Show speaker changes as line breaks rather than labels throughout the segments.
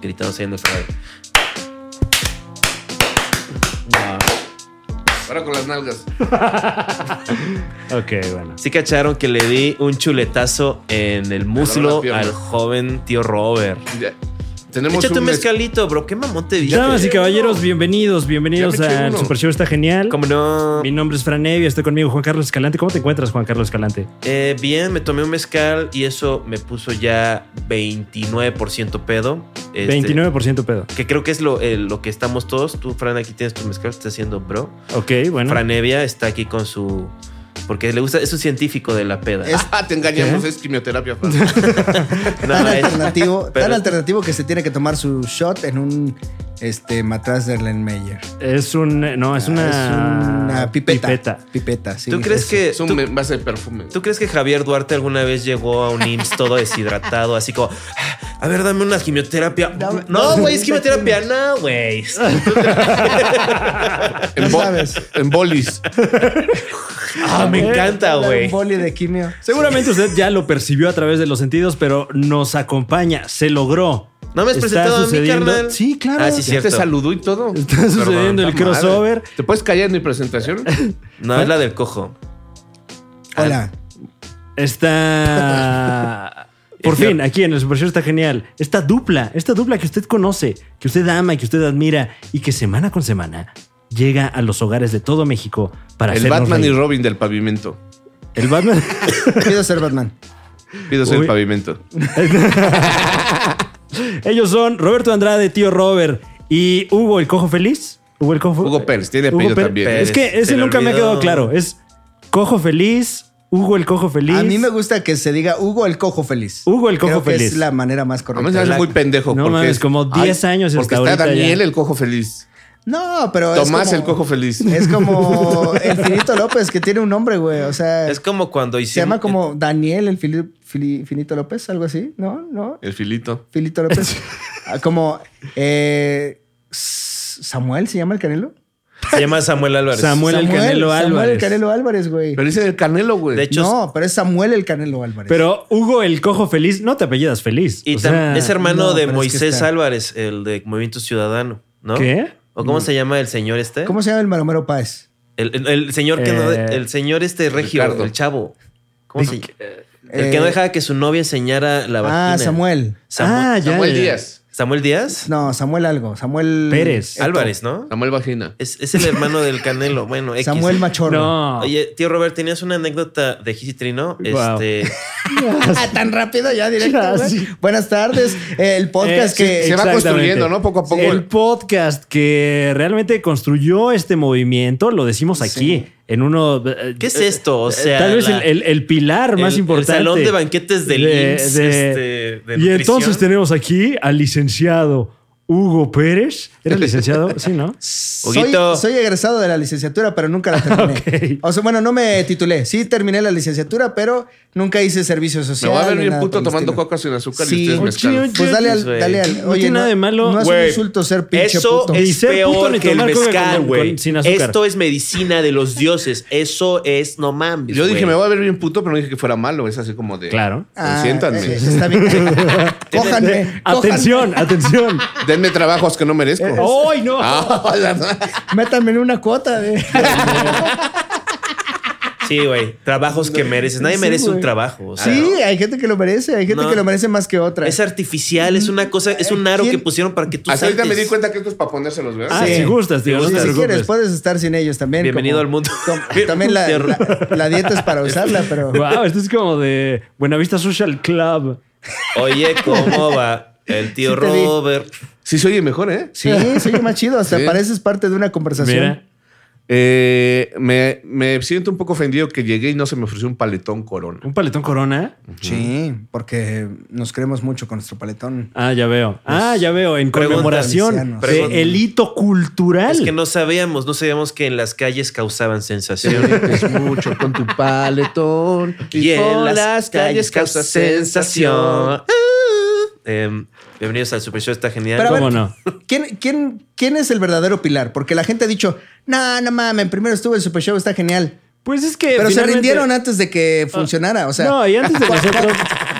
gritando haciendo caballo.
Ahora con las nalgas.
Ok, bueno.
Sí cacharon que le di un chuletazo en el
las
muslo
piernas.
al joven tío Robert.
Ya. Tenemos
Échate un
mes-
mezcalito, bro. Qué mamón te diste.
Damas y caballeros, bienvenidos, bienvenidos
Ya me eché
al
uno.
Super Show, está genial.
Como no.
Mi nombre es Fran Evia, estoy conmigo Juan Carlos Escalante. ¿Cómo te encuentras, Juan Carlos Escalante?
Eh, bien, me tomé un mezcal y eso me puso ya 29% pedo. Este,
29% pedo.
Que creo que es lo, eh, lo que estamos todos. Tú, Fran, aquí tienes tu mezcal, estás haciendo bro.
Ok, bueno.
Fran Evia está aquí con su. Porque le gusta, es un científico de la peda.
Es- Ah, te engañamos, es quimioterapia. Fran.
Nada,
tan
es-
alternativo,
pero-
tan alternativo que se tiene que tomar su shot en un este matraz de Erlenmeyer.
Es un. No, Ah, es una.
es una pipeta. Pipeta, sí.
¿Tú crees
eso.
que.?
Es un
tú-
me- base de perfume.
¿Tú crees que Javier Duarte alguna vez llegó a un IMSS todo deshidratado, así como, "Ah, a ver, dame una quimioterapia?
Dame-
no,
dame
güey, es
una
quimioterapia, no, güey.
En,
Ya
bo-
sabes.
en bolis.
Ah, me encanta,
Dale
güey.
Un boli de quimio.
Seguramente usted ya lo percibió a través de los sentidos, pero nos acompaña, se logró.
¿No me has
Está
presentado a mí,
sucediendo-
carnal?
Sí, claro.
Ah, sí,
Ya
cierto.
te saludó y todo.
Está sucediendo el
puta madre.
crossover.
¿Te puedes callar en mi presentación?
No, es la del cojo.
Hola.
Está. Por fin, aquí en el Super Show está genial. Esta dupla, esta dupla que usted conoce, que usted ama y que usted admira y que semana con semana llega a los hogares de todo México para
El
hacernos
Batman y
reír.
Robin del pavimento.
El Batman.
Quiero ser Batman.
Pido ser
Uy.
pavimento.
Ellos son Roberto Andrade, tío Robert y Hugo el Cojo Feliz. Hugo el Cojo
Hugo Pérez, tiene apellido
Pérez.
también.
Es que
Pérez, se
ese
le
nunca me ha
olvidó.
quedado claro. Es Cojo Feliz, Hugo el Cojo Feliz.
A mí me gusta que se diga Hugo el Cojo Feliz.
Hugo el Cojo
Creo que
Feliz.
es la manera más
A mí se
correcta.
me hace muy pendejo.
No
porque
mames, como 10 años hasta
Porque
ahorita
está
ya.
Daniel el cojo feliz.
No, pero es
Tomás
como-
el cojo feliz.
Es como el Finito López que tiene un nombre, güey. O sea,
Es como cuando
se
hicimos.
llama como Daniel el Fili- Fili- Finito López, algo así, ¿no? ¿No?
El filito.
Filito López. Ah, como eh, S- Samuel se llama el Canelo.
Se llama Samuel Álvarez.
Samuel el Canelo
Samuel el
Álvarez.
Canelo Álvarez, güey.
Pero dice el canelo, güey.
De hecho,
No, pero es Samuel el Canelo Álvarez.
Pero Hugo el Cojo Feliz, no te apellidas Feliz.
y
O
tam-
sea,
es hermano
no,
de
pero es que
Moisés
está-
Álvarez, el de Movimiento Ciudadano, ¿no?
¿Qué?
¿O cómo se llama el señor este?
Mm. ¿Cómo se llama el Maromero Páez?
El, el- el señor que no.
Eh,
El señor este regio,
Ricardo.
el chavo. ¿Cómo se llama? El
Eh,
que no dejaba que su novia enseñara la vagina.
Ah, Samuel.
Samuel,
Ah, ya.
Samuel
ya.
Díaz.
¿Samuel Díaz?
No, Samuel algo. Samuel
Pérez.
Eto.
Álvarez, ¿no?
Samuel Vagina.
Es, es el hermano del Canelo. Bueno, X.
Samuel Machorro.
No.
Oye, tío Robert, tenías una anécdota de Gis y Trino.
Guau.
Este.
Ah, tan rápido ya directo.
Ya,
güey.
sí.
Buenas tardes. Eh, El podcast
Eh,
que
Se
sí,
va
Exactamente.
construyendo, ¿no? Poco a poco.
El podcast que realmente construyó este movimiento, lo decimos aquí, en uno... eh,
¿Qué es esto? O sea,
Tal vez
la-
el, el- el pilar más
el- el
importante.
salón de banquetes del IMSS, este, de
y
nutrición.
entonces tenemos aquí al licenciado Hugo Pérez. ¿Era licenciado? Sí, ¿no?
soy,
Huguito.
soy egresado de la licenciatura, pero nunca la terminé.
Ok.
O sea, bueno, no me titulé. Sí terminé la licenciatura, pero nunca hice servicio
Me
social.
voy a ver
ni
bien
nada
puto
por el
tomando
estilo.
coca sin azúcar
Sí.
y ustedes
Oye,
mezcal.
oye,
Pues dale al,
güey.
dale al.
No tiene nada de malo.
No es un
Güey,
insulto ser pinche
Eso
puto.
Ni
es
ser puto
peor
ni
que el
tomar coca
mezcal,
con-
güey.
con- sin azúcar.
Esto es medicina de los dioses. Eso es no mames.
Yo dije,
güey.
me voy a ver bien puto, pero no dije que fuera malo. Es así como de. "Pues,
Claro.
Ah,
Siéntanme.
eh, está bien. Cójanme. Cójanme.
Atención, atención.
Denme trabajos que no merezco.
Eh,
¡Ay, no!
Ah, la-
Métanme en una cuota eh. de.
Sí, güey. Trabajos que mereces. Nadie
Sí,
merece un
güey.
trabajo. o sea,
Sí, hay gente que lo merece. Hay gente
No.
que lo merece más que otra.
Es artificial, es una cosa, es un aro
¿Quién-
que pusieron para que tú
Hasta ahorita me
saltes.
di cuenta que esto es para ponérselos, ¿verdad?
Ah,
Sí.
si gustas, tío.
Sí,
no te
Pues, si
preocupes.
quieres, puedes estar sin ellos también.
Bienvenido al mundo.
como- también la, la- la dieta es para usarla, pero.
Wow, esto es como de Buenavista Social Club.
Oye, ¿cómo va? El tío
Sí te vi.
Robert.
Sí, se oye mejor, ¿eh?
Sí, soy más chido. Hasta
Sí.
pareces parte de una conversación.
Mira.
Eh, me, me siento un poco ofendido que llegué y no se me ofreció un paletón corona.
¿Un paletón corona?
Sí, porque nos creemos mucho con nuestro paletón.
Ah, ya veo. Ah, ya veo. En
Pregunta,
conmemoración
Luciano.
del
Pregunta.
hito cultural.
Es que no sabíamos, no sabíamos que en las calles causaban sensación.
Es mucho con tu paletón.
Y en las calles causa sensación. Em, bienvenidos al Super Show, está genial.
Pero a ver,
¿Cómo no?
¿Quién, quién, ¿Quién es el verdadero pilar? Porque la gente ha dicho, no, no mames, primero estuvo el Super Show, está genial.
Pues es que.
Pero se
finalmente-
rindieron antes de que funcionara. O sea,
no, y antes de nosotros.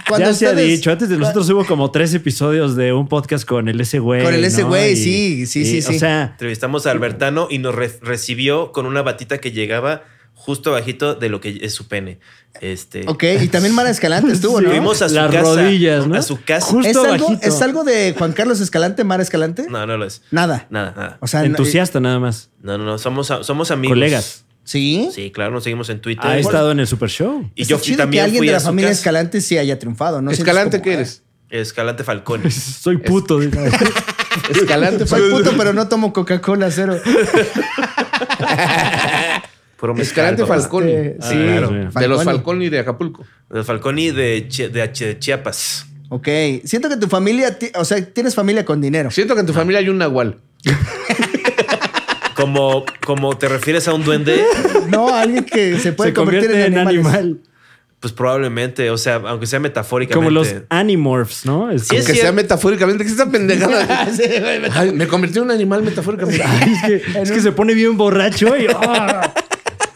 Cuando
ya se ha
ustedes-
dicho, antes de nosotros hubo como tres episodios de un podcast con el ese güey.
Con el
¿no?
ese güey,
Y-
sí, sí,
y,
sí, sí.
O sea,
Entrevistamos a Albertano y nos re- recibió con una batita que llegaba justo abajito de lo que es su pene. Este,
Ok, y también Mara Escalante estuvo,
sí,
¿no?
Fuimos a su
las
casa,
rodillas, ¿no?
a su casa.
Justo
¿Es algo,
abajito.
¿Es algo de Juan Carlos Escalante, Mara Escalante?
No, no lo es.
Nada.
Nada, nada.
O sea, no-
entusiasta nada más.
No, no, no. Somos, a- somos amigos.
Colegas.
eh, ¿Sí?
Sí, claro, nos seguimos en Twitter.
Ha estado en el Super Show.
Y
Está
yo fui-
chido que
también
alguien
fui
de
a
la
su
familia
casa.
Escalante sí haya triunfado, ¿no? sientes
Escalante,
como,
¿qué
"Ah,
eres?
Escalante Falcón.
Soy puto. digo.
Escalante,
Soy
Falcón.
puto, pero no tomo Coca-Cola cero.
Puro mezcal,
Escalante
papá.
Falcón.
Este,
Ah,
sí,
claro.
De los
Falconi.
Falcón y de Acapulco.
De Falcón y de, Chi- de Chi- de Chiapas.
Ok. Siento que tu familia, ti- o sea, tienes familia con dinero.
Siento que en tu familia hay un nahual.
Como, como te refieres a un duende,
No, alguien que se puede
Se
convertir
convierte en,
animales.
animal.
pues probablemente, o sea, aunque sea metafóricamente.
Como los Animorphs, ¿no? Es
Sí,
Que
es-
sea
cierto.
metafóricamente. que esta pendejada? Ay, me convertí en un animal metafóricamente.
Ay, es que, es que se pone bien borracho y ah,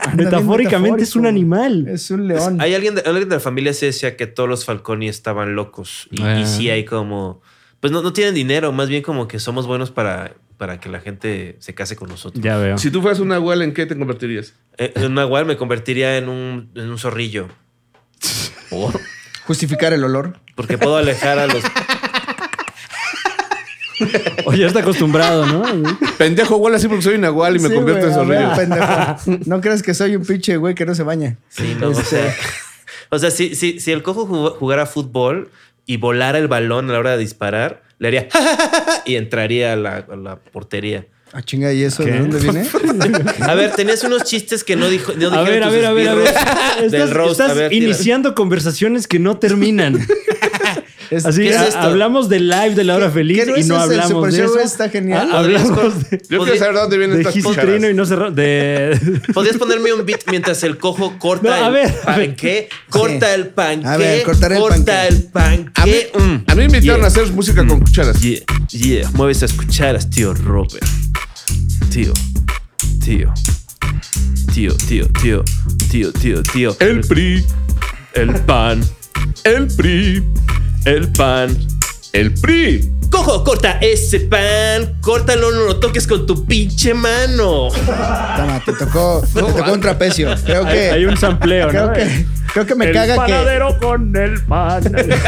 Anda bien
metafóricamente es un
metafórico.
animal.
Es un león.
Hay alguien de, alguien de la familia se decía que todos los Falconi estaban locos. Y,
Ah.
y sí hay como. Pues no, no tienen dinero, más bien como que somos buenos para, para que la gente se case con nosotros.
Ya veo.
Si tú fueras un nahual, ¿en qué te convertirías?
Eh, En un nahual me convertiría en un, en un zorrillo.
Justificar el olor.
Porque puedo alejar a los.
O ya está acostumbrado, ¿no?
Pendejo, huele así porque soy un nahual y me
Sí,
convierto
güey,
en
a ver,
zorrillo.
pendejo. No creas que soy un pinche güey que no se baña.
Sí, no,
Este.
o sea. O sea, si, si, si el cojo jug- jugara fútbol y volara el balón a la hora de disparar, le haría y entraría a la, a la portería.
Ah, chinga, ¿y eso
¿Qué?
de dónde viene?
A ver, tenías unos chistes que no dijo. No
A
dijeron
ver, a
tus
ver, a ver, a ver.
esbirros
Estás,
Del roast.
estás
a ver, tira.
iniciando conversaciones que no terminan.
Es-
Así
¿Qué es
ha-
esto?
hablamos de live de la hora feliz
que no
y
es
no
ese, el
hablamos
Super
de
Show
eso.
está genial.
Ah, hablamos de,
Yo quiero
Podría-
saber dónde vienen
de
estas
Gis y
cucharas.
Trino y no cerró de
Podrías ponerme un beat mientras el cojo corta
No, a
el
ver, a ver.
panqué, corta
Sí.
el panqué,
A ver, cortar el
corta
panqué.
el panqué.
A mí,
Mm.
a mí me invitaron
Yeah.
a hacer música con cucharas.
Yeah, yeah, mueve esas cucharas, tío Robert. Tío, tío, tío, tío, tío, tío, tío, tío.
El PRI,
El pan,
el PRI,
el pan.
el PRI.
Cojo, corta ese pan, córtalo, no lo toques con tu pinche mano.
Toma, te tocó, te tocó un trapecio. Creo
ah. hay,
que,
hay un sampleo,
creo
¿no?
que, creo que me
el
caga que.
panadero con el pan.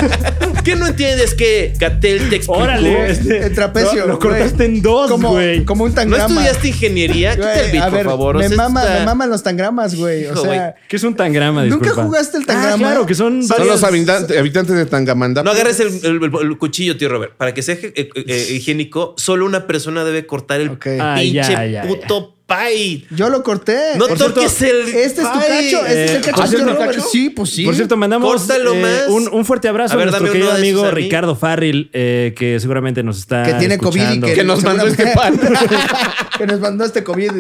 ¿Qué no entiendes que Gatel te explicó?
Órale, este,
El trapecio.
Lo, lo
güey.
cortaste en dos,
como,
güey.
como un
¿No
tangrama.
estudiaste ingeniería?
Güey,
Quita el beat,
a ver,
por favor.
Me,
O sea,
mama,
está-
me maman los tangramas, güey. O
Hijo,
sea,
¿Qué es un tangrama?
¿Nunca
Disculpa.
jugaste el
Ah,
tangrama?
claro, que son
Son
Son
varias-
los habitantes, habitantes de Tangamandapio.
No agarres el, el- el- el cuchillo, tío Robert. Para que sea eh, eh, higiénico, solo una persona debe cortar el
Ok.
Ah,
pinche
ya, ya,
puto pay.
yo lo corté.
No
Por
toques
cierto,
el
Este es tu
pie.
cacho. Este es el
Eh,
Ah,
cacho.
por
de
cierto,
Robert.
cacho.
Sí, pues sí.
Por cierto, mandamos
Córtalo
eh,
más.
un, un fuerte abrazo
A
a,
ver,
nuestro
dame uno
querido
de esos
amigo
a mí.
Ricardo Farril, eh, que seguramente nos está.
que tiene COVID y
Ah, escuchando.
que,
Que nos mandó este pan.
que nos mandó este COVID.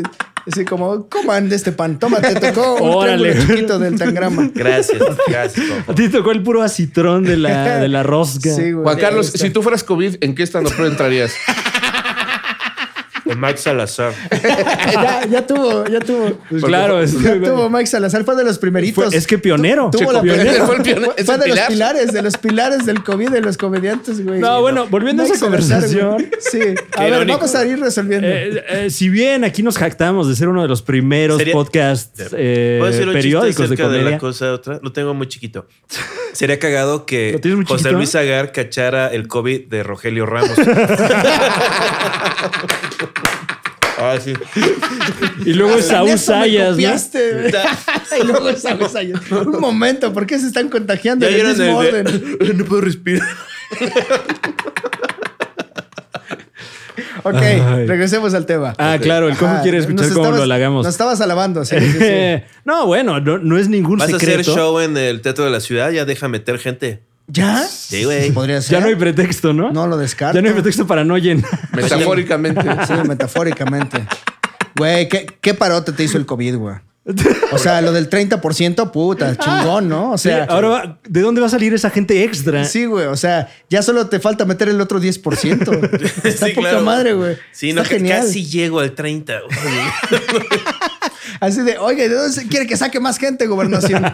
Así como, coman de este pan. Toma, te tocó un
Órale.
triángulo chiquito del tangrama.
Gracias, gracias. compa.
A ti te tocó el puro acitrón de la, de la rosca.
Sí, güey. este.
Juan
Ahí
Carlos,
está.
si tú fueras COVID, ¿en qué stand entrarías?
De Max Salazar.
ya, ya tuvo, ya tuvo.
Pues claro, este,
Ya
güey.
tuvo Mike Salazar, fue de los primeritos.
Fue- es que pionero.
Tu- Tuvo
Checo
la
Pionero,
primera.
fue el pionero,
Fue
es
de
el
los
pilar.
pilares, de los pilares del COVID, de los comediantes, güey.
No, bueno, volviendo a
Mike
esa
Salazar, güey.
conversación.
Sí. A
Qué
ver,
irónico.
vamos a ir resolviendo.
Eh, eh, si bien aquí nos jactamos de ser uno de los primeros
Sería-
podcasts eh,
¿Puedo decir un chiste
periódicos de
acerca de, la
comedia.
cosa otra? Lo tengo muy chiquito. Sería cagado que
¿Lo tienes muy
José
chiquito?
Luis Agar cachara el COVID de Rogelio Ramos. ah, sí.
y luego Saúl
Ernesto, Ah, me
Sayas, ¿no?
copiaste, güey. Y luego Esaú Sayas. Un momento, ¿por qué se están contagiando
Ya
en el
vieron
mismo
el de-
orden?
No puedo respirar.
Ok,
Ay.
regresemos al tema.
Ah, claro, el cojo
Ajá,
quiere escuchar
nos
cómo
estabas-
lo halagamos.
Nos estabas alabando, sí, sí, sí.
Eh, no, bueno, no, no es ningún
¿Vas a hacer
secreto.
show en el Teatro de la Ciudad? Ya deja meter gente.
¿Ya?
Sí, güey.
Podría ser.
Ya no hay pretexto, ¿no?
No lo descarto.
Ya no hay pretexto para no llenar.
Metafóricamente.
Sí, metafóricamente. Güey, ¿qué, qué parote te hizo el COVID, güey? O sea, lo del 30%, puta, chingón, ¿no? O sea,
Sí, ahora, va- ¿de dónde va a salir esa gente extra?
sí, güey, o sea, ya solo te falta meter el otro 10%. Está
Pues Sí,
poca
claro.
madre, güey.
Sí,
Está
no, ca-
genial.
casi llego al 30. güey.
Así de, oye, ¿de dónde se quiere que saque más gente, gobernación?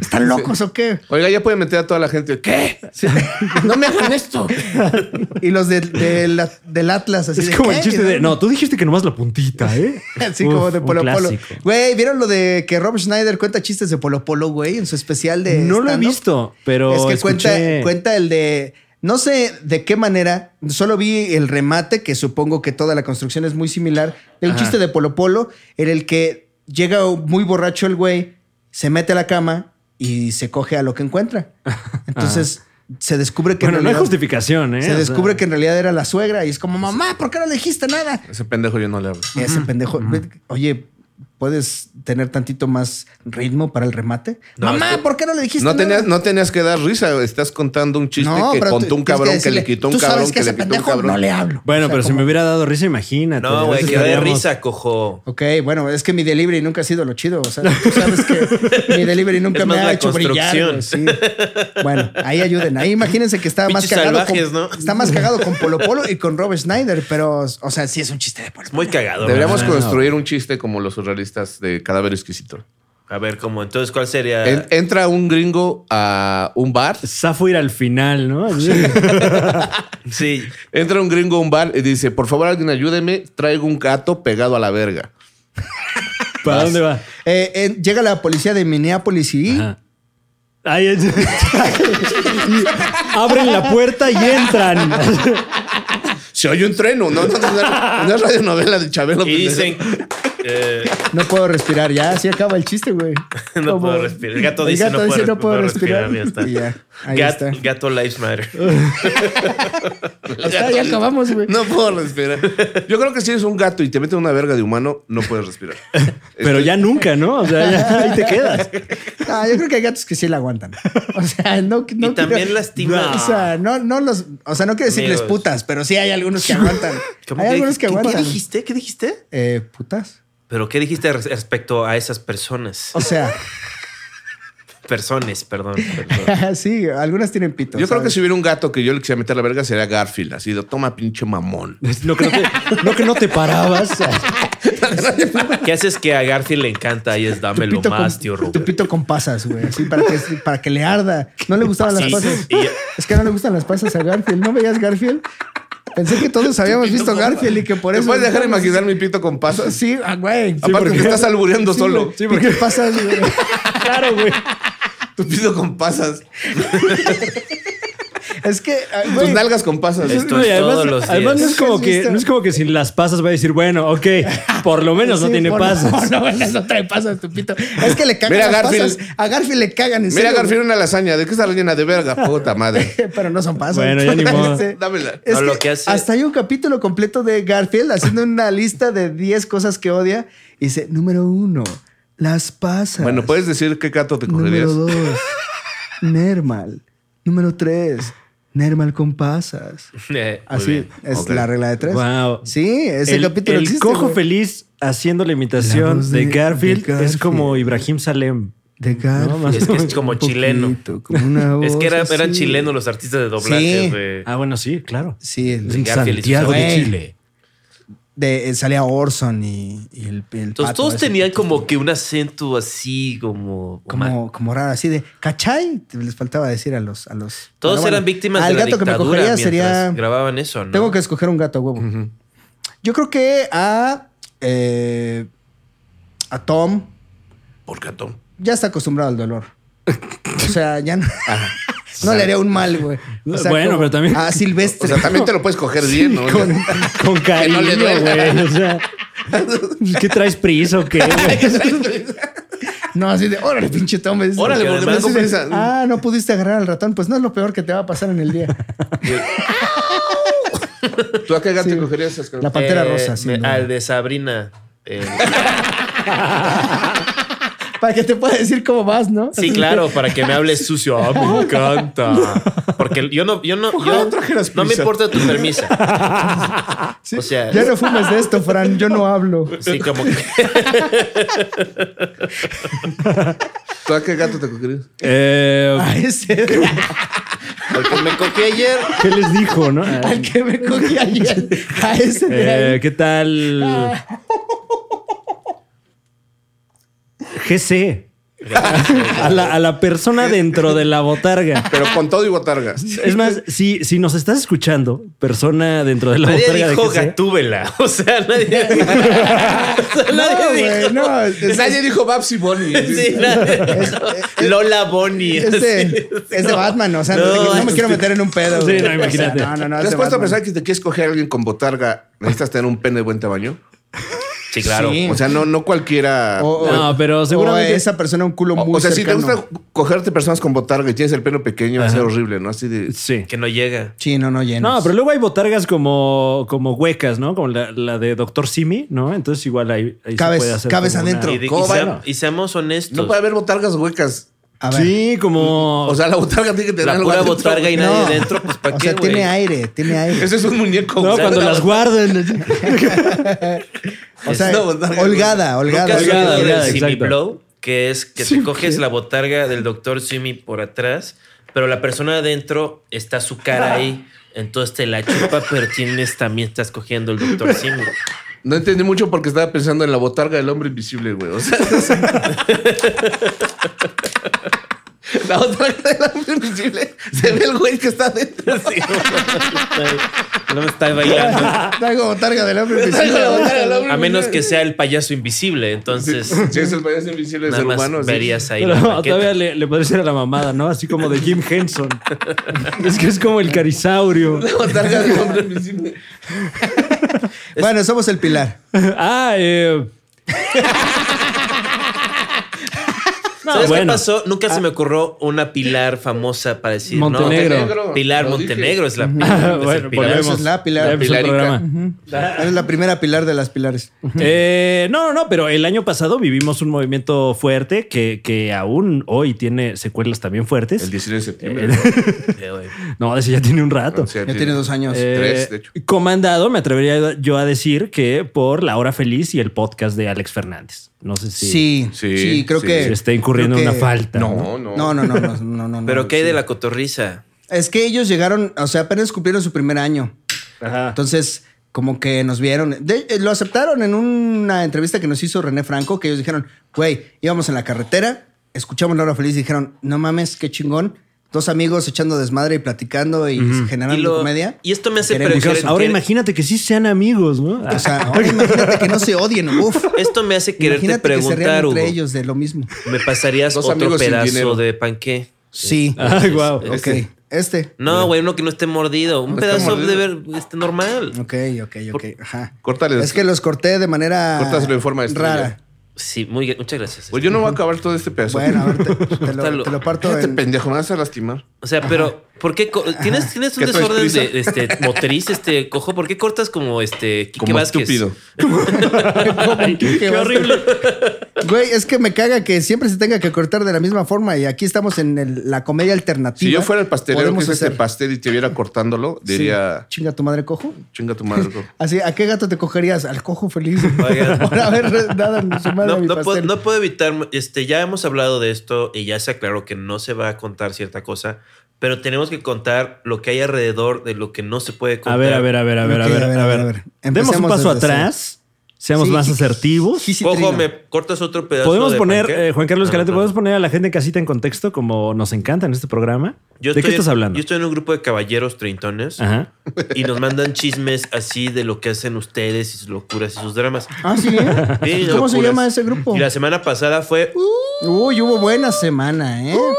¿Están locos o qué?
Oiga, ya puede meter a toda la gente. ¿Qué? Sí.
No me hagan esto. Y los de- de la- del Atlas, así
Es
de,
como
¿qué?
el chiste de. No, tú dijiste que nomás la puntita, ¿eh?
Así
Uf,
como de
un
Polo Polo.
clásico.
Güey, ¿vieron lo de que Rob Schneider cuenta chistes de Polo Polo, güey? En su especial de.
No lo he
stand-up?
visto, pero.
es que
escuché-
cuenta, cuenta el de. No sé de qué manera, solo vi el remate, que supongo que toda la construcción es muy similar, de un chiste de Polo Polo, en el que llega muy borracho el güey, se mete a la cama y se coge a lo que encuentra. Entonces se descubre que. en
Bueno, no hay
realidad-
justificación, ¿eh?
Se
O sea,
descubre que en realidad era la suegra y es como, mamá, ¿por qué no le dijiste nada?
Ese pendejo yo no le hablo.
Ese pendejo. Ve- Oye, ¿puedes tener tantito más ritmo para el remate?
No,
Mamá,
es que-
¿por qué no le dijiste
No
nada?
tenías, no tenías que dar risa. Estás contando un chiste
No,
que
pero
contó
tú-
un
tienes
cabrón que, le
decirle,
quitó un
"Tú sabes
cabrón
que
que,
ese
le quitó un
pendejo
cabrón.
No le hablo.
Bueno,
O sea,
pero si
como-
me hubiera dado risa, imagínate.
No, güey,
Entonces
que dé
estaríamos-
risa, cojo.
Ok, bueno, es que mi delivery nunca ha sido lo chido. O sea, tú sabes que mi delivery nunca
Es
me
más
ha
la
hecho brillar. güey, sí. Bueno, ahí ayuden. Ahí imagínense que está más
Pinches
cagado.
salvajes,
con,
¿no?
Está más cagado con Polo Polo y con Rob Schneider, pero, o sea, sí es un chiste de Polo
Es muy cagado.
Deberíamos
¿verdad?
no, no.
construir un chiste como los surrealistas de Cadáver Exquisito.
A ver, ¿cómo? Entonces, ¿cuál sería?
En- entra un gringo a un bar.
Safo ir al final, ¿no? Así.
Sí.
Entra un gringo a un bar y dice, por favor alguien ayúdeme, traigo un gato pegado a la verga.
¿Para dónde va?
Eh, eh, llega la policía de Minneapolis y
Ajá. Ay, es- Y abren la puerta y entran.
Se oye un treno, no, no, no, no, no pues, es radionovela de Chabelo.
Y dicen. eh,
no puedo respirar. Ya, así acaba el chiste, güey.
no
Como-
puedo respirar. El gato
El
dice,
gato
no, puedo,
dice,
no puedo respirar.
Y
Ya
ya,
está.
ahí
Gat-
está.
Gato Lives Matter.
Ya está, ya acabamos, güey.
No puedo respirar. Yo creo que si eres un gato y te meten una verga de humano, no puedes respirar. Este,
Pero ya nunca, ¿no? O sea, ya ahí te quedas.
Ah, yo creo que hay gatos que sí la aguantan. O sea, no, no
Y también
creo-
lastima.
O sea, no, no los, o sea, no quiero decirles
Amigos.
putas, pero sí hay algunos que aguantan.
¿Cómo
Hay
que
algunos
dij-
que
¿qué- ¿Qué
aguantan.
dijiste? ¿Qué dijiste?
Eh, putas.
¿Pero qué dijiste res- respecto a esas personas?
O sea,
Personas, perdón. perdón.
sí, algunas tienen pito.
Yo creo que
¿sabes?
si hubiera un gato que yo le quisiera meter la verga, sería Garfield. Así de, toma pinche mamón.
No que no te, no, que no te parabas.
¿Qué haces que a Garfield le encanta? Y es
Tu
dámelo
pito,
más,
con,
tío
tu
Robert.
pito con pasas, güey. Así para que, para que le arda. No le gustaban las
Sí,
pasas.
y-
Es que no le gustan las pasas a Garfield. ¿No veías Garfield? Pensé que todos habíamos visto Garfield y que por
¿Me
eso.
puedes dejar imaginar mi pito con pasas?
Sí, ah, güey.
Aparte me estás albureando solo.
Sí, porque pasas, güey.
Claro, güey.
Tu pito con pasas.
Es que, ah,
Tus
güey.
nalgas con pasas.
Es- Esto
No, y
todos
además,
los
además no,
días.
es como que, no es como que sin las pasas va a decir, bueno, ok, por lo menos no
Sí,
tiene
por-
pasas.
No, no, no trae pasas, tu pito. Es que le cagan
Mira,
las
Garfield.
pasas. A Garfield le cagan en
Mira,
serio,
Garfield, una lasaña. ¿De qué está rellena? De verga. Puta madre.
güey. Pero no son pasas.
Bueno, ya ni modo.
Este,
Dámela.
es
No,
que
lo que hace-
Hasta hay un capítulo completo de Garfield haciendo una lista de 10 cosas que odia. Y dice, número uno, las pasas.
Bueno, puedes decir qué gato te cogerías.
Número dos, Nermal. Número tres, Nermal con pasas.
Eh, muy
Así
bien.
es
ok.
la regla de tres.
Wow.
Sí, ese
el,
capítulo
el
existe,
cojo
güey.
feliz haciendo la
La
imitación
voz
de,
de-
Garfield
de Garfield.
es como Ibrahim Salem.
De Garfield.
más
Es que es como
Un poquito,
chileno.
como una
Es que era-
voz
eran
así.
chilenos los artistas de doblaje.
Sí.
güey.
Ah, bueno, sí, claro.
Sí, el-
Sí. Eh. Garfield y sus
Santiago de
amigos.
Chile.
de- eh, salía Orson y, y el, el
Entonces
pato
todos
Ah, ese.
tenían como que un acento así como...
Como, como raro, así de ¿cachai? Les faltaba decir a los. A los
Todos
bueno,
eran
bueno,
víctimas
al
de la
gato que me
dictadura
cogería
mientras
sería.
grababan eso, ¿no?
Tengo que escoger un gato a huevo. Yo creo que a. eh, a Tom.
¿Por gato?
Ya está acostumbrado al dolor. O sea, ya no. no le haría un mal, güey. O sea,
Bueno,
como
pero también-
A
O
Silvestre.
sea, también te lo puedes coger bien, ¿no?
Con, con cariño,
le duela.
güey. O sea, ¿qué traes prisa o qué? güey?
No, así de, órale, pinche Tom. Es-
Órale,
Porque
porque
además-
me
compensa.
Ah, no pudiste agarrar al ratón. Pues no es lo peor que te va a pasar en el día.
¿Tú a qué gato
Sí.
te cogerías? Oscar?
La pantera
Eh,
rosa, sí.
me-
no.
Al de Sabrina. eh,
Para que te pueda decir cómo vas, ¿no?
sí, claro, para que me hables sucio. Ah, me encanta. Porque yo no, yo no,
Ojalá
yo-
trajeras
no me
prisa.
importa tu permiso.
Sí.
O sea,
Ya no fumes de esto, Fran. Yo no hablo.
sí, como que
¿Tú a qué gato te cogerías?
Eh,
A ese
al que me cogí ayer.
¿Qué les dijo, no?
al que me cogí ayer. A ese de Ah.
Eh,
ahí.
¿Qué tal? GC. A la, a la persona dentro de la botarga.
Pero con todo y botarga.
Es más, si, si nos estás escuchando, persona dentro de la
Nadie
botarga de
dijo
GC,
gatúbela. O sea, nadie. o sea, nadie
No,
dijo.
güey, no, es- es-
Nadie dijo Babsy Bonnie.
Sí, nadie dijo. Lola Bonnie.
es de, es de Batman, o sea, no,
No,
no me
es-
quiero meter en un pedo.
Sí,
güey.
no, imagínate.
O sea, No, no, no.
¿Te
es
has
de
puesto a
Batman.
pensar que si te quieres coger a alguien con botarga, necesitas tener un pene de buen tamaño?
Sí, claro.
Sí.
O sea, no, no cualquiera.
O- o-
No, pero
o
seguramente-
esa persona un culo
O-
muy
o sea,
cercano.
si te gusta cogerte personas con botarga y tienes el pelo pequeño, va a ser horrible, ¿no? Así de.
Sí.
Que no llega.
Sí, no, no llenas.
No, pero luego hay botargas como, como huecas, ¿no? Como la, la de Doctor Simi, ¿no? Entonces igual ahí, ahí se
Cabes-
puede hacer.
cabes
como
adentro.
Y, de- y
¿Cómo
sea-
van?
y seamos honestos.
No puede haber botargas huecas.
A
una-
ver.
Sí, como.
O sea, la botarga tiene que tener
la
algo
pura
adentro.
botarga y nadie
No.
dentro, pues para
o
qué.
sea,
güey?
tiene aire, tiene aire.
Ese es un muñeco.
no,
güey.
cuando
Una
las guardan.
o sea,
es una botarga.
holgada,
Nunca
holgada.
has
Holgada,
oído del
holgada,
Simi
exacto.
Blow, que es que te coges la botarga del doctor Simi por atrás, pero la persona adentro está su cara ahí. Entonces te la chupa, pero tienes también estás cogiendo el doctor Simi.
No entendí mucho porque estaba pensando en la botarga del hombre invisible, güey. O sea, la botarga del hombre invisible se ve el güey que está dentro.
No me está bailando.
Traigo botarga del hombre
Traigo la
invisible.
botarga del hombre
A menos que
invisible.
sea el payaso invisible, entonces
Si es el payaso invisible del
nada
ser
más
humano. sí.
verías ahí la
Pero
maqueta.
todavía le, le podría ser a la mamada, ¿no? Así como de Jim Henson. es que es como el carisaurio.
La botarga del hombre invisible.
Bueno, somos el pilar.
Ah, eh. No,
¿Sabes qué
bueno. Ah.
pasó? Nunca se me ocurrió una pilar famosa para decir no,
Montenegro.
Pilar
Lo dije.
Montenegro es la
Ah,
pilar. es
bueno,
el pilar.
volvemos. Esa es la pilar.
Ya empezó el
Pilarica.
programa.
Eres la primera pilar de las pilares.
Eh, no, no, no, pero el año pasado vivimos un movimiento fuerte que, que aún hoy tiene secuelas también fuertes.
El 19 de
Eh,
septiembre.
Sí, güey.
no, ese ya tiene un rato.
O sea,
Ya tiene dos años.
Eh,
tres, de hecho.
Comandado, me atrevería yo a decir que por La Hora Feliz y el podcast de Alex Fernández. No sé si
sí, sí,
Sí,
creo
sí.
que.
se está incurriendo en
creo
una
que-
falta.
No, no.
No, no, no, no, no, no,
Pero
no,
¿qué hay
sí.
de la cotorriza?
Es que ellos llegaron, o sea, apenas cumplieron su primer año.
Ajá.
Entonces, como que nos vieron. De- eh, lo aceptaron en una entrevista que nos hizo René Franco, que ellos dijeron, güey, íbamos en la carretera, escuchamos la hora feliz y dijeron, no mames, qué chingón. Dos amigos echando desmadre y platicando y generando
Y lo-
comedia.
y esto me hace
Queremos-
preguntar-
Entonces, ahora
Quiere-
imagínate que sí sean amigos, ¿no?
O sea, ahora imagínate que no se odien, uf.
Esto me hace quererte
Imagínate que se
preguntar,
rían
Hugo.
entre ellos de lo mismo.
¿Me pasarías
Dos
otro
amigos sin
pedazo
dinero.
de panqué?
Sí.
Ah,
Ay, Ah, guau.
Ok.
Este.
Este.
No, güey, uno que no esté mordido. Un
No está
pedazo
mordido.
de ver este, normal.
Ok, ok, ok. Ajá.
Córtale.
Es que los corté de manera.
Córtaselo en forma de estrella.
Rara.
Sí, muy bien. Muchas gracias.
Pues yo no voy a acabar todo este pedazo.
Bueno, a ver, te, te lo,
Córtalo.
te lo parto
Este
en.
pendejo me vas a lastimar.
O sea, pero ¿por qué co- tienes tienes un
¿Qué traes,
desorden
prisa?
de este motriz este cojo? ¿Por qué cortas como este Quique
Como
Vázquez?
estúpido.
Ay, qué horrible.
Güey, es que me caga que siempre se tenga que cortar de la misma forma. Y aquí estamos en el- la comedia alternativa.
Si yo fuera el pastelero que
Podemos
hizo este
hacer-
pastel y te viera cortándolo,
Sí.
diría,
Chinga tu madre, cojo.
chinga tu madre. güey".
Así, ¿a qué gato te cogerías? Al cojo feliz.
Oigan.
Por haber dado en su madre
No,
a mi
no puedo,
pastel.
no puedo evitar, este, ya hemos hablado de esto y ya se aclaró que no se va a contar cierta cosa, pero tenemos que contar lo que hay alrededor de lo que no se puede contar.
A ver, a ver, a ver, a ver,
Ok,
a ver, a ver. Demos un
Empecemos
paso
desde
atrás, seamos
Sí,
más
sí,
asertivos.
sí, sí,
Cojo,
Trino.
me cortas otro pedazo.
Podemos
de
poner,
panqué?
eh, Juan Carlos
Ah,
Calante,
perdón.
podemos poner a la gente en casita en contexto como nos encanta en este programa.
Yo
¿De qué
estoy-
estás hablando?
Yo estoy en un grupo de caballeros treintones
Ajá.
y nos mandan chismes así de lo que hacen ustedes y sus locuras y sus dramas.
Ah, sí. ¿eh?
Sí,
¿Cómo se
locuras.
llama ese grupo?
Y la semana pasada fue uh,
Uy, hubo buena semana, ¿eh?
Oh,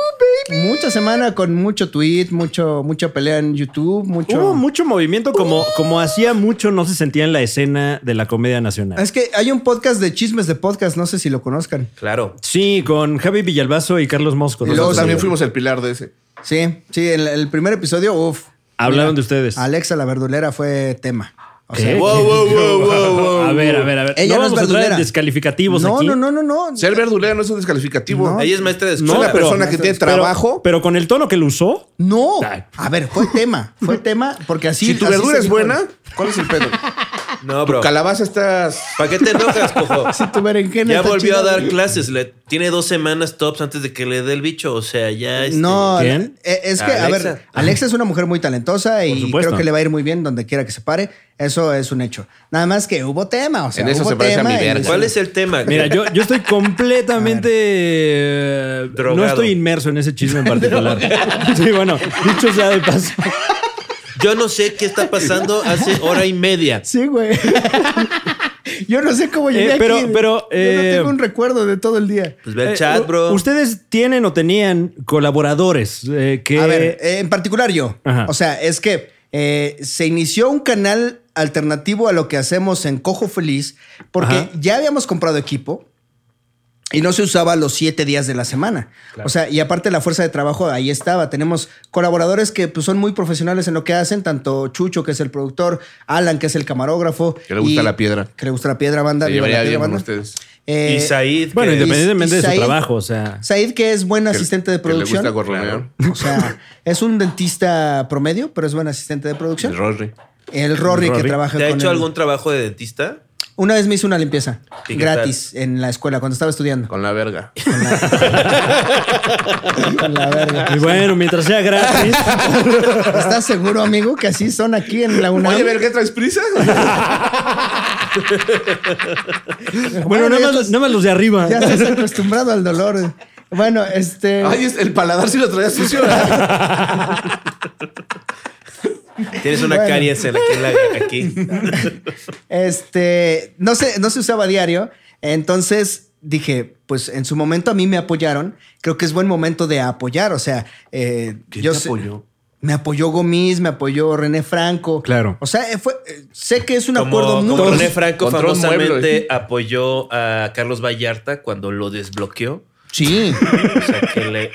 Mucha semana con mucho tweet, mucho, mucha pelea en YouTube, mucho.
Hubo mucho movimiento, como, como hacía mucho no se sentía en la escena de la comedia nacional.
Es que hay un podcast de chismes de podcast, no sé si lo conozcan.
claro.
Sí, con Javi Villalbazo y Carlos Mosco.
Y luego
Nosotros también fuimos el pilar de ese.
Sí, sí, el, el primer episodio, uff.
Hablaron de ustedes.
Alexa la verdulera fue tema. O
¿Qué?
sea,
Wow, wow, wow, wow, wow.
A ver, a ver, a ver.
Ella
no
no
vamos
es
a traer
verdulera.
descalificativos
no,
aquí.
no, no, no, no.
Ser verdulero no es un descalificativo.
No.
Ella es maestra de
No,
escuela.
es una
pero-
persona que tiene
Pero-
trabajo.
Pero, con el tono que lo usó.
No.
Ay.
A ver, fue tema. Fue tema porque así.
si tu
así
verdura
se
es
dijo.
buena, ¿cuál es el pedo?
No,
Tu
bro.
calabaza estás.
¿Para qué te enojas, cojo?
Si tu berenjena
Ya
está
volvió
chida.
a dar clases. Le, tiene dos semanas tops antes de que le dé el bicho. O sea, ya. este,
No,
¿Quién?
eh, es que, a
Alexa.
ver, Alexa es una mujer muy talentosa y
supuesto.
creo que le va a ir muy bien donde quiera que se pare. Eso es un hecho. Nada más que hubo tema, o sea,
En eso
hubo
se parece a
tema
mi
y-
verga.
¿Cuál es el tema?
Mira, yo, yo estoy completamente. eh, No
Drogado.
estoy inmerso en ese chisme en particular. sí, bueno, dicho sea de paso.
Pues Yo no sé qué está pasando hace hora y media.
Sí, güey. Yo no sé cómo llegué
Eh, pero-
aquí.
pero,
Yo
eh,
no tengo un recuerdo de todo el día.
Pues ve el
Eh,
chat,
u-
bro.
Ustedes tienen o tenían colaboradores eh, que.
A ver, eh, en particular yo.
Ajá.
O sea, es que eh, se inició un canal alternativo a lo que hacemos en Cojo Feliz, porque
Ajá.
ya habíamos comprado equipo y no se usaba los siete días de la semana. O sea, y aparte la fuerza de trabajo ahí estaba. Tenemos colaboradores que pues, son muy profesionales en lo que hacen, tanto Chucho, que es el productor, Alan, que es el camarógrafo.
Que le gusta
y-
la piedra.
Que le gusta la piedra, banda.
Se
viva
llevaría
la piedra,
bien con
banda.
ustedes.
Eh,
y Said.
bueno,
que-
independientemente de su
Isaí-
trabajo, o sea.
Said, que es buen asistente de
Que- que le
producción.
gusta gorronear.
O sea, es un dentista promedio, pero es buen asistente de
El
producción.
Rory.
El Rory,
Rory.
que trabaja
¿Te ha
con
hecho
él.
algún trabajo de dentista?
Una vez me hizo una limpieza
¿Y qué
gratis en la escuela cuando estaba estudiando.
Con la verga.
La verga.
Y bueno, mientras sea gratis.
¿Estás seguro, amigo, que así son aquí en la UNAM?
Oye, verga, ¿traes prisa?
bueno, nada
ya
más,
estás-
nada más los de arriba.
Ya estás acostumbrado al dolor. Bueno, este.
Ay, es- el paladar sí lo traía sucio.
Tienes una
Bueno.
caries en aquí. en la- aquí.
Este, no se, no se usaba diario. Entonces dije, pues en su momento a mí me apoyaron. Creo que es buen momento de apoyar. O sea, eh,
¿Quién
yo
te
sé-
apoyó?
Me apoyó Gomis, me apoyó René Franco.
Claro.
O sea, eh, fue, eh, sé que es un
Como,
acuerdo
como
mutuo.
René Franco
Contra un mueble.
famosamente apoyó a Carlos Vallarta cuando lo desbloqueó.
Sí.
O sea, que le.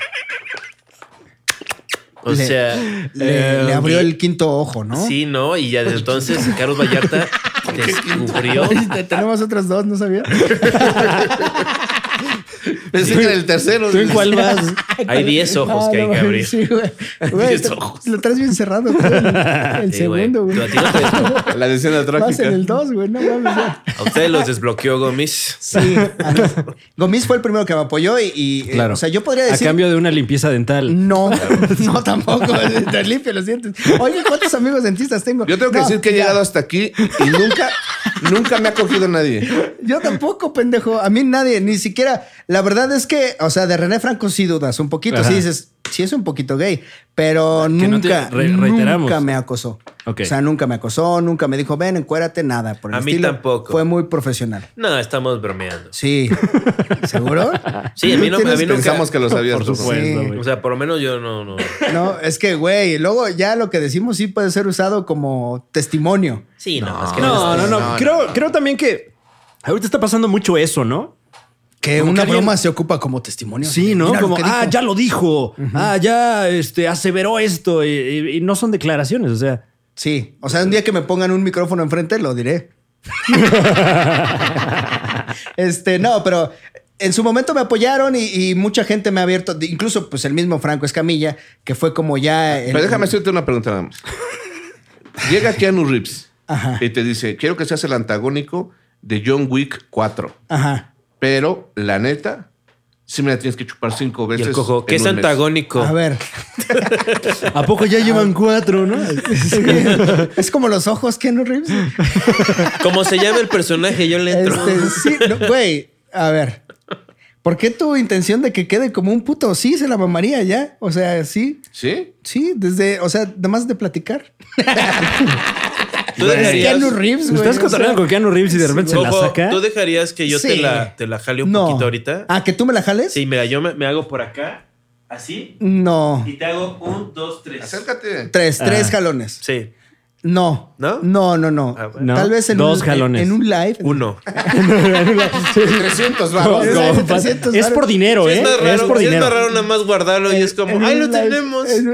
O
Le-
sea.
Le,
eh,
le abrió
y-
el quinto ojo, ¿no?
Sí, ¿no? Y ya desde entonces Carlos Vallarta descubrió.
Oye, Tenemos otras dos, ¿no sabía?
Pensé que era el tercero.
¿Tú en cuál vas?
Hay 10 ojos que hay que
Ah, no,
abrir.
Sí, güey. Güey,
Diez
te-
ojos.
Lo traes bien cerrado, güey. El,
Sí, güey.
segundo, güey.
Tú a ti no te desblo-
La escena
Vas
trágica.
en el dos, güey. No mames, ya.
A ustedes los desbloqueó Gomis.
Sí. a mí- Gomis fue el primero que me apoyó y, y, eh,
Claro.
o sea, yo podría
A
decir.
cambio de una limpieza dental.
No, no tampoco. Te limpio los dientes. Oye, ¿cuántos amigos dentistas tengo?
Yo tengo que
No,
decir que he
ya.
llegado hasta aquí y nunca, nunca me ha cogido nadie.
Yo tampoco, pendejo. A mí nadie, ni siquiera. La verdad es que, o sea, de René Franco sí dudas un poquito.
Ajá.
Sí dices, sí es un poquito gay, pero
no
nunca,
te- re- reiteramos.
nunca me acosó.
Ok.
O sea, nunca me acosó, nunca me dijo, ven, encuérate, nada. Por el
A mí
estilo.
tampoco.
Fue muy profesional.
No, estamos bromeando.
Sí. ¿Seguro?
Sí, a mí no- a
tienes
mí nunca-
Pensamos que lo sabías
Por
tú.
supuesto,
Sí.
güey.
O sea, por lo menos yo no. no.
No, es que, güey, luego ya lo que decimos sí puede ser usado como testimonio.
Sí, no, es que
Ah, No, no, no.
Este,
No, no.
creo, creo también que ahorita está pasando mucho eso, ¿no?
Que
Como
una
que alguien-
broma se ocupa como testimonio.
Sí, ¿no?
Mira lo
Como,
que
ah,
dijo".
ya lo dijo. Ah, ya este, aseveró esto. Y, y- y no son declaraciones, o sea.
Sí, o sea, un día que me pongan un micrófono enfrente lo diré. este, no, pero en su momento me apoyaron y, y mucha gente me ha abierto, de- incluso pues el mismo Franco Escamilla, que fue como ya... el-
Ah, Pero déjame hacerte una pregunta nada más. Llega Keanu Reeves
Ajá.
y te dice, quiero que seas el antagónico de John Wick 4.
Ajá.
Pero, la neta, sí me la tienes que chupar cinco
Y
veces.
el cojo, que
en
es
un mes.
antagónico.
A ver,
¿A poco ya llevan cuatro, no?
es como los ojos, Ken Reeves.
Como se llama el personaje, yo le entro.
Este, sí, no, güey, a ver. ¿Por qué tu intención de que quede como un puto? Sí, se la mamaría ya. O sea, sí,
¿Sí?
sí, desde, o sea, nada más de platicar.
Tú dejarías,
Keanu Reeves, güey.
Estás
o sea.
contando con Keanu Reeves y de repente se la
Cojo,
saca.
¿tú dejarías que yo te,
Sí.
la, te la jale un poquito ahorita?
Ah, que tú me la jales?
Sí, mira, yo me, me hago por acá, así,
No.
y te hago un, dos, tres.
Acércate.
Tres, tres
Ah.
jalones.
Sí,
No.
¿No?
No, no, no.
Ah, bueno.
No,
Tal vez en
dos
un,
jalones.
En, en un live.
uno.
300
Como-
varos.
Es-
como-
es 300
es por
varos.
dinero,
Sí,
¿eh?
es más raro,
Es por
sí es
dinero.
más raro nada más guardarlo y es como,
En
¡ay,
un
lo
live-
tenemos!
En,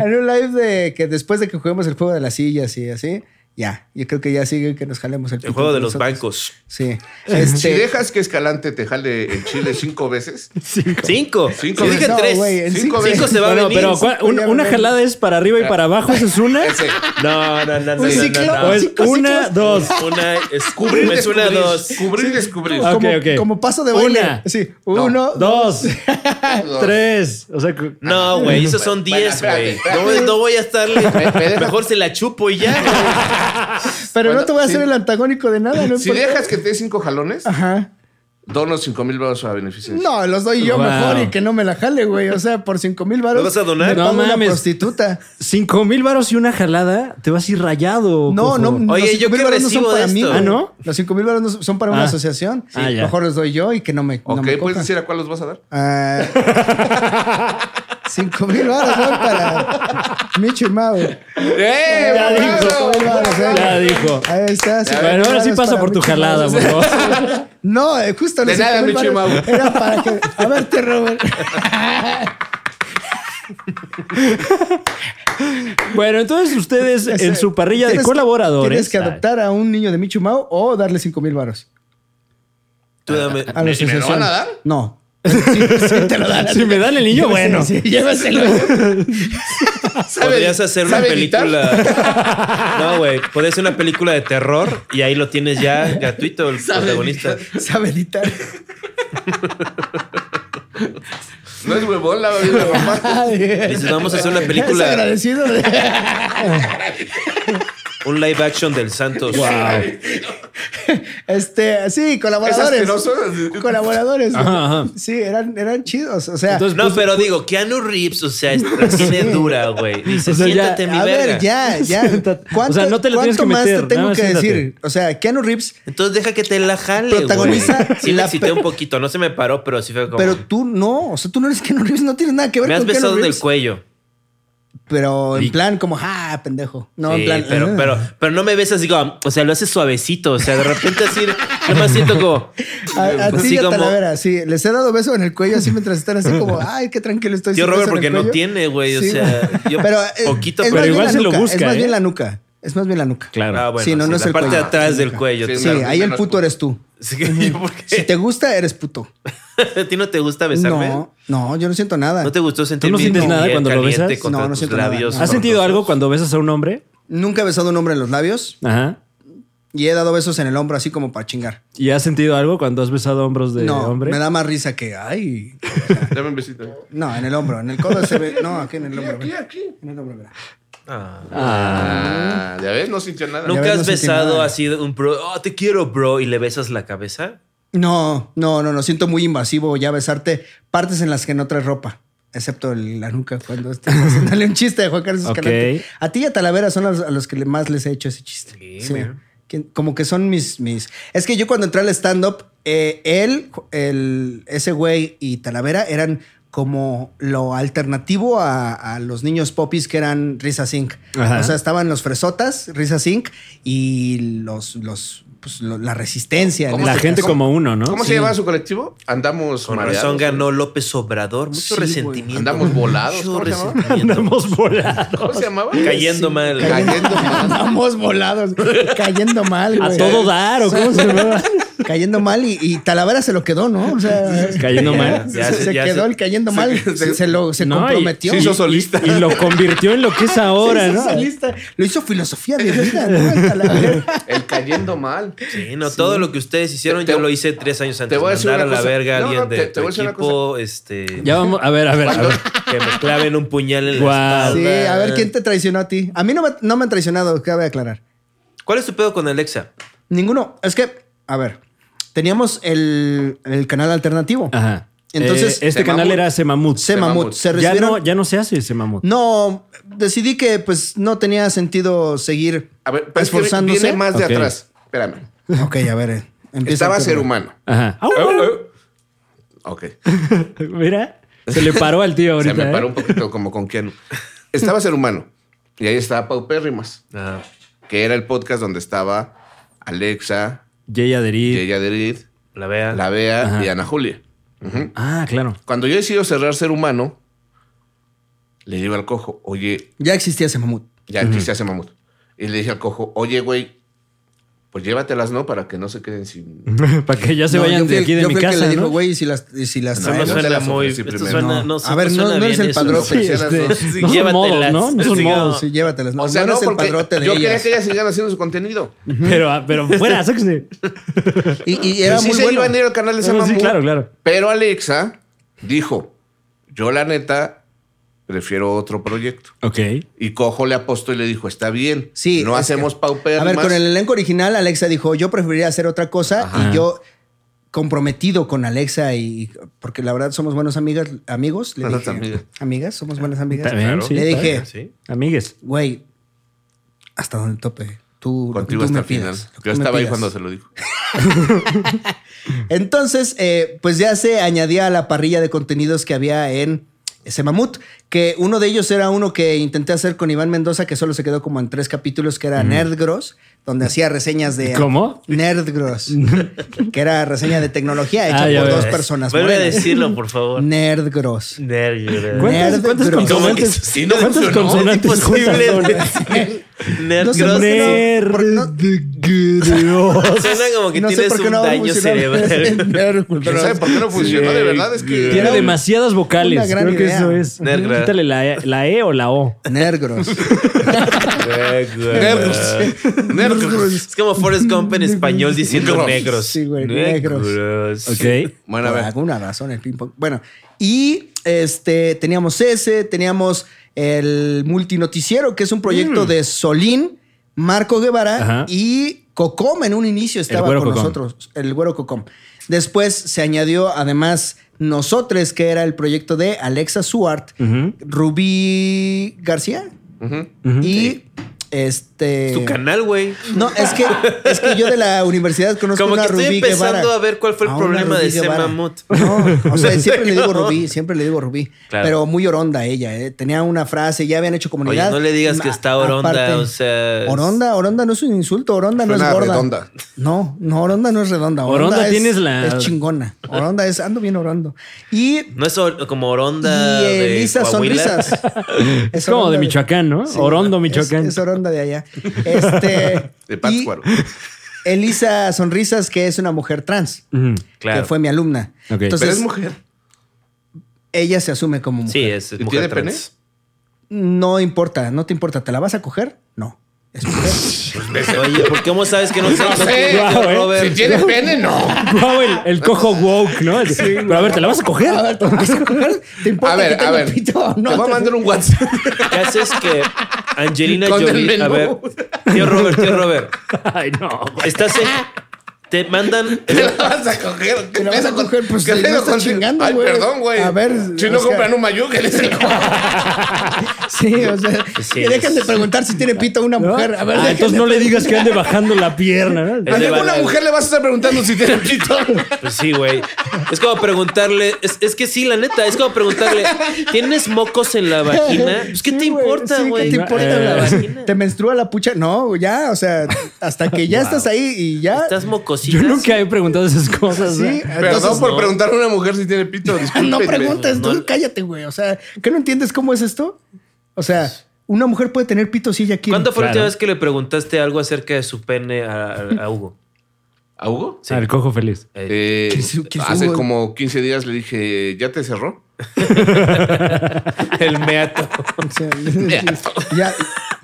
en un live de que después de que juguemos el juego de las sillas y así, Ya, yo creo que ya sigue que nos jalemos el
El
pito
juego de
entre
los
nosotros.
bancos.
Sí.
Si
Este,
dejas que Escalante te jale el chile cinco veces,
Cinco.
Cinco
Yo
veces.
dije
No,
tres.
güey, en
cinco,
cinco
cinco
veces.
se va
Bueno,
a venir.
pero ¿cuál- un-
Ya,
una
bueno.
jalada es para arriba y para abajo, ¿esa es una?
ese,
No, no, no, no.
Un
no,
ciclo,
no, no.
¿O es
Cinco,
una,
cinco.
dos?
Una es
cubrir,
me suena a
descubrir,
dos.
Cubrir, descubrir.
Ah,
como,
ok, ok.
como paso de baile.
Una.
Sí, uno.
Dos,
Dos.
tres. O sea, cu-
No, güey, esos son
Bueno,
10,
espérate,
güey.
espérate.
No, no voy a estarle.
me deja-
Mejor se la chupo y ya. güey.
Pero
Bueno,
no te voy a
sí.
hacer el antagónico de nada. No
Si
pues,
importa.
dejas que te dé cinco jalones,
Ah.
Ajá.
donos cinco mil baros a beneficencia.
No, los doy yo
Wow.
mejor y que no me la jale, güey. O sea, por cinco mil
¿Lo
baros.
vas a donar?
me
No
pago una
mames.
prostituta.
cinco mil varos y una jalada, te vas a ir rayado.
No,
cojo.
no. los
Oye,
cinco
yo
mil
qué
varos no son
recibo de
para mí,
esto.
güey.
¿Ah, no?
Los cinco mil baros no son para una
Ah.
asociación.
Sí. Ah, ya.
Mejor los doy yo y que no me. no
Ok,
me
pues,
¿puedes
cojan.
decir a cuál los vas a dar?
Ah, Cinco mil baros ¿no? para Micho y Mau.
¡Eh!
Ya
bravo!
dijo, bravo,
Ya dijo.
Ahí está. cinco
Bueno,
mil
ahora sí
varos
pasa
para
por tu
Micho y Mau.
jalada, por favor.
No, eh, justo
De
los cinco
nada,
mil
Micho y
varos
Mau.
Era para que. A verte, Robert.
Bueno, entonces ustedes en su parrilla de
Tienes-
colaboradores.
Tienes que adoptar a un niño de Micho y Mau o darle cinco mil varos.
Tú dame.
a
¿Me-
la
me lo
asociación.
van a dar?
No. Sí, sí te lo dan.
Ah, Si me dan el niño,
Llévese,
bueno.
sí, lléveselo.
¿Sabe-
Podrías hacer una
sabe editar?
película. No, güey. Podrías hacer una película de terror y ahí lo tienes ya gratuito el protagonista.
Sabe editar.
No es huevón, la bien la mamá.
Dices, vamos a hacer una
Es
película,
agradecido.
un live action del Santos.
Este, sí,
Es
colaboradores.
asqueroso.
Colaboradores.
Ajá, ajá.
Sí, eran, eran chidos. O sea,
Entonces,
No,
pues,
pero digo, Keanu Reeves, o sea, es- la tiene dura, güey. Dice,
O sea, ya,
siéntate, mi
a
verga.
ver, ya, ya.
Siéntate.
¿Cuánto,
O sea, no te la tienes
cuánto
que
más
meter,
te tengo
nada más
que
siéntate.
decir? O sea, Keanu Reeves,
Entonces deja que te la jale, güey.
Protagoniza
Sí me
la
excité
pe-
un poquito, no se me paró, pero sí fue como...
pero tú no. O sea, tú no eres Keanu Reeves, no tienes nada que ver
me has
con Keanu
besado del
Reeves.
cuello.
Pero
Y-
en plan, como, ah, pendejo. No,
Sí,
en plan.
pero,
ah.
pero, pero no me besas, digo, o sea, lo haces suavecito. O sea, de repente así, nada más siento como...
A, a ti
así
y a
pues como,
Talavera, sí. Les he dado beso en el cuello así mientras están así como, ay, qué tranquilo estoy.
Tío
sin
Robert,
beso en
porque
el
no
cuello".
tiene, güey. O
Sí.
sea, yo
pero, eh,
poquito,
es
pero...
más bien
igual
la
se lo
nuca, Es
busca,
más
¿eh?
bien la nuca. Es más bien la nuca.
Claro.
Ah, bueno,
Sí, no, no es
la
el
parte de
cuello.
atrás
Sí,
del
nunca.
cuello.
Sí,
Sí,
Menos
ahí el puto
puto.
eres tú.
Sí, que yo, ¿por
Si
qué?
te gusta, eres puto.
¿A ti no te gusta besarme?
No, no, yo no siento nada.
¿No te gustó sentir
no
mi
sientes nada
piel
cuando lo
caliente
besas?
contra
No, no
tus
siento nada.
labios?
¿Has
¿has
tortuosos?
sentido algo cuando besas a un hombre?
Nunca he besado a un hombre en los labios
Ajá.
y he dado besos en el hombro así como para chingar.
¿Y has sentido algo cuando has besado hombros de
no,
hombre?
me da más risa que, ay.
Dame un besito.
No, en el hombro, en el codo se ve. No, aquí en el hombro.
Aquí,
mira.
aquí.
En el hombro, mira.
Ah.
Ah, ya ves, no sintió nada.
¿Nunca
ves,
has
no sentí
besado
nada.
así de un bro? Oh, te quiero, bro. ¿Y le besas la cabeza?
No, no, no, no. Siento muy invasivo ya besarte partes en las que no traes ropa. Excepto el- la nuca cuando estás haciéndole un chiste de Juan Carlos
Ok.
Escalante. A ti y a Talavera son los, a los que le- más les he hecho ese chiste.
Sí,
Sí.
mira.
Que- Como que son mis, mis... Es que yo cuando entré al stand-up, eh, él, el, ese güey y Talavera eran como lo alternativo a, a los niños popis que eran Risa Zinc.
Ajá.
O sea, estaban los fresotas, Risa Zinc, y los, los, pues, lo- la resistencia. en
¿Cómo
la
este
gente
caso.
como uno, ¿no?
¿Cómo se llama su colectivo? Andamos
Con
mareados.
razón ganó López Obrador. Mucho
Sí, güey.
resentimiento.
Andamos volados.
Mucho
¿Cómo se llamaba?
resentimiento.
Andamos volados.
¿Cómo se llamaba?
Cayendo mal.
Cayendo mal.
Andamos volados, cayendo mal,
A
güey.
todo dar, ¿o cómo se llama?
Cayendo mal y, y Talavera se lo quedó, ¿no? O sea,
Cayendo mal.
Ya
se,
se-
se
ya
quedó
se-
el cayendo mal. Se, se lo se
No, y-
comprometió.
se hizo sol- solista.
Y, y lo convirtió en lo que es ahora,
Se hizo
¿no?
solista. Lo hizo filosofía de vida, ¿no? El Talavera.
El cayendo mal.
Sí, no, todo lo que ustedes hicieron
Te-
yo lo hice tres años antes.
te voy a decir
Mandar a
una
la
cosa.
verga a
No,
alguien
no,
de
te- te
tu
voy a decir una
equipo, este,
Ya vamos, a ver, a ver, a ver.
que me claven un puñal en la
Guau.
Sí,
espalda.
a ver quién te traicionó a ti. A mí no me, no me han traicionado, cabe aclarar.
¿Cuál es tu pedo con Alexa?
Ninguno. Es que, a ver, teníamos el, el canal alternativo.
Ajá.
Entonces,
Eh, este
Semamut.
canal era Semamut.
Se mamut.
Mamut.
Se
ya,
recibieron
no, ya no se hace Semamut.
No, decidí que pues no tenía sentido seguir
A ver, pero es que
esforzándose.
viene más de
Ok.
atrás. Espérame.
Ok, a ver. eh, empieza
Estaba
el
ser
turno.
humano.
Ajá. Ah,
Oh, Ok.
Mira, se le paró al tío ahorita.
oh. Se me
¿eh?
paró un poquito como con Keanu. Estaba ser humano. Y ahí estaba Paupérrimas,
Ah,
que era el podcast donde estaba Alexa,
Jay Adherid.
Yeya Derid,
la vea.
La Bea
Ajá.
y Ana Julia. Ujú.
Ah, claro.
Cuando yo decido cerrar ser humano, le digo al cojo, oye,
Ya existía ese mamut.
ya aquí se hace mamut. Y le dije al cojo, oye, güey, pues llévatelas, ¿no? Para que no se queden sin.
Para que ya se
No, yo
vayan
fui
de
el-
aquí de
yo
mi
fui el que
casa.
le dijo,
¿no?
güey, y si las, y si las
No,
No,
traes, pues,
no te
suena
la
muy.
ofrecí
Esto
primero.
suena,
No.
no,
A ver,
suena
no- no eres
bien
el
eso.
padrote.
Sí,
Quisieras
este,
dos.
no son
Llévatelas.
modos, ¿no? No son
Sí, no.
modos.
Sí, llévatelas. No,
o sea,
no
no,
eres el
porque
padrote de
yo quería
ellas.
que ellas siguieran haciendo su contenido.
Pero, ah, pero fuera, sáquense.
Y, y era
Y pues sí
muy
se
bueno.
iban a ir al canal de
Pero
Samamu,
sí, claro, claro.
Pero Alexa dijo, yo la neta prefiero otro proyecto.
Ok.
Y Cojo le apostó y le dijo, está bien,
Sí,
no
es
hacemos
que-
pauper
A ver, con el elenco original, Alexa dijo, yo preferiría hacer otra cosa
Ajá.
y yo comprometido con Alexa y porque la verdad somos buenos amigas, amigos, le
Buenas
dije,
amigas.
amigas, somos
Ah,
buenas amigas.
Está bien, sí,
le
está
dije,
bien.
Sí.
Amigues.
güey, hasta donde tope. Tú, lo que
Contigo
tú
hasta
me
el final.
pidas, lo que
Yo
tú me
estaba ahí
pidas.
cuando se lo dijo.
Entonces, eh, pues ya se añadía a la parrilla de contenidos que había en ese mamut, que uno de ellos era uno que intenté hacer con Iván Mendoza, que solo se quedó como en tres capítulos, que era
Mm.
Nerdgross, donde hacía reseñas de...
¿Cómo?
Nerdgross, que era reseña de tecnología hecha
Ah, ya
por
veo.
dos personas.
Pues, Vuelve a
morenas.
decirlo, por favor.
Nerdgross.
Nerds.
Güey,
¿Cuántas,
Nerd
cuántas
Gross.
consonantes?
¿Cómo que sí? No
¿Cuántas
funcionó.
consonantes
Imposible
juntas son?
decir
No sé por
Nerd
qué
Gross.
por qué no-
Nerdgross.
Suena como que
No sé
tienes
por qué
un
no va a
daño
funcionar.
cerebral.
¿Quién sabe
Nerdgross.
por qué no funcionó? De verdad es que...
Tiene demasiadas vocales.
Una gran
Creo que
idea.
eso es.
Nerdgross.
Quítale la, la E o la O.
Nerdgross.
Negros.
Nerds.
Es como Forrest Gump en español diciendo
Negros.
negros.
Sí, güey, negros.
Negros.
Ok.
Bueno, a
Por
ver.
alguna razón el ping pong. Bueno, y este teníamos ese, teníamos el multinoticiero, que es un proyecto de Solín, Marco Guevara
Mm. Ajá.
y Cocom en un inicio estaba
güero
con
Cocom.
nosotros, el güero Cocom. Después se añadió además nosotros, que era el proyecto de Alexa Suart,
Ujú,
Rubí García
Ujú.
ujú.
y este
Tu canal, güey.
no, es que, es que yo de la universidad conozco
Como
una
que estoy
Rubí
empezando
Guevara.
a ver cuál fue el
A una
problema de
Rubí
ese
Guevara.
mamut.
No, o sea, siempre le digo
No.
Rubí, siempre le digo Rubí.
Claro.
Pero muy oronda ella, ¿eh? tenía una frase, ya habían hecho comunidad.
Oye, no le digas que
Ma-
está oronda,
aparte-
o sea, es-
Oronda, oronda no es un insulto, oronda no
Suena
es gorda.
redonda.
No, no, oronda no es redonda.
Oronda
es-
tienes la-
Es chingona. Oronda es, ando bien orondo. Y, y
No es or- como Oronda de
Elisa
Coahuila.
Sonrisas.
Es como
oronda
de Michoacán, ¿no?
Sí,
Orondo,
es-
Michoacán.
Es, oronda de allá. Este,
De
y
Pátzcuaro.
Elisa Sonrisas, que es una mujer trans,
Ujú.
Claro.
que fue mi alumna.
Ok.
Pero
Entonces,
es mujer.
ella se asume como mujer.
Sí, es
¿Y
mujer
tiene pene?
trans.
No importa, no te importa. ¿Te la vas a coger? No. Es mujer.
Oye, ¿por qué cómo sabes que no, sé?
No sé.
Guau, eh.
Robert.
Si tiene pene, no.
Guau, el, el cojo woke, ¿no? Pero a ver, ¿te la vas a coger?
a ver, ¿te la vas a coger? ¿Te importa
A ver,
que
a
tenga
ver.
pito o no?
Te voy a mandar un WhatsApp.
¿Qué haces que Angelina
Con el
Jolie? A
menú.
ver, tío Robert, tío Robert,
Ay, no. güey.
estás en. Te mandan.
¿Te la vas a coger?
Te la vas a coger, pues,
¿Qué
no
pedo
estás
con-
chingando,
Ay,
güey.
perdón, güey.
A ver,
Si no
Oscar.
compran un mayú, que les el
Sí, o sea,
Sí,
que dejen
es-
de preguntar si tiene pito una
¿No?
mujer. A ver,
Ah,
déjenle
entonces no le digas que ande bajando la pierna, ¿no?
A
le van
ninguna
a-
mujer le vas a estar preguntando si tiene pito.
Pues sí, güey. Es como preguntarle. Es, es que sí, la neta. Es como preguntarle. ¿Tienes mocos en la vagina? Pues, ¿qué te
Sí, güey, sí,
importa,
¿qué
güey?
te importa
Eh,
la vagina?
vagina?
¿Te menstrua la pucha? No, ya, o sea, hasta que ya estás ahí y ya.
Estás mocosita.
Yo nunca he preguntado esas cosas.
Sí,
¿eh?
Perdón
entonces-
por
no.
preguntar a una mujer si tiene pito.
No
discúlpenme.
preguntes, tú
No.
cállate, güey. O sea, ¿qué no entiendes cómo es esto? O sea, una mujer puede tener pito si ella quiere.
¿Cuándo fue la última
Claro.
vez que le preguntaste algo acerca de su pene a, a- a Hugo?
¿A Hugo?
Sí.
Ah, el cojo feliz.
Eh,
Eh,
¿Quién es- quién es
hace
Hugo?
como 15 días le dije, ¿ya te cerró?
el meato.
O sea, ya,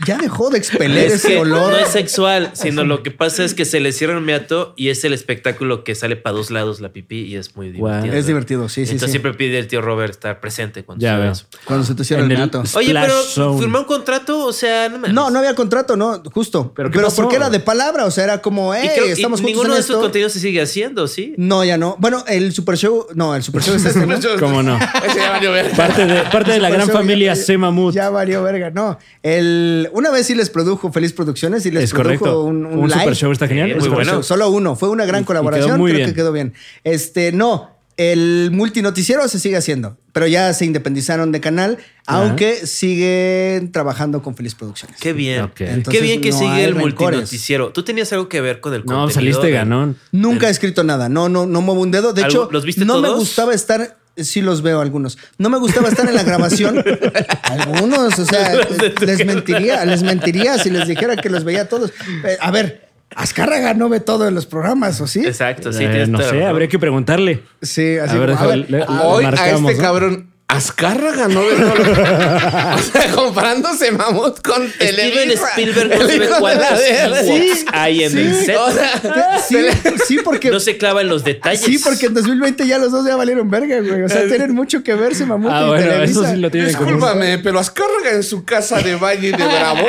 ya dejó de expeler
Es
ese
que
olor.
no es sexual, sino lo que pasa es que se le cierra el meato y es el espectáculo que sale para dos lados la pipí y es muy
Guau.
divertido.
Es divertido, sí, sí,
Entonces
sí.
siempre pide el tío Robert estar presente cuando
Ya
se ve
veo.
eso.
Cuando se te cierra
En
el
el-
nato.
Oye,
Splash
pero
Zone.
¿firmó un contrato? O sea, no mames.
No, no había contrato, no, justo.
¿Pero
Pero,
qué pasó?
porque era de palabra, o sea, era como,
Y
hey,
creo- y
eh, estamos juntos
ninguno
en
de
esto.
esos contenidos se sigue haciendo, ¿sí?
No, ya no. Bueno, el Super Show, no, el Super Show es este, ¿no?
¿Cómo no?
Ese ya valió ver.
Parte de, parte de la gran
Super Show
familia
ya- ya-
Semamut.
Ya valió verga, no. El, una vez sí les produjo Feliz Producciones y les
Es
produjo
correcto.
un,
Un,
un live.
super show está genial.
Eh,
Un
muy
super
bueno.
show.
Solo uno. Fue una gran
Y- y
colaboración.
quedó muy
Creo
bien.
que quedó bien. Este, no. El multinoticiero se sigue haciendo, pero ya se independizaron de canal,
Ajá.
aunque siguen trabajando con Feliz Producciones.
Qué bien.
Ok.
Qué
Entonces,
bien que
no hay
sigue el
rencores.
multinoticiero. ¿Tú tenías algo que ver con el contenido?
No, saliste
de-
ganón.
Nunca he escrito nada. No, no, no muevo un dedo. De
¿Algo-
hecho,
los viste
no me
todos?
gustaba estar sí los veo algunos. No me gustaba estar en la grabación. algunos, o sea, les mentiría, les mentiría si les dijera que los veía todos. Eh, A ver, Azcárraga no ve todo en los programas, ¿o sí?
Exacto, sí.
Eh,
tienes
no
toda la
sé,
razón.
habría que preguntarle.
Sí, así
A ver,
como, a
déjale-
ver,
le- le
Hoy a
marcamos,
este
¿no?
cabrón. Azcárraga no ve todo lo- O sea, comparándose mamut con
Steven
Televisa.
Spielberg no
El
sabe
hijo de la
cuántos
verga.
Ewoks hay en el set.
O sea,
Sí, sí, porque.
No se clava en los detalles.
Sí, porque en 2020 ya los dos ya valieron verga, güey. O sea, tienen mucho que verse, mamut.
Ah,
y
bueno,
Televisa.
eso sí lo tiene en común.
discúlpame, pero Azcárraga en su casa de Valle de Bravo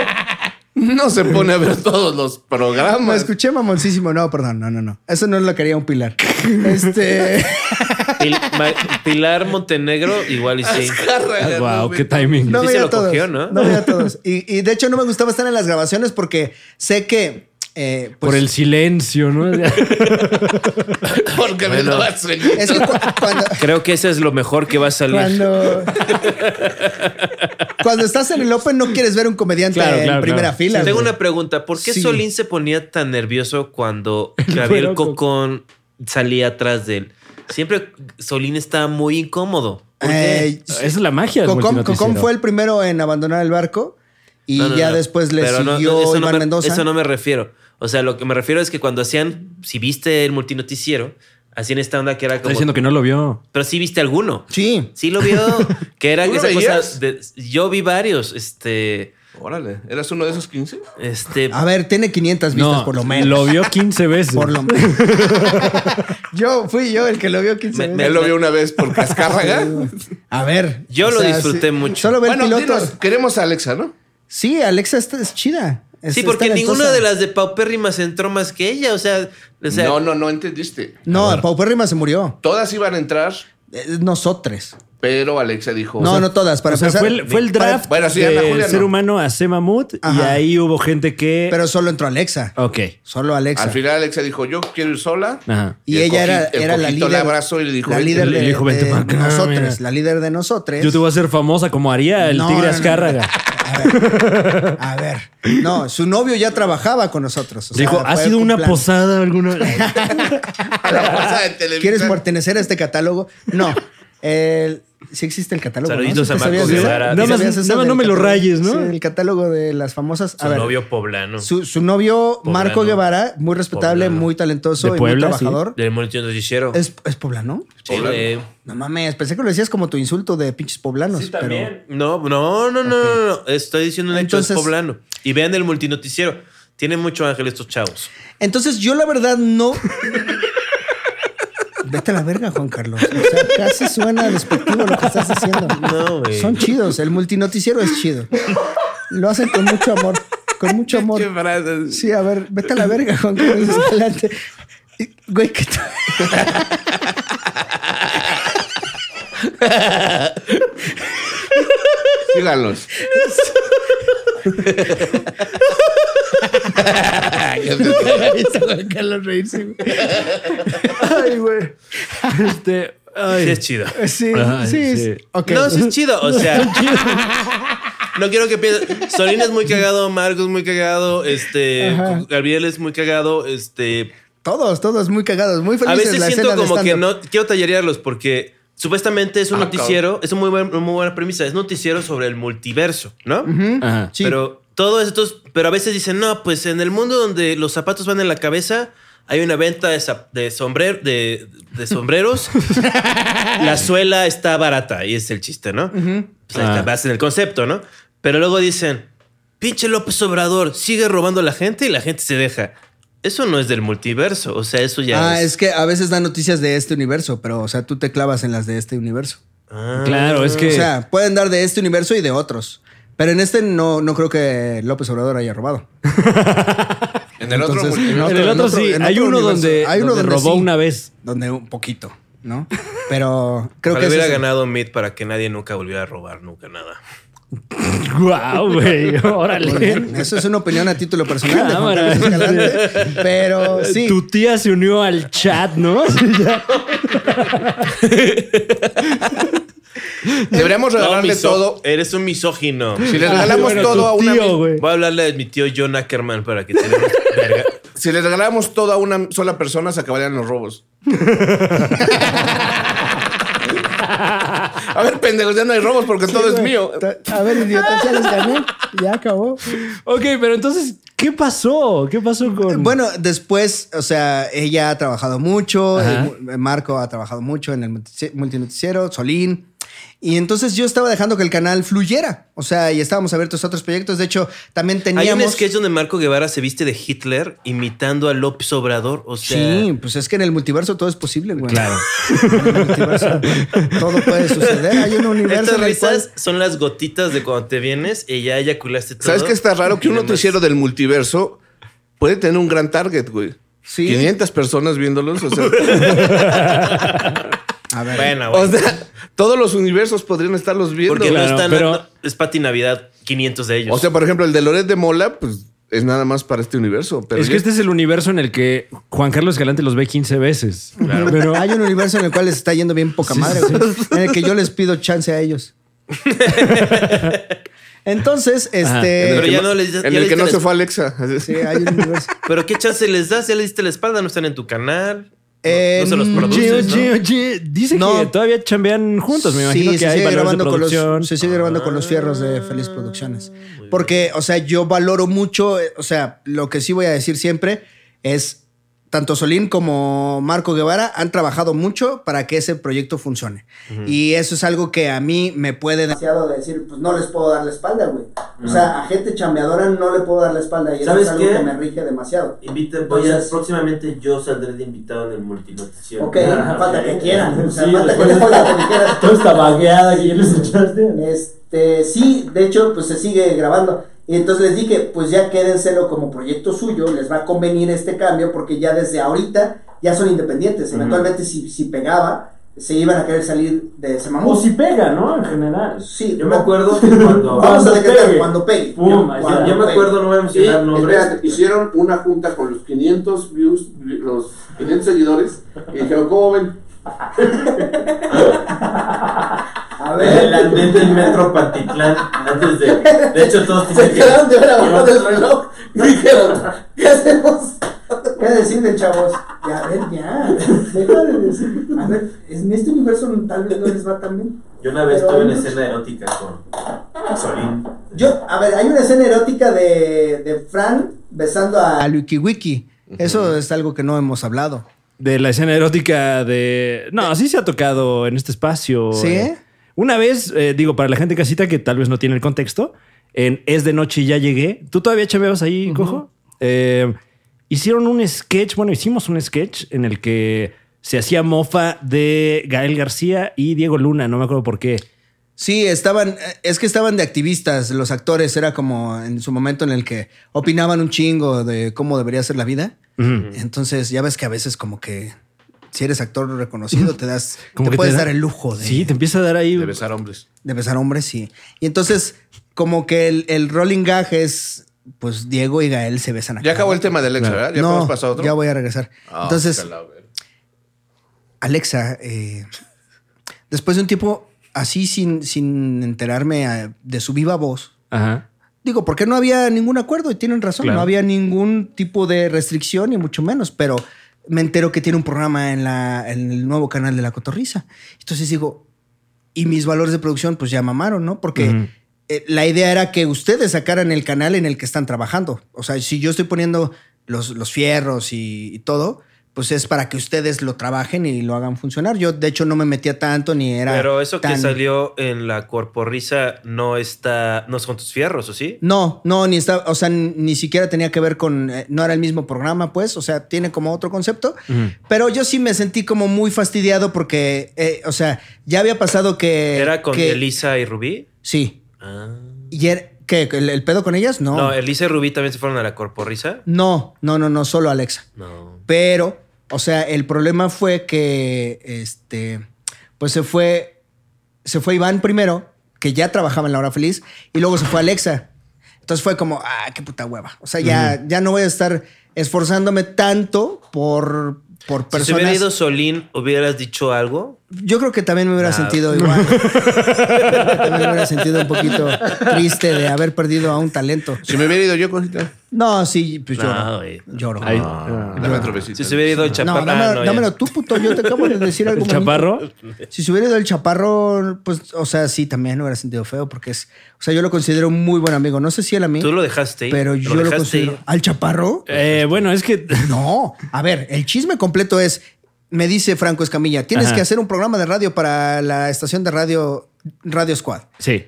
no se pone a ver todos los
Ah, Me
programas.
escuché mamoncísimo. No, perdón, no, no, no. Eso no lo quería un pilar. Este.
Pil- Ma- Pilar Montenegro, igual
Ah,
y sí.
Azcárraga. no
wow, qué
ve-
timing.
No
Sí se
veía a
lo
todos.
cogió, ¿no?
veía a todos. Y, y de hecho no me gustaba estar en las grabaciones porque sé que. eh, pues, Eh,
Por el silencio, ¿no?
Porque me
Bueno.
daba sueñito.
Es que cu- cuando,
Creo que eso es lo mejor que va a salir.
cuando. cuando estás en el Open no quieres ver un comediante
Claro,
en
claro,
primera
claro.
fila.
Tengo
güey.
una pregunta. ¿Por qué
Sí.
Solín se ponía tan nervioso cuando Javier
loco.
Cocón salía atrás de él? Siempre Solín estaba muy incómodo. ¿Por qué?
Eh,
Esa es la magia. del
Cocom,
multinoticiero.
Cocom fue el primero en abandonar el barco y
No, no,
ya
no.
después le
Pero no,
siguió
no, eso no
Iván
me-
Mendoza.
Eso no me refiero. O sea, lo que me refiero es que cuando hacían, si viste el multinoticiero, hacían esta onda que era
Está
como.
diciendo que no lo vio.
Pero sí viste alguno.
Sí.
Sí lo vio. que era
¿Tú lo
esa cosa.
veías?
de- yo vi varios. Este.
Órale, ¿eras uno de esos 15?
Este.
A ver, tiene 500 vistas
No,
por lo menos.
Lo vio 15 veces.
Por lo menos. yo fui yo el que lo vio 15
Me-
veces.
me-
Él lo vio una vez porque Azcárraga.
A ver.
Yo lo disfruté mucho.
Solo ver
bueno,
pilotos.
dinos, queremos a Alexa, ¿no?
Sí, Alexa está- es chida. Es-
sí,
está
porque ninguna
talentosa.
de las de Paupérrimas entró más que ella. O sea. O sea
no, no, no entendiste.
No, Paupérrima se murió.
Todas iban a entrar,
Eh, Nosotres.
pero Alexa dijo.
no, no todas. Para
o sea,
empezar,
fue el, fue el
para-
draft
Bueno, sí, Ana
del
Julia no.
ser humano a C. Mamut y
Ajá.
ahí hubo gente que...
pero solo entró Alexa.
ok.
Solo Alexa.
Al final Alexa dijo, yo quiero ir sola.
Ajá.
y,
el
ella era,
coquito- el
era la
coquito
líder.
la abrazó y le dijo,
la
"Vente".
líder
Le
de,
dijo, "Vente
de
para acá,
nosotros.
mira".
La líder de nosotros.
Yo te voy a hacer famosa como haría el
No,
tigre
no, no.
Azcárraga.
A ver. No, su novio ya trabajaba con nosotros. o sea,
Dijo,
fue
¿ha sido
un
una
plan.
posada alguna vez?
A la bolsa de Televisa.
¿Quieres pertenecer a este catálogo? No. El- sí existe el catálogo.
Saluditos
¿no?
a
¿Sí te
Marco
sabías esa?
Guevara.
¿Sí
Nada
más-
sabías esa
nada más
del
no me lo
catálogo?
rayes, ¿no? mm,
Sí, el catálogo de las famosas. A
su
ver,
novio poblano.
Su, su novio, Marco
Poblano.
Guevara, muy respetable,
Poblano.
muy talentoso
De
y
Puebla,
muy trabajador.
Del multinoticiero.
¿Es, ¿Es poblano?
Sí, güey.
No mames, pensé que lo decías como tu insulto de pinches poblanos. Pero...
No, no, no, no, no, no. Estoy diciendo un hecho
Entonces-
es poblano. Y vean el multinoticiero. Tienen mucho ángel estos chavos.
Entonces, yo la verdad no. Vete a la verga, Juan Carlos. O sea, casi suena despectivo lo que estás haciendo.
No, güey.
Son chidos. El multinoticiero es chido. Lo hacen con mucho amor. Con mucho amor.
Qué frases.
Sí, a ver, vete a la verga, Juan Carlos. Adelante. Y, Güey, ¿qué tal?
Síganlos.
Juan Carlos reírse, güey. Ay, güey.
Este, ay.
Sí, es chido.
Sí,
Ay,
sí.
sí.
Ok.
No, sí es chido. O sea, no quiero que piensen. Solín es muy cagado, Marcos es muy cagado, este,
Ajá.
Gabriel es muy cagado, este.
Todos, todos muy cagados, muy
A
felices.
veces
la
siento
escena de
como que
stand-up.
no quiero tallarearlos porque supuestamente es un
Ah,
noticiero, es una muy, buen- muy buena premisa, es noticiero sobre el multiverso, ¿no? Ah,
Ajá.
Sí.
Pero todos estos, pero a veces dicen, no, pues en el mundo donde los zapatos van en la cabeza, hay una venta de, zap- de, sombrero, de, de sombreros, la suela está barata, y es el chiste, ¿no? Pues ahí está,
Ah.
vas en el concepto, ¿no? Pero luego dicen, pinche López Obrador, sigue robando a la gente y la gente se deja. Eso no es del multiverso, o sea, eso ya
Ah, es que a veces dan noticias de este universo, pero, o sea, tú te clavas en las de este universo.
Ah.
Claro, es que...
O sea, pueden dar de este universo y de otros. Pero en este no, no creo que López Obrador haya robado.
En el otro.
Entonces,
multi-
no.
en el otro,
en otro-
sí,
en
hay,
otro
uno
universo.
donde,
Hay uno
donde
donde
robó
sí.
una vez.
Donde un poquito, ¿no? Pero creo
Ojalá
que ese
hubiera
es el-
ganado Mid para que nadie nunca volviera a robar nunca nada.
Guau, güey,
Muy
órale.
bien, Eso es una opinión a título personal. de Juan
Cámara.
Carlos Escalante, pero sí.
Tu tía se unió al chat, ¿no? Sí, ya.
Deberíamos regalarle
No, miso-
todo.
Eres un misógino.
Si
Ah,
le regalamos
Bueno,
todo
tu
a una.
tío, güey.
Voy a hablarle de mi tío John Ackerman para que tenga verga.
Si le regalamos todo a una sola persona, se acabarían los robos. pendejos, ya no hay robos porque todo es
güey.
mío.
A ver, idiota, ya les gané. Ya acabó.
Ok, pero entonces, ¿qué pasó? ¿Qué pasó con...?
Eh, Bueno, después, o sea, ella ha trabajado mucho,
Ajá.
eh, Marco ha trabajado mucho en el multici- multinoticiero, Solín. Y entonces yo estaba dejando que el canal fluyera. O sea, y estábamos abiertos a otros proyectos. De hecho, también
Hay
teníamos.
un sketch donde Marco Guevara se viste de Hitler imitando a López Obrador. O sea,
Sí, pues es que en el multiverso todo es posible, güey. Claro. En el multiverso todo puede suceder. Hay un universo
estas
en el cual...
risas son las gotitas de cuando te vienes y ya eyaculaste todo.
¿Sabes qué está raro? Que un
Y demás.
noticiero del multiverso puede tener un gran target, güey.
Sí.
500 personas viéndolos. O sea,
A
Ah,
ver.
Bueno, güey.
o sea, todos los universos podrían estarlos viendo.
porque
Claro,
no están.
pero-
no- es Pati Navidad, 500 de ellos.
O sea, por ejemplo, el de Loret de Mola, pues es nada más para este universo. Pero
es que
ya-
este es el universo en el que Juan Carlos Galante los ve 15 veces. Pero
Hay un universo en el cual les está yendo bien poca madre, güey. En el que yo les pido chance a ellos. Entonces, este.
Pero
en el
ya
que
no les- ya
en
les
el que no
diste
se
la-
fue Alexa.
Sí, hay un universo.
Pero qué chance les das, ya le diste la espalda, no están en tu canal. No,
Eh,
no se los
mm,
Oye,
produces.
oye,
¿no?
oye, dice
No.
que todavía chambean juntos, me imagino
sí,
que
se
hay
sigue,
valores de
grabando con los,
producción.
se sigue grabando
Ah.
con los fierros de Feliz Producciones. Porque, o sea, yo valoro mucho, eh, o sea, lo que sí voy a decir siempre es, tanto Solín como Marco Guevara han trabajado mucho para que ese proyecto funcione. Y eso es algo que a mí me puede... Demasiado de decir, pues no les puedo dar la espalda, güey. O sea, a gente chambeadora no le puedo dar la espalda. Y
eso ¿Sabes es algo qué? que me
rige demasiado.
Invita, voy a-
Entonces-
próximamente yo saldré de invitado en el multinoticiero.
Ok, falta que quieran. O sea,
Sí,
falta que
después-
falta que quieran.
Toda esta vagueada que ya les echaste.
Este, sí, de hecho, pues se sigue grabando. Y entonces les dije, pues ya quédenselo como proyecto suyo, les va a convenir este cambio, porque ya desde ahorita ya son independientes. Eventualmente, si, si pegaba, se iban a querer salir de ese mamut.
O si pega, ¿no? En general.
Sí.
Yo me acuerdo que cuando.
Vamos a decretar
pegue.
cuando pegue.
Pum,
Yo-
yo-
cuando
yo me
pegue.
acuerdo, no voy a
Y,
mencionar nombres.
espérate, hicieron una junta con los 500 views, los 500 seguidores, y dijeron, ¿cómo ven?
A
El
ver,
andén del metro Pantitlán antes de. De hecho, todos
Se
dicen que.
quedaron de ver abajo del reloj y dijeron, ¿qué hacemos?
¿qué decirle, chavos? Ya, a ver, ya. Deja de decir. A ver, en este universo tal vez no les va tan bien.
Yo una vez tuve una escena erótica con Solín.
Yo, a ver, hay una escena erótica de, de Fran besando a Luiki Wiki. Eso es algo que no hemos hablado.
De la escena erótica de... No, sí se ha tocado en este espacio.
Eh. ¿Sí?
Eh, Una vez, eh, digo, para la gente casita que tal vez no tiene el contexto, en Es de Noche y Ya Llegué, ¿tú todavía chambeabas ahí, Cojo? Eh, hicieron un sketch, bueno, hicimos un sketch en el que se hacía mofa de Gael García y Diego Luna, no me acuerdo por qué.
Sí, estaban, eh, es que estaban de activistas, los actores, era como en su momento en el que opinaban un chingo de cómo debería ser la vida. Entonces, ya ves que a veces como que si eres actor reconocido, te das,
Como que
te
te
puedes
da-
dar el lujo de,
Sí, te empieza a dar ahí...
De besar hombres.
de besar hombres, sí. Y entonces, como que el, el rolling gag es, pues Diego y Gael se besan acá.
Ya acabó el tema de Alexa, ¿verdad? Ya
no,
podemos pasar a otro.
ya voy a regresar.
Ah,
entonces,
calavera.
Alexa, eh, después de un tiempo así sin, sin enterarme eh, de su viva voz,
Ajá.
digo, porque no había ningún acuerdo y tienen razón,
Claro.
no había ningún tipo de restricción ni mucho menos, pero me entero que tiene un programa en, la, en el nuevo canal de La Cotorrisa. Entonces digo, y mis valores de producción pues ya mamaron, ¿no? Porque...
Ujú.
eh, la idea era que ustedes sacaran el canal en el que están trabajando. O sea, si yo estoy poniendo los, los fierros y, y todo, pues es para que ustedes lo trabajen y lo hagan funcionar. Yo, de hecho, no me metía tanto ni era.
Pero eso que
tan-
salió en la corporrisa no está. No son tus fierros, ¿o sí?
No, no, ni estaba, o sea, ni siquiera tenía que ver con, eh, no era el mismo programa, pues, o sea, tiene como otro concepto, pero yo sí me sentí como muy fastidiado porque, eh, o sea, ya había pasado que...
Era con
Eh, que-
Elisa y Rubí.
Sí.
Ah.
¿Y era- qué? ¿El, el pedo con ellas?
No.
No.
Elisa y Rubí también se fueron a la corporrisa.
No, no, no, no, solo Alexa.
No.
Pero, o sea, el problema fue que este, pues se fue, se fue Iván primero, que ya trabajaba en La Hora Feliz, y luego se fue Alexa. Entonces fue como, ah, qué puta hueva. O sea, ya, ya no voy a estar esforzándome tanto por, por
Si se hubiera
personas.
ido Solín, ¿hubieras dicho algo?
Yo creo que también me hubiera
Nah.
sentido igual. también me hubiera sentido un poquito triste de haber perdido a un talento.
Si me hubiera ido yo, cosita.
No, sí, pues
No,
lloro.
güey.
Lloro.
Ahí.
Ah,
Dame otro besito.
Si se hubiera ido el
No,
chaparro. ah,
dámelo,
no, ya.
dámelo tú, puto. Yo te acabo de decir algo.
¿El
bonito.
chaparro?
Si se hubiera ido el chaparro, pues, o sea, sí, también me hubiera sentido feo porque es, o sea, yo lo considero un muy buen amigo. No sé si él a mí,
Tú lo dejaste. ir.
pero yo lo
dejaste
considero.
ir.
¿Al chaparro?
Eh, bueno, es que
No, a ver, el chisme completo es, me dice Franco Escamilla, tienes
Ajá.
que hacer un programa de radio para la estación de radio, Radio Squad.
sí.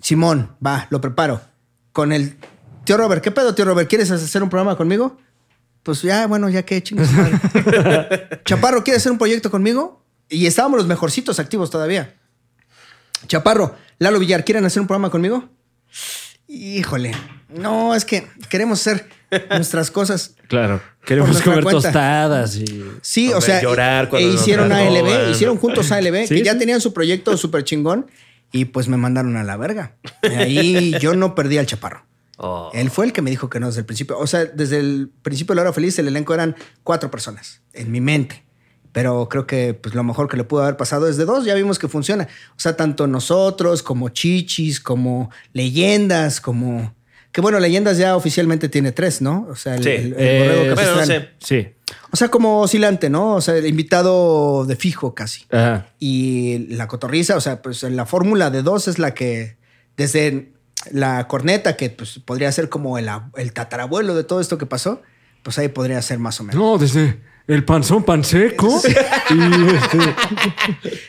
Simón, va, lo preparo. Con el tío Robert, ¿qué pedo, tío Robert? ¿Quieres hacer un programa conmigo? Pues ya, bueno, ya que chingas. madre. Chaparro, ¿quieres hacer un proyecto conmigo? Y estábamos los mejorcitos activos todavía. Chaparro, Lalo Villar, ¿quieren hacer un programa conmigo? Híjole, no, es que queremos hacer nuestras cosas.
Claro. Queremos
nuestra
comer
cuenta.
tostadas y.
Sí,
Hombre,
o sea,
llorar
e
cuando nos
hicieron ALB,
roban.
hicieron juntos ALB,
Sí,
que ya
sí.
tenían su proyecto súper chingón y pues me mandaron a la verga. Y ahí yo no perdí al chaparro.
Oh.
Él fue el que me dijo que no desde el principio. O sea, desde el principio de La Hora Feliz, el elenco eran cuatro personas en mi mente. Pero creo que pues, lo mejor que le pudo haber pasado es de dos. Ya vimos que funciona. O sea, tanto nosotros como Chichis, como Leyendas, como... Que bueno, Leyendas ya oficialmente tiene tres, ¿no? O sea, el,
Sí.
el- el
Eh,
Borrego
Bueno, no
Capistrán.
sé.
Sí.
O sea, como oscilante, ¿no? O sea, el invitado de fijo casi.
Ajá.
Y la cotorriza, o sea, pues la fórmula de dos es la que desde la corneta, que pues podría ser como el, ab- el tatarabuelo de todo esto que pasó, pues ahí podría ser más o menos.
No, desde el panzón panseco. y este,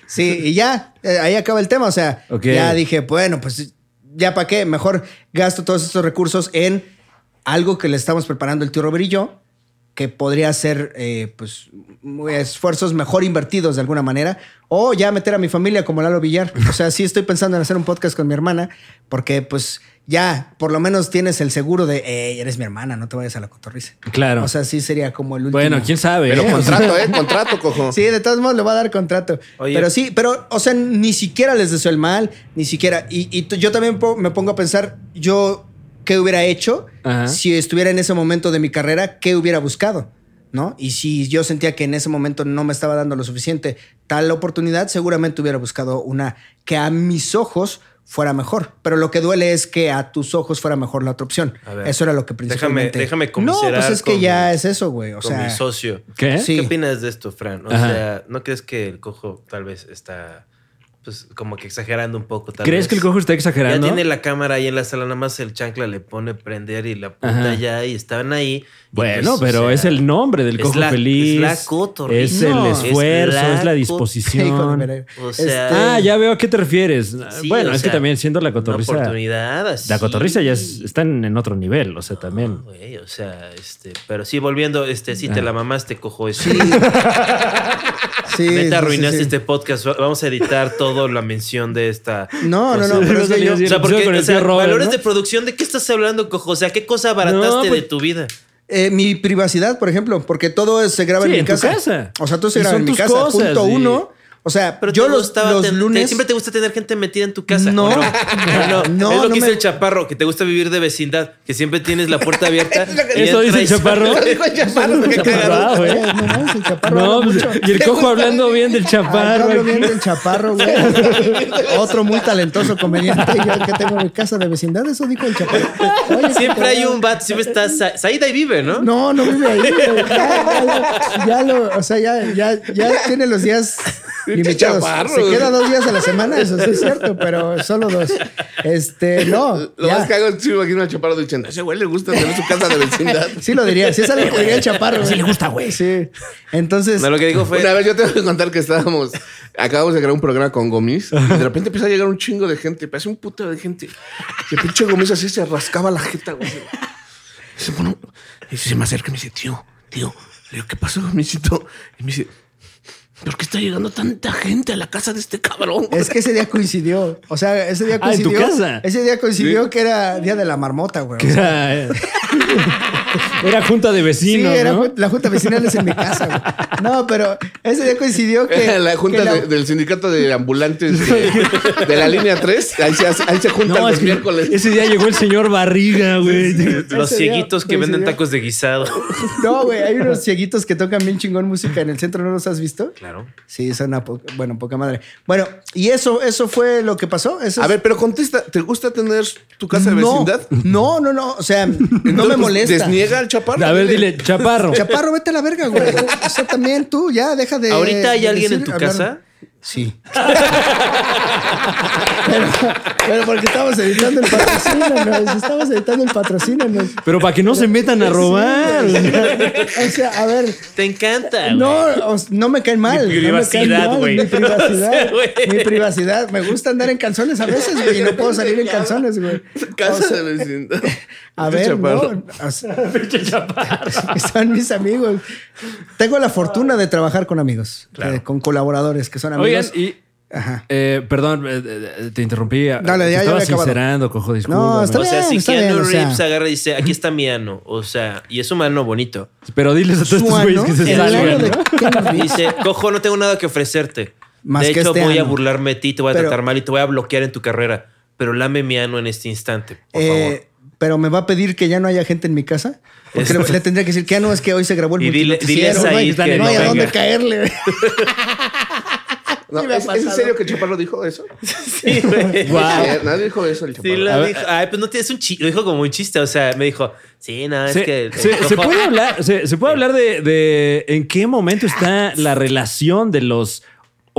Sí, y ya, eh, ahí acaba el tema. O sea,
Ok.
ya dije, bueno, pues ya para qué, mejor gasto todos estos recursos en algo que le estamos preparando el tío Robert y yo, que podría ser, eh, pues, m- esfuerzos mejor invertidos de alguna manera, o ya meter a mi familia como Lalo Villar. O sea, sí estoy pensando en hacer un podcast con mi hermana, porque pues ya por lo menos tienes el seguro de, "Ey, eres mi hermana, no te vayas a la cotorriza.
Claro.
O sea, sí sería como el último.
bueno, quién sabe.
Pero
¿eh?
contrato, ¿eh? Contrato, cojo.
Sí, de todos modos le va a dar contrato.
Oye.
Pero sí, pero, o sea, ni siquiera les deseo el mal, ni siquiera. Y, y t- yo también po- me pongo a pensar, yo, ¿qué hubiera hecho
Ajá.
si estuviera en ese momento de mi carrera? ¿Qué hubiera buscado? ¿No? Y si yo sentía que en ese momento no me estaba dando lo suficiente tal oportunidad, seguramente hubiera buscado una que a mis ojos fuera mejor. Pero lo que duele es que a tus ojos fuera mejor la otra opción.
A ver.
Eso era lo que
Déjame-
principalmente...
déjame
No, pues
conmiserar
es que
con
ya
mi-
es eso, güey. O
con
sea,
mi socio.
¿Qué?
Sí.
¿Qué opinas de esto, Fran? O
Ajá.
sea, ¿no crees que el cojo tal vez está pues como que exagerando un poco? Tal
¿Crees
vez?
que el cojo está
Ya
exagerando?
tiene la cámara ahí en la sala, nada más el chancla le pone prender y la
Ajá.
puta ya y estaban ahí. Y
Bueno,
pues, o
pero
sea,
es el nombre del
es
cojo
la-
feliz.
es la cotorriza.
Es
No.
el
Es
esfuerzo,
la co-
es la,
Hijo de
disposición.
Pereira.
O sea,
Este-
Ah, ya veo a qué te refieres. Ah,
sí,
bueno,
o
es que
sea,
también siendo la
una
cotorriza.
oportunidad así.
La cotorriza ya es- están en otro nivel, o sea, también. Ah.
Güey, o sea, este, pero sí, volviendo, este, sí te la mamaste, cojo. este.
sí, sí, sí,
Neta, arruinaste
sí.
este podcast. Vamos a editar toda la mención de esta.
No, no, no,
Sí,
pero
no
es que
salía
yo,
así.
O sea, porque,
Con el
o sea,
tío Robert,
valores
¿no?
de producción, ¿de qué estás hablando, cojo? O sea, ¿qué cosa abarataste
No, pues-
de tu vida?
eh, mi privacidad, por ejemplo, porque todo es- se graba
Sí,
en mi
en tu
casa.
casa.
O sea, todo se
Y
graba
son
en mi
tus
casa.
cosas,
punto
y-
uno. O sea,
Pero
yo
te
los,
gustaba
los
ten- te-
lunes.
siempre te gusta tener gente metida en tu casa. ¿o
No.
No, no,
No,
Es lo
no
que dice
me-
el chaparro, que te gusta vivir de vecindad, que siempre tienes la puerta abierta. y entra
Eso dice el
y-
chaparro.
Chaparro,
Chaparro, ah, güey.
Eh, no mames, el chaparro
No,
habla
pues,
mucho.
y el cojo hablando bien del
Ah, yo
chaparro.
hablo
aquí.
bien del chaparro, güey. Otro muy talentoso comediante yo que tengo en mi casa de vecindad, eso dijo el chaparro. Oye, ese
Siempre hay
cabrón.
un bat, siempre está. Sa- Saida y vive, ¿no?
No, no vive ahí. güey. Ya, ya, ya lo, o sea, ya, ya, ya tiene los días limitados.
chaparro,
Se
güey.
queda dos días a la semana, eso sí es cierto, pero solo dos. Este, no.
Lo
ya.
más cagado es que sí me imagino al chaparro diciendo, ese güey le gusta tener su casa de vecindad.
Sí lo diría, sí es algo que diría el chaparro. Sí le gusta, güey. Sí. Entonces,
No, lo que dijo fue.
Una vez yo te voy a contar que estábamos, acabamos de grabar un programa con Gomis y de repente empieza a llegar un chingo de gente, parece un puto de gente. Y el pinche Gomis así se rascaba la jeta, güey. Y se pone, y se me acerca y me dice, tío, tío, le digo, ¿qué pasó, Gomisito? Y me dice, ¿por qué está llegando tanta gente a la casa de este cabrón? güey?"
es que ese día coincidió. O sea, ese día
Ah, ¿en tu
coincidió.
casa?
Ese día coincidió que era día de la marmota, güey. O sea,
Ah, eh. Era junta de
Sí,
vecinos,
era
¿no?
ju- la junta vecinal es en mi casa, güey. No, pero ese día coincidió que.
la junta
que la-
de- del sindicato de ambulantes de, de la línea 3, ahí se, hace- ahí se juntan
No,
los
es que
miércoles.
ese día llegó el señor Barriga, güey.
Los
Ese día
cieguitos que venden
coincidió.
tacos de guisado.
No, güey, hay unos cieguitos que tocan bien chingón música en el centro, ¿no los has visto?
Claro.
Sí, son una po- bueno, poca madre. Bueno, y eso, eso fue lo que pasó. Eso
A
es-
ver, pero contesta, ¿te gusta tener tu casa de
no,
vecindad?
No, no, no. O sea, no me
Entonces,
molesta.
Desniega al chaparro.
A ver, dile, chaparro.
Chaparro, vete a la verga, güey. O sea, también tú, ya, deja de.
¿Ahorita hay
de
alguien en
decir-
tu
hablar-
casa?
Sí. pero, pero porque estamos editando el patrocinio, ¿no? Estamos editando el patrocinio, ¿no?
Pero para que no se metan a robar.
Sí, güey. o sea, a ver.
Te encanta.
No,
Ah, güey.
os- no me caen mal.
Mi
no me caen
privacidad,
mal,
güey.
Mi
O sea,
privacidad.
güey.
mi privacidad. Me gusta andar en calzones a veces, güey. Y no puedo salir en calzones, güey.
Casa de vecindad.
A
Este
ver,
chaparro.
no. o sea, son mis amigos. Tengo la fortuna de trabajar con amigos, eh, con colaboradores que son
Oigan,
amigos.
y.
Ajá.
eh, perdón, eh, eh, te interrumpí.
Dale,
Te
ya, ya
estaba
había acabado.
sincerando, cojo, disculpa.
No, está
O sea,
bien,
si
está
Keanu
bien, o sea.
Reeves agarra y dice, aquí está mi ano. O sea, y es un ano bonito.
Pero diles a todos
Su
estos güeyes
ano,
que se
el ano
salgan.
de
¿no?
Keanu
Y
Reeves.
dice, cojo, no tengo nada que ofrecerte.
Más
de
que
hecho,
este
voy a
ano.
burlarme de ti, te voy a
Pero-
tratar mal y te voy a bloquear en tu carrera. Pero lame mi ano en este instante, por favor.
Eh, pero me va a pedir que ya no haya gente en mi casa. Porque le, le tendría que decir que no es que hoy se grabó el
Y dile-
multinoticiero,
diles ahí
no hay-
que
no hay
no
a dónde
venga.
caerle.
No,
Sí me ha
¿es, es en
pasado.
serio que el chaparro dijo eso?
Sí, güey.
Guau.
Eh, Nadie dijo eso el
Sí,
chaparro.
la dijo. Ay, pues no tienes un chiste. Lo dijo como un chiste. O sea, me dijo, sí, no, es
Se,
que.
se-
cojo-
se puede hablar, se, se puede hablar de, de en qué momento
Ah,
está la relación de los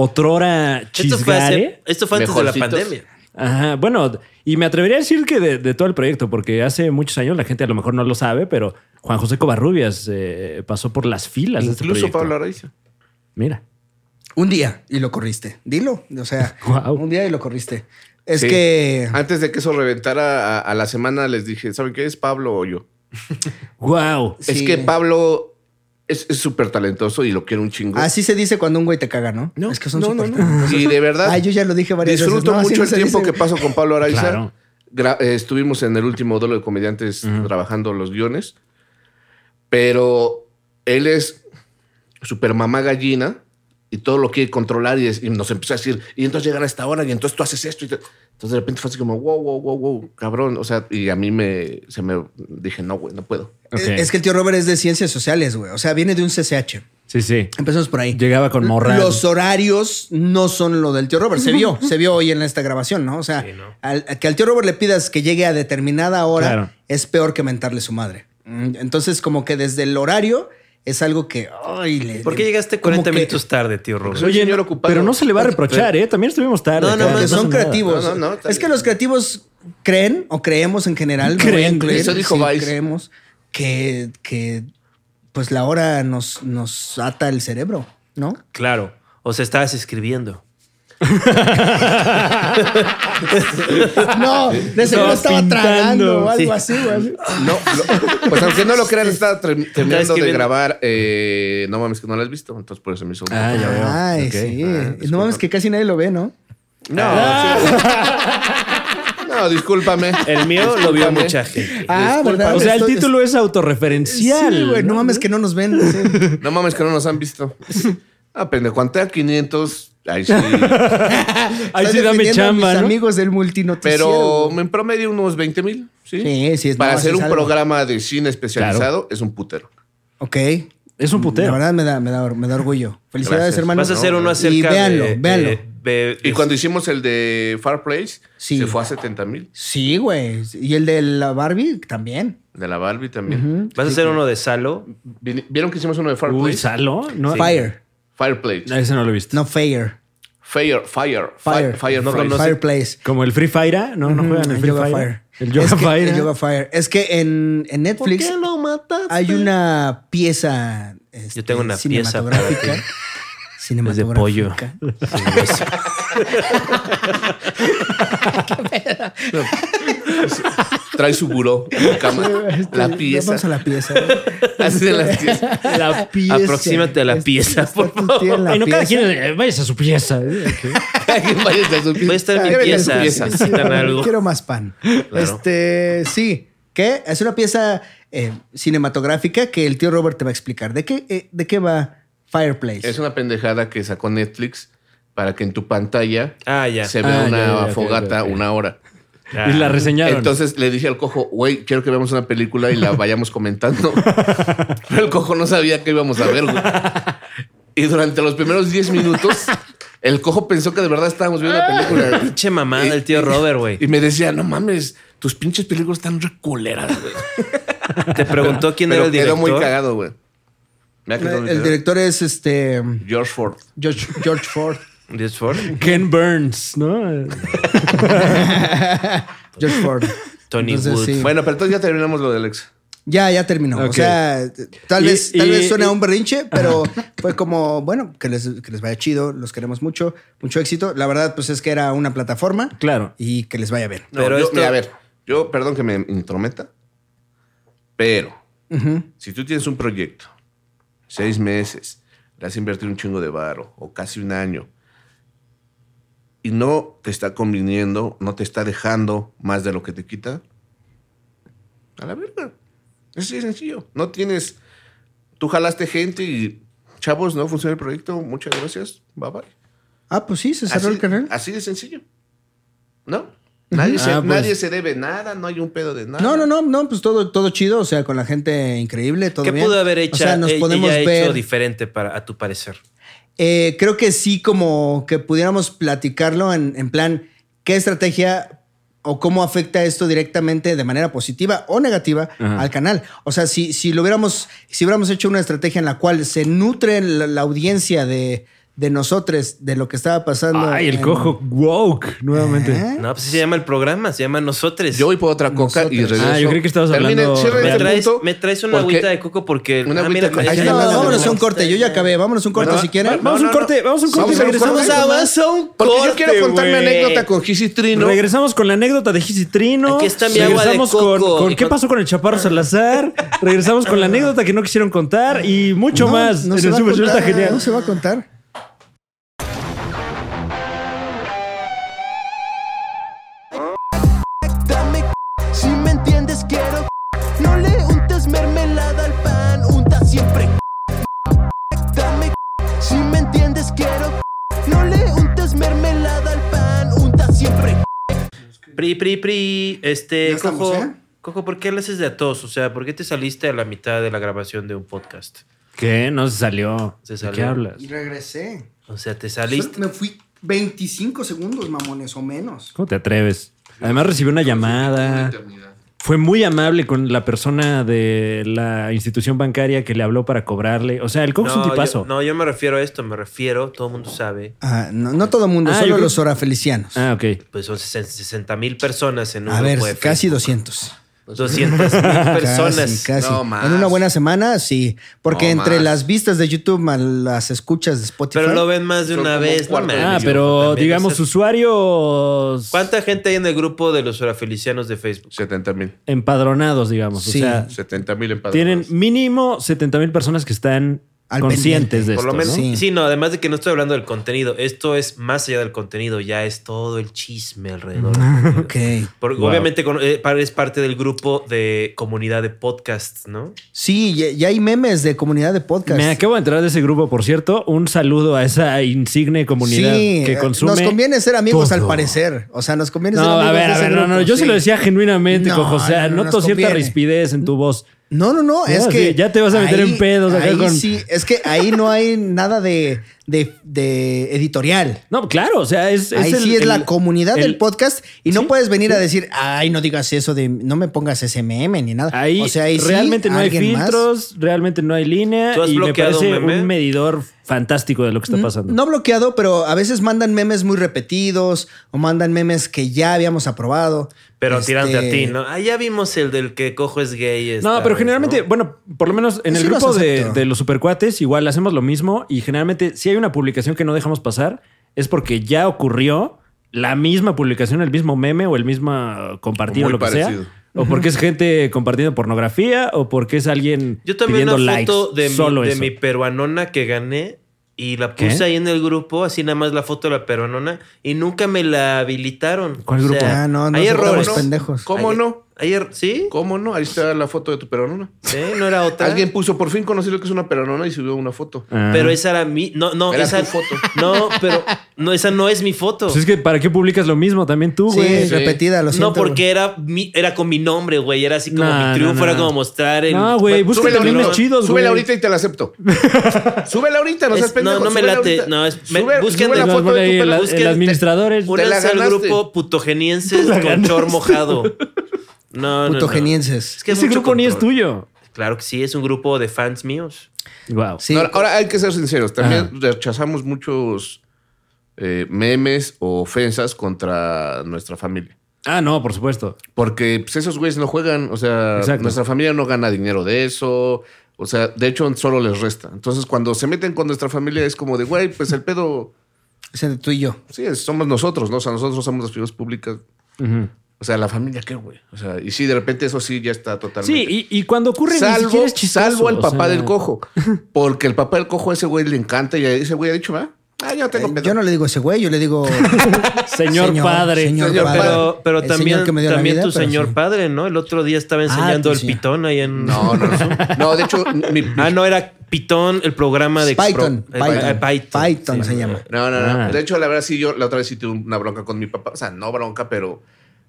otrora
Esto fue, hace-
chisgare.
esto fue antes de la
Mejorcitos.
pandemia.
Ajá, bueno, y me atrevería a decir que de, de todo el proyecto, porque hace muchos años la gente a lo mejor no lo sabe, pero Juan José Covarrubias eh, pasó por las filas de este
Incluso
proyecto.
Pablo Araiza.
Mira.
Un día y lo corriste. Dilo. O sea,
Guau.
un día y lo corriste. Es
Sí. Ah,
que.
Antes de que eso reventara a, a la semana, les dije, ¿saben qué es Pablo o yo?
Wow.
Es
Sí.
que Pablo es es súper talentoso y lo quiero un chingo.
Así se dice cuando un güey te caga, ¿no?
No,
Ah, es que son
no, no,
súper-
no. Y de verdad,
Ay, yo ya lo dije varias
disfruto
veces. No, así
mucho
no
el
se
tiempo
dice.
que paso con Pablo Araiza.
Claro.
Gra- eh, estuvimos en el último duelo de comediantes trabajando los guiones. Pero él es super mamá gallina y todo lo quiere controlar y, es- y nos empezó a decir, y entonces llegan a esta hora y entonces tú haces esto. Y te- Entonces de repente fue así como, wow, wow, wow, wow, cabrón. O sea, y a mí me, se me dije, no, güey, no puedo.
Ok.
Es que el tío Robert es de ciencias sociales, güey. O sea, viene de un CCH.
Sí, sí.
Empezamos por ahí.
Llegaba con morral.
Los horarios no son lo del tío Robert. Se vio, se vio hoy en esta grabación, ¿no? O sea, al- que al tío Robert le pidas que llegue a determinada hora
Claro.
es peor que mentarle su madre. Mm, Entonces, como que desde el horario es algo que. Ay, le,
¿Por qué llegaste
como
40
que-
minutos tarde, tío Robert?
Soy señor ocupado.
Pero no se le va a reprochar, ¿eh? También estuvimos tarde.
No, no,
claro,
no,
Porque
pasa
son
nada.
creativos.
No, no, no, está
es que
bien.
los creativos creen o creemos en general. me voy a
Creen,
incluir,
eso dijo
sí,
Vice.
Creemos que, que pues la hora nos, nos ata el cerebro, ¿no?
Claro. O sea, estabas escribiendo.
No, de seguro
Estaba
estaba
pintando,
tragando o algo
sí.
así, güey.
No, lo- pues aunque no lo crean, estaba tre- terminando de
escribiendo.
grabar. eh, no mames, que no lo has visto. Entonces por eso me hizo. un-
Ah, ya veo.
Ay,
Ok.
sí.
Ah,
no mames,
disculpa.
que casi nadie lo ve, ¿no?
No, sí. no, discúlpame.
El mío lo vio
Discúlpame.
mucha gente.
Ah, ¿verdad?
O sea, el
Estoy-
título es autorreferencial.
Sí, güey. No mames, que no nos ven. sí.
No mames, que no nos han visto. Ah, pendejo, cuanté a 500. Ay, sí.
Ahí
Estás
sí dame
defendiendo a
chamba,
mis
¿no?
amigos del multinoticiero.
Pero
güey.
en promedio unos 20 mil. Sí,
Sí, sí, es-
Para
no,
hacer
sí es
un
algo.
programa de cine especializado es un putero.
Ok.
Es un putero.
La verdad me da, me da, me da orgullo. Felicidades,
Gracias.
hermano.
Vas a hacer
no,
uno
no.
acerca
Y véanlo,
de-
véanlo.
de- de-
Y cuando hicimos el de Far Place,
Sí.
se fue a 70 mil.
Sí, güey. Y el de la Barbie también.
De la Barbie también.
Vas a hacer uno de Salo.
Vi- ¿Vieron que hicimos uno de Far
Uy,
Place?
¿salo? No.
Fire,
Fireplace.
Ah, Ese no lo he visto.
no Fire.
Fire, fire,
Fire.
fire, fire.
No
Place.
conoce-
Fireplace.
Como el Free Fire. No, no juegan el
El
Free
Yoga
Fire.
Fire.
El Yoga
Es que-
Fire.
el Yoga Fire. Es que en, en Netflix hay una pieza este,
Yo tengo una pieza para
cinematográfica. cinematográfica.
pollo.
Trae su buró, la cama, la pieza.
Pues, este, Vamos a la pieza.
Así de las piezas.
La pieza.
Aproxímate a
Este,
la pieza, por favor.
Ay, no, cada quien. eh, Váyase a su pieza. Ok.
Que vayas a su
Voy a estar en mi
Llévenle a su
pieza. si
pieza.
Necesitan algo.
Quiero más pan. Este, sí. ¿Qué? Es una pieza eh, cinematográfica que el tío Robert te va a explicar. ¿De qué, eh, de qué va Fireplace?
Es una pendejada que sacó Netflix para que en tu pantalla
Ah, ya.
se vea
Ah,
una
ya, ya, ya,
fogata
ya, ya.
una hora.
Ah.
Y la reseñaron.
Entonces le dije al cojo, güey, quiero que veamos una película y la vayamos comentando. Pero el cojo no sabía que íbamos a ver, güey. Y durante los primeros 10 minutos, el cojo pensó que de verdad estábamos viendo una película.
Pinche mamada
Y-
el tío Robert, güey.
Y me decía, no mames, tus pinches películas están reculeras, güey.
Te preguntó quién
Pero
era el director.
Quedó muy cagado, güey. Me ha quedado muy
el
cagado.
director es este
George Ford.
George, George Ford.
¿This Ford?
Ken Burns, ¿no?
George Ford.
Tony
Entonces,
Wood.
sí.
Bueno, pero entonces ya terminamos lo del ex.
Ya, ya terminó. O
Ok.
sea, tal
Y-
vez, tal
y-
vez suena
y-
un berrinche, pero fue como, bueno, que les, que les vaya chido, los queremos mucho, mucho éxito. La verdad, pues es que era una plataforma.
Claro.
Y que les vaya bien.
No,
Pero
yo-
esto-
mira, a ver, yo perdón que me intrometa, pero
Ujú.
si tú tienes un proyecto, seis meses, le has invertido un chingo de varo o casi un año y no te está conviniendo, no te está dejando más de lo que te quita, a la verga. Es así de sencillo. No tienes. Tú jalaste gente y chavos, no funciona el proyecto. Muchas gracias. Bye bye.
Ah, pues sí, se cerró
Así,
el canal.
así de sencillo. ¿No? Nadie, se,
Ah, pues.
nadie se debe nada, no hay un pedo de nada.
No, no, no, no, pues todo, todo chido, o sea, con la gente increíble, todo
¿Qué
bien.
pudo haber hecho,
O sea, nos
ella
podemos
ha hecho
ver.
diferente para, a tu parecer?
Eh, creo que sí, como que pudiéramos platicarlo en, en plan, ¿qué estrategia o cómo afecta esto directamente de manera positiva o negativa
Ajá.
al canal? O sea, si, si lo hubiéramos, si hubiéramos hecho una estrategia en la cual se nutre la, la audiencia de, de nosotros, de lo que estaba pasando.
Ay, el
en-
cojo woke nuevamente.
¿Eh?
No, pues sí se llama el programa, se llama Nosotres.
Yo voy por otra coca y
Nosotros.
regreso.
Ah, yo creí que estabas hablando-
cierren
me,
este
traes,
punto,
me traes una
porque-
agüita de coco porque. ah,
Una agüita de coco.
Ahí
Ahí
ya-
está,
está,
ya-
vámonos a
adelante.
un corte, yo ya acabé, vámonos a un corte
Bueno,
si quieren.
Vamos a un corte, vamos a un corte y
Vamos a un
regresamos.
Vamos
corte.
a vamos a un
Porque
corte,
yo quiero contar mi
güey.
anécdota con Gis y Trino.
Regresamos con la anécdota de Gis y Trino.
Aquí está mi agua de
Regresamos
coco.
con, con
Y
qué
con-
pasó con el Chaparro Salazar. Regresamos con la anécdota que no quisieron contar y mucho
No,
más.
no
en
se
el
va a
Super Show está
contar,
genial.
No se va a contar.
Dame si me entiendes quiero No le untes mermelada al pan, unta siempre Dame si me entiendes quiero No le untes mermelada al pan, unta siempre
Pri, pri, pri. Este,
Ya estamos,
cojo.
¿eh?
Cojo, ¿por qué le haces de a todos? O sea, ¿por qué te saliste a la mitad de la grabación de un podcast?
¿Qué? No se salió.
Se
¿De
salió.
qué hablas?
Y regresé.
O sea, te saliste.
Me fui 25 segundos, mamones, o menos.
¿Cómo te atreves? Además recibió una llamada. Fue muy amable con la persona de la institución bancaria que le habló para cobrarle. O sea, el cojo es un tipazo.
yo, no, yo me refiero a esto, me refiero, todo el mundo sabe.
no, no todo el mundo,
Ah, yo
solo
creo-
los orafelicianos.
Ah, ok.
Pues son 60 mil personas en un
a ver,
grupo de
casi
Facebook.
200.
200 Pues, mil personas.
Casi, casi.
No más.
En una buena semana, sí. Porque
No
entre
más.
las vistas de YouTube más las escuchas de Spotify.
Pero lo ven más de
Son
una
como
vez.
un cuarto
no
de
mames,
Ah,
Yo
pero
también,
digamos
o sea,
usuarios
¿Cuánta gente hay en el grupo de los orafelicianos de Facebook?
70 mil.
empadronados, digamos.
Sí.
O sea,
70 mil empadados.
tienen mínimo 70 mil personas que están
Al
conscientes
pendiente,
de
Por
esto.
lo menos.
¿no?
Sí.
Sí. no, además de que no estoy hablando del contenido. Esto es más allá del contenido. Ya es todo el chisme alrededor.
Ok.
Porque
Wow.
Obviamente con- eh, pa- es parte del grupo de comunidad de podcasts, ¿no?
Sí, ya, ya hay memes de comunidad de podcast.
Me acabo de entrar de ese grupo, por cierto. Un saludo a esa insigne comunidad
sí,
que
eh,
consume.
Nos conviene ser amigos al
todo.
parecer. O sea, nos conviene
No,
ser amigos.
a ver,
de
a
ese
ver, no,
grupo,
no. Yo
sí.
se lo decía genuinamente,
No,
cojo. O sea,
no, no,
noto
nos
cierta
conviene.
rispidez en tu voz.
No, no, no,
No,
es
sí,
que...
ya te vas a meter en pedos acá
ahí
con-
Sí, es que ahí no hay nada de, de- de editorial.
No, claro, o sea, es. es
ahí
el-
sí es la
el-
comunidad
el-
del podcast y no
sí,
puedes venir a decir, ay, no digas eso de, no me pongas ese meme ni nada.
Ahí,
o sea, ahí sí,
realmente no hay
alguien más.
filtros, realmente no hay línea.
¿Tú has
y me
bloqueado
parece
un meme?
un medidor fantástico de lo que
Mm,
está pasando.
No bloqueado, pero a veces mandan memes muy repetidos o mandan memes que ya habíamos aprobado.
Pero
Este,
tirante a ti, ¿no? Ah, ya vimos el del que cojo es gay. esta
No, pero
vez,
generalmente,
¿no?
bueno, por lo menos en
Sí
el
los
grupo de,
acepto.
de los supercuates, igual hacemos lo mismo y generalmente si hay una publicación que no dejamos pasar es porque ya ocurrió la misma publicación, el mismo meme o el mismo compartido,
Muy
lo que
parecido.
sea. O porque es gente compartiendo pornografía o porque es alguien
Yo también
pidiendo
una
likes.
foto de, mi-
solo
de mi,
eso.
peruanona que gané y la
¿Qué?
puse ahí en el grupo, así nada más la foto de la peruanona y nunca me la habilitaron.
¿Cuál grupo?
Ah, no, no
hay
aceptamos
errores.
pendejos.
¿Cómo
Hay-
no?
Ayer, ¿sí?
¿Cómo no? Ahí está la foto de tu peronona.
Sí, no era otra.
Alguien puso, por fin conocí lo que es una peronona y subió una foto.
Ah.
Pero esa era mi. No, no,
Era
esa.
tu foto.
No, pero. No, esa no es mi foto.
Pues es que ¿para qué publicas lo mismo también tú,
Sí,
güey?
sí.
repetida, lo siento.
no, porque era mi, era con mi nombre, güey. Era así como
No,
mi triunfo,
no, no.
era como mostrar el.
No, güey,
Bueno,
búscate
súbela
memes
ahorita.
chidos, güey.
Súbela ahorita y te la acepto. súbela ahorita, no
Es-
seas pendejo.
no, no me
súbela
late.
ahorita.
No, es- me-
Sube-
busquen
sube
de-
la
Las
foto
pone
de
ahí
tu
el,
peronona.
busquen-
el administrador es-
Te la
Únanse al
ganaste.
grupo putogenienses
la
con
ganaste.
chor mojado. No, no, no.
Putogenienses.
que es
Ese
mucho
grupo ni es
control.
tuyo.
Claro que sí, es un grupo de fans míos.
Wow.
Sí.
Ahora, ahora hay que ser sinceros. También
Ah.
rechazamos muchos eh, memes o ofensas contra nuestra familia.
Ah, no, por supuesto.
Porque pues, esos güeyes no juegan. O sea,
Exacto.
nuestra familia no gana dinero de eso. O sea, de hecho, solo les resta. Entonces, cuando se meten con nuestra familia, es como de, güey, pues el pedo,
Es entre tú y yo.
sí, es- somos nosotros, ¿no? O sea, nosotros somos las figuras públicas. O sea, la familia, ¿qué, güey? O sea, y sí, de repente eso sí ya está totalmente.
Sí, y, y cuando ocurre ni
salvo,
siquiera es chistoso,
salvo el
o
papá
sea,
del cojo. Porque el papá del cojo a ese güey le encanta y a ese güey ha dicho, ¿verdad? Ah, yo no
Eh,
tengo pedo.
Eh, Yo no le digo ese güey, yo le digo.
Señor, padre.
Señor
padre.
Pero, pero
El
también,
señor que me dio la
también
vida,
tu
pero
señor
sí. Ah,
padre, ¿no? El otro día estaba enseñando
tu
el
señor.
pitón ahí en.
No, no, no. No, de hecho, mi- mi-
Ah, no, era Pitón, el programa de
Python.
Pro- eh,
Python.
Python.
Python se llama.
no, no, no.
Ah.
De hecho, la verdad sí, yo la otra vez sí tuve una bronca con mi papá. O sea, no bronca, pero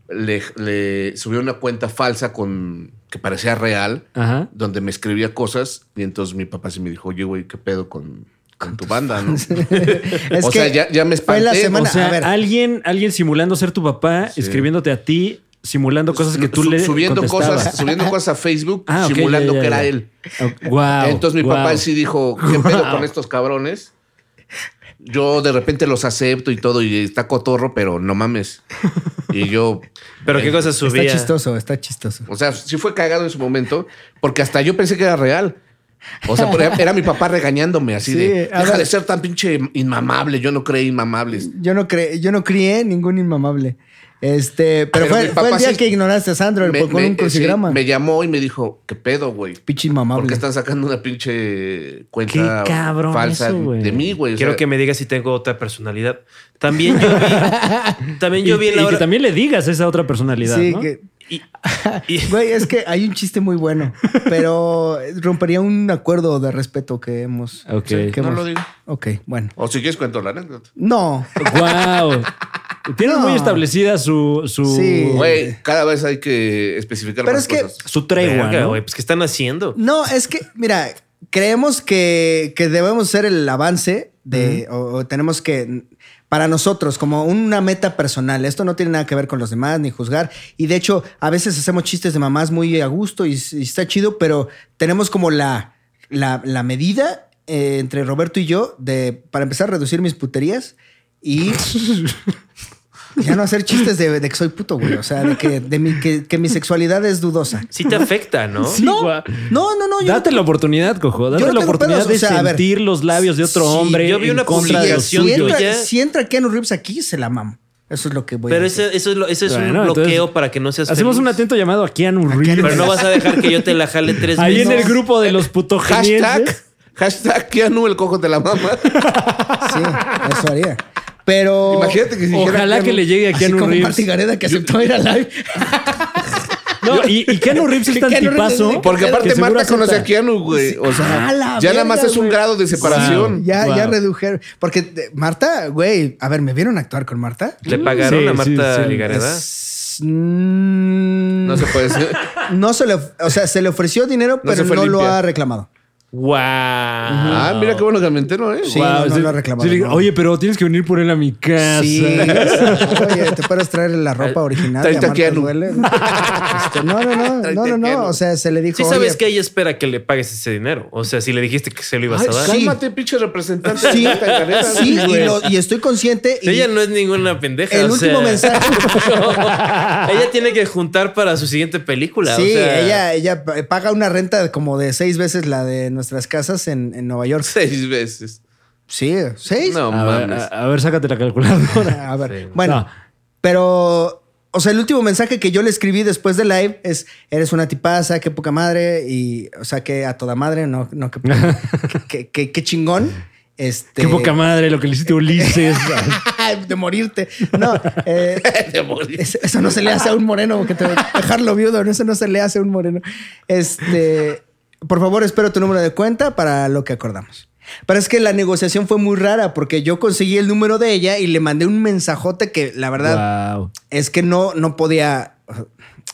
le, le subió una cuenta falsa con que parecía real,
Ajá.
donde me escribía cosas. Y entonces mi papá sí me dijo, oye, güey, ¿qué pedo con, con tu banda? ¿no?
Es
o
que
sea, ya, ya me
fue
espanté.
la
o
semana.
O sea,
a ver,
alguien, alguien simulando ser tu papá, escribiéndote a ti, simulando cosas que tú
Su-
le
subiendo
contestabas.
cosas, subiendo cosas a Facebook,
Ah, ok,
simulando
ya, ya,
que
ya.
era él.
Wow.
Entonces mi papá sí dijo, ¿qué pedo con estos cabrones? Yo de repente los acepto y todo, y está cotorro, pero no mames. Y yo,
Pero qué cosa subía.
Eh, está chistoso, está chistoso.
o sea, sí fue cagado en su momento, porque hasta yo pensé que era real. O sea, pero era mi papá regañándome así
Sí,
de,
a
deja
ver.
de ser tan pinche inmamable, yo no creí inmamables.
Yo no, cre yo no crié ningún inmamable. Este,
Pero
pero,
mi
fue, fue
papá
el día
sí-
que ignoraste a Sandro
Me-
con
me- eh,
un crucigrama.
sí, me llamó y me dijo, ¿qué pedo, güey?
Pinche
¿Por
inmamable.
qué están sacando una pinche cuenta
Qué cabrón
falsa
eso, güey.
de mí, güey? O
Quiero
sea,
que me digas si tengo otra personalidad. También yo vi. también yo
Y,
vi en
y
la
que
hora.
también le digas esa otra personalidad.
Sí,
¿no?
que-
y- y-
Güey, es que hay un chiste muy bueno, pero rompería un acuerdo de respeto que hemos.
Ok.
que
No
hemos-
lo digo.
Ok, bueno.
O si quieres cuento la anécdota.
No,
Wow. Tienen
No.
muy establecida su, su,
Sí.
Güey, cada vez hay que especificar
Eh, Pero
más
es que-
cosas.
su tregua,
Verga,
¿no?
güey, pues, ¿qué están haciendo?
no, es que, mira, creemos que, que debemos ser el avance de. o, o tenemos que. Para nosotros, como una meta personal. Esto no tiene nada que ver con los demás ni juzgar. Y de hecho, a veces hacemos chistes de mamás muy a gusto y, y está chido, pero tenemos como la, la, la medida eh, entre Roberto y yo de, para empezar, reducir mis puterías y. Ya no hacer chistes de, de que soy puto, güey. O sea, de que, de mi, que, que mi sexualidad es dudosa.
Sí te afecta, ¿no?
Sí,
No,
guau.
no, no, no. yo
Date
no-
la oportunidad, cojo. Date
Yo no
la
tengo
oportunidad
pedos, o
de
sea, a ver,
sentir los labios de otro
sí,
hombre
yo vi
en
una
contra
Pues si,
publicación,
de los
si
yo
suyos.
entra,
ya-
si entra Keanu Reeves aquí, se la mamo. Eso es lo que voy a
Pero
decir.
ese, eso es, lo- eso es
Bueno,
un
entonces,
bloqueo para que no seas.
Hacemos un
feliz.
atento llamado a Keanu Reeves.
Pero no vas a dejar que yo te la jale tres
Ahí
veces.
en el grupo de los ¿eh?
Hashtag,
putogenienses.
hashtag Keanu, el cojo de la mama.
Sí, eso haría. Pero.
Imagínate que si dijera
Ojalá que
Keanu-
le llegue a
Así
Keanu
como
Reeves.
Marty Gareda que aceptó ir a live.
No, y, y Keanu Reeves es tan
Keanu Reeves es
tipazo.
de-
Porque
Que
aparte
seguro
Marta
acepta.
conoce a Keanu, güey. O sea,
Ah, la
Pues, ya nada
verga,
más es un
güey.
grado de separación.
Ya, ya
Wow.
redujeron. Porque eh, Marta, güey, a ver, ¿me vieron actuar con Marta?
Le pagaron
Sí,
a Marta
sí, sí.
Gareda.
Es- mm,
No se puede ser.
No se le, o sea, se le ofreció dinero, pero
se
no,
fue
lo
limpia.
ha reclamado.
Wow.
Ah, mira qué bueno que me entero, ¿eh?
Sí, no, no lo ha reclamado,
le digo,
no.
Oye, pero tienes que venir por él a mi casa.
Sí. Oye, te puedes traer la ropa original.
Trae
de Amar te
taquiano.
duele? Este, no, no, no, no, no, no. O sea, se le dijo.
Sí sabes
oye,
que ella espera que le pagues ese dinero. O sea, si le dijiste que se lo ibas a dar.
Cálmate, pinche representante.
Sí,
de Marta Gareda.
sí, y, lo- y estoy consciente. Y
Ella no es ninguna pendeja.
el
o
último
sea,
mensaje.
ella tiene que juntar para su siguiente película.
Sí,
o sea,
ella, ella pa- paga una renta de como de seis veces la de nuestras casas en, en Nueva York.
Seis veces.
Sí, seis.
No
A ver,
mames.
a, a ver, sácate la calculadora.
A ver,
Sí.
bueno,
No.
pero, o sea, el último mensaje que yo le escribí después de live es: eres una tipaza, qué poca madre, y, o sea, que a toda madre, no, no, que, que, que- que chingón. Este,
Qué poca madre lo que le hiciste a Ulises.
Ay, de morirte. No, eh, es- eso no se le hace a un moreno, que te, dejarlo viudo, no, eso no se le hace a un moreno. Este, por favor, espero tu número de cuenta para lo que acordamos. Pero es que la negociación fue muy rara porque yo conseguí el número de ella y le mandé un mensajote que la verdad
Wow.
es que no, no podía.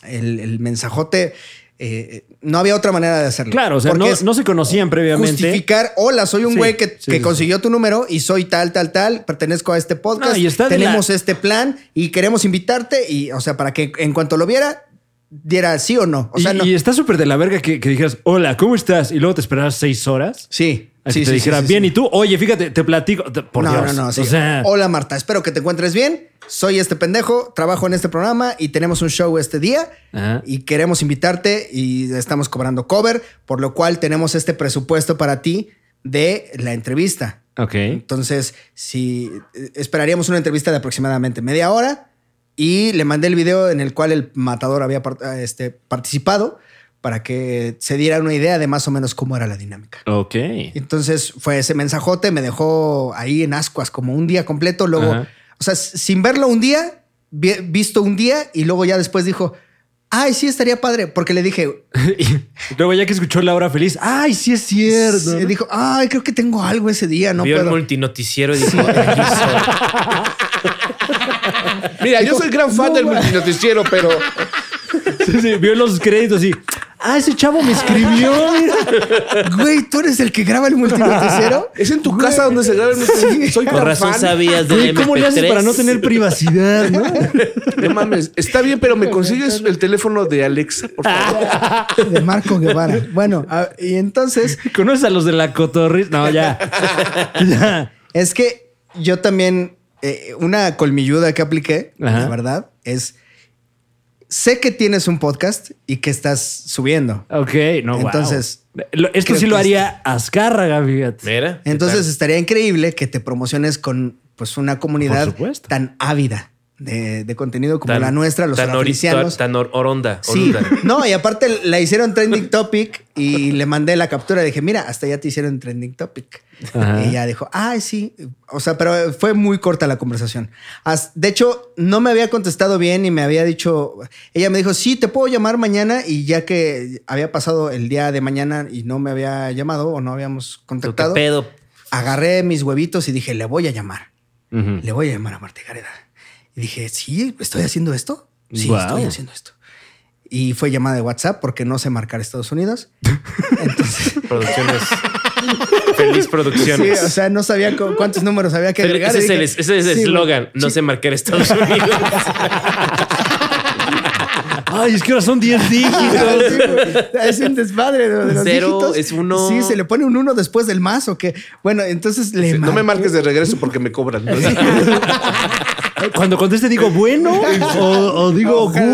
El, el mensajote. eh, no había otra manera de hacerlo.
Claro, o sea,
Porque
no,
es
no se conocían previamente.
Justificar, hola, soy un
Sí,
güey que,
sí,
que
sí,
consiguió tu número y soy tal, tal, tal, pertenezco a este podcast,
No, y está de
tenemos
la-
este plan y queremos invitarte y, o sea, para que en cuanto lo viera, diera sí o no. O sea,
y,
no.
y está súper de la verga que, que dijeras, hola, ¿cómo estás? Y luego te esperas seis horas.
Sí,
A
sí,
que
sí,
te dijeran,
sí, sí,
bien,
sí.
¿y tú? Oye, fíjate, te platico. Te- Por
no,
Dios.
no, no, sí.
O sea,
Hola Marta, espero que te encuentres bien. Soy este pendejo, trabajo en este programa y tenemos un show este día
Ajá.
y queremos invitarte y estamos cobrando cover, por lo cual tenemos este presupuesto para ti de la entrevista.
ok.
Entonces, si eh, esperaríamos una entrevista de aproximadamente media hora y le mandé el video en el cual el matador había par- eh, este, participado para que se diera una idea de más o menos cómo era la dinámica.
Ok.
Entonces fue ese mensajote, me dejó ahí en ascuas como un día completo, luego,
Ajá.
o sea, s- sin verlo un día, vi- visto un día y luego ya después dijo, ay, sí, estaría padre, porque le dije,
Y luego ya que escuchó la hora feliz, ay, sí es cierto.
sí, dijo, ay, creo que tengo algo ese día, no
Vio el
puedo.
multinoticiero y dijo, "Aquí soy".
Mira, yo soy gran fan del multinoticiero, pero
Sí, sí, vio los créditos y, ah, ese chavo me escribió. mira".
Güey, tú eres el que graba el multinoticiero.
es en tu casa donde se graba el multinoticiero. Soy
Con
tan
razón
fan.
sabías del
Güey, ¿Cómo le haces
MP3?
para no tener privacidad? no?
No mames, está bien, pero me consigues el teléfono de Alexa, por
Ah,
favor.
De Marco Guevara. Bueno, a- y entonces
¿Conoces a los de la cotorriz? No, ya. ya.
es que yo también, eh, una colmilluda que apliqué,
Ajá.
la verdad, es, sé que tienes un podcast y que estás subiendo.
Ok, no, wow.
Entonces,
Lo- esto
creo
sí lo
que
haría Azcárraga, fíjate.
Mira. ¿qué
Entonces
tal?
estaría increíble que te promociones con pues una comunidad
Por supuesto.
tan ávida de, de contenido como
Tan-
la nuestra, los
tan ori-
sudafricianos.
Tan or- oronda.
Sí,
oronda.
no, y aparte la hicieron trending topic y le mandé la captura. Dije, mira, hasta ya te hicieron trending topic.
Ah.
Ajá.
Y ella dijo, ay, sí. O sea, pero fue muy corta la conversación. As- De hecho, no me había contestado bien y me había dicho, ella me dijo, sí, te puedo llamar mañana. Y ya que había pasado el día de mañana y no me había llamado o no habíamos
Tú, ¿Qué
contactado,
pedo?
agarré mis huevitos y dije, le voy a llamar.
Ujú.
Le voy a llamar a Marta Gareda. Y dije, sí, estoy haciendo esto. Sí,
Guau.
estoy haciendo esto. Y fue llamada de WhatsApp porque no sé marcar Estados Unidos. Entonces,
Producciones. Feliz
sí,
Producciones.
o sea, no sabía cu- cuántos números había que agregar.
ese, es
Y
el,
dije,
ese es el
sí,
eslogan.
güey.
no
Sí.
se marcar Estados Unidos.
Ay, es que ahora son 10 dígitos.
Sí, güey. es un desmadre de de los
Cero,
dígitos.
es uno.
Sí, se le pone un uno después del más o qué. Bueno, entonces le
No me
marqué.
marques de regreso porque me cobran. ¿no?
Cuando conteste digo bueno o, o digo
Ojalá,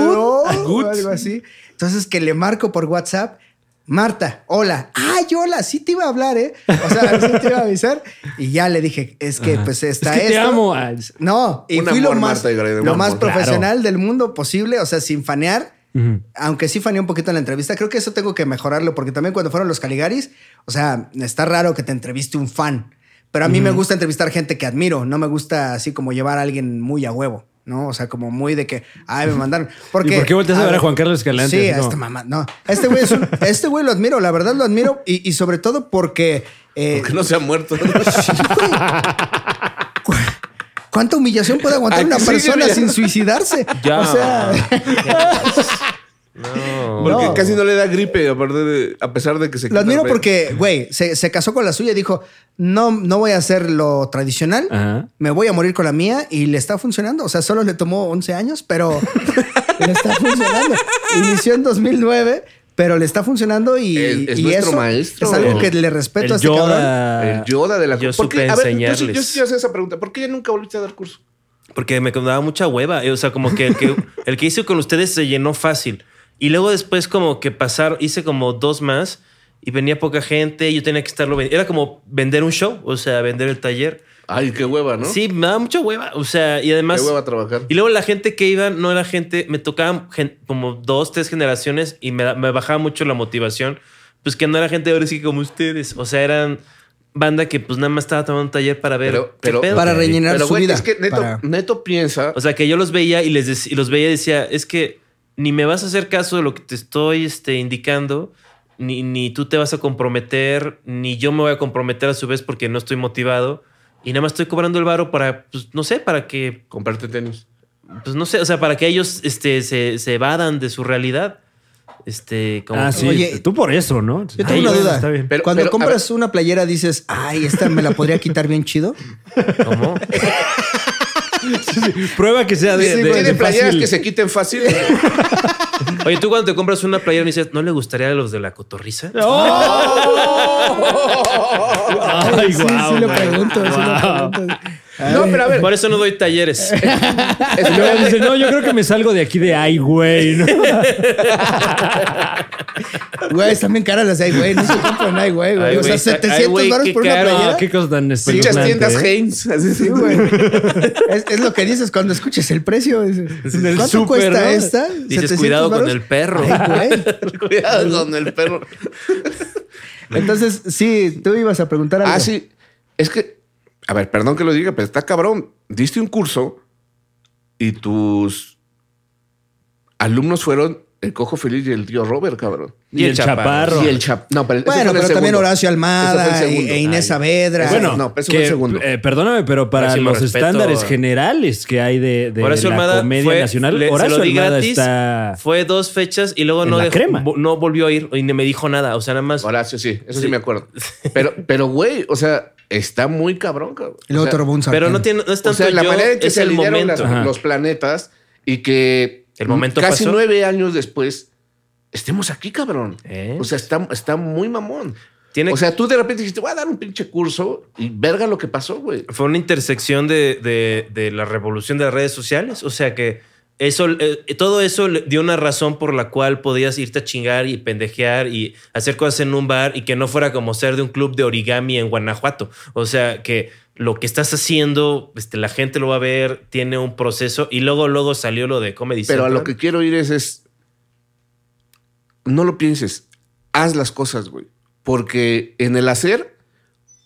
good.
o algo así. Entonces que le marco por WhatsApp. Marta, hola. Ay, hola, sí te iba a hablar, ¿eh? O sea, sí te iba a avisar. Y ya le dije, es que pues
Es
está
que te
esto.
amo. Ay, es-
No, y
Un
fui
amor,
lo más,
Marta y Gareda, un
lo más
amor. Claro.
profesional del mundo posible, o sea, sin fanear.
Ujú.
Aunque sí faneé un poquito en la entrevista, creo que eso tengo que mejorarlo, porque también cuando fueron los Caligaris, o sea, está raro que te entreviste un fan. Pero a mí me gusta entrevistar gente que admiro, no me gusta así como llevar a alguien muy a huevo, ¿no? O sea, como muy de que, ay, me mandaron. Porque,
¿Y por qué volteas a ver a
ver,
Juan Carlos Escalante?
Sí,
Así
a
como-
esta mamá. No, este güey, es un- este güey lo admiro, la verdad lo admiro, y, y sobre todo porque. eh,
Porque no se ha muerto.
¿Cuánta humillación puede aguantar
Ay,
una
sí,
persona
mira.
sin suicidarse?
Ya.
O sea,
No.
Porque
No.
casi no le da gripe, aparte de- a pesar de que se
lo admiro
quita el pelo.
porque, güey, se, se casó con la suya y dijo, no, no voy a hacer lo tradicional,
Ajá.
me voy a morir con la mía y le está funcionando. O sea, solo le tomó 11 años, pero le está funcionando. Inició en 2009, pero le está funcionando y,
Es- es
y
nuestro
eso
maestro.
es algo que
El-
le respeto a
El
este cabrón.
El
Yoda.
Yoda de la
Yo
¿Por qué?
supe
A ver, yo sí-
enseñarles.
yo sí hacía esa pregunta. ¿Por qué ya nunca volviste a dar curso?
Porque me daba mucha hueva. eh, O sea, como que el que, el que hice con ustedes se llenó fácil. Y luego después como que pasar, hice como dos más y venía poca gente. Yo tenía que estarlo... ven- Era como vender un show, o sea, vender el taller.
Ay, qué hueva, ¿no?
Sí, me daba mucha hueva. O sea, y además...
Qué hueva trabajar.
Y luego la gente que iba no era gente, me tocaban gen- como dos, tres generaciones y me, da- me bajaba mucho la motivación. Pues que no era gente ahora sí como ustedes. O sea, eran banda que pues nada más estaba tomando un taller para ver
Pero-
qué
pero-
pedo,
Para
güey.
rellenar
Pero,
su
güey,
vida.
es que neto,
para-
neto piensa.
O sea, que yo los veía y les dec- y los veía y decía, es que ni me vas a hacer caso de lo que te estoy este, indicando, ni, ni tú te vas a comprometer, ni yo me voy a comprometer a su vez porque no estoy motivado. Y nada más estoy cobrando el varo para, pues, no sé, para que,
Comprarte tenis.
pues no sé, o sea, para que ellos este, se, se evadan de su realidad. Este, como
Ah, sí.
Oye,
tú por eso, ¿no?
Yo tengo una
Ay,
duda.
Está bien.
Pero-
Cuando
pero,
compras una playera dices, ay, esta me la podría quitar bien chido.
¿cómo?
Prueba que sea de,
Sí,
de-
güey,
de
Tiene playeras
fácil.
que se quiten fácil.
Oye, tú cuando te compras una playera y dices, ¿no le gustaría a los de la cotorriza?
¡Oh!
Ah,
Ay,
Sí,
guau,
sí, lo
güey.
pregunto, sí lo
Guau.
pregunto.
no, pero a ver.
Por eso no doy talleres.
Y luego dice, no, yo creo que me salgo de aquí de ay, güey. ¿no?
Güey, están bien caras las de ay, güey. No se compran ay, güey. güey.
Ay,
O
güey,
sea,
está- ay,
700
güey,
baros
qué
por una
caro.
playera.
Ah, qué cosa tan
Muchas
espeluznante.
tiendas
¿eh?
Heinz. Así sí,
Sí, güey. Es, es lo que dices cuando escuches el precio. dices,
el
¿Cuánto
súper,
cuesta
¿no?
esta?
Dices,
700
cuidado con
varos".
el perro.
Ay, güey.
Cuidado con el perro.
Entonces, sí, tú ibas a preguntar algo.
Ah, sí. Es que, a ver, perdón que lo diga, pero está cabrón. Diste un curso y tus alumnos fueron el Cojo Feliz y el tío Robert, cabrón.
Y el chaparro.
Y el chap. No, pero ese
Bueno,
fue el
pero también
segundo.
Horacio
Ese
Almada
fue el
y-
segundo.
e Inés
Ay.
Saavedra.
Bueno,
no, pero eso fue el segundo.
eh, perdóname, pero para
Máximo
los
respeto.
estándares generales que hay de, de
Horacio
la
Almada
comedia
fue,
nacional,
le- se
Horacio
lo di
Almada
gratis,
está...
fue dos fechas y luego
en
no,
la
dejó-
crema.
vo- no volvió a ir y ni me dijo nada. O sea, nada más.
Horacio, sí, eso sí,
Sí.
me acuerdo. Pero, pero, güey, o sea, está muy cabrón, cabrón.
Y luego
o
te
sea,
robó un sartén.
pero no, tiene, no es
o
tanto
sea, la
yo,
manera en que
es
se
el
alinearon
momento.
las-
Ajá.
los planetas y que
El momento
casi
pasó.
nueve años después estemos aquí, cabrón.
¿Eh?
O sea, está, está muy mamón.
Tiene,
O sea, tú de repente dijiste, voy a dar un pinche curso y verga lo que pasó, güey.
fue una intersección de, de- de la revolución de las redes sociales. O sea que eso, eh, todo eso le dio una razón por la cual podías irte a chingar y pendejear y hacer cosas en un bar y que no fuera como ser de un club de origami en Guanajuato. O sea que lo que estás haciendo, este, la gente lo va a ver, tiene un proceso y luego, luego salió lo de Comedy
Pero a
Central.
lo que quiero ir es, es, no lo pienses, haz las cosas, güey. Porque en el hacer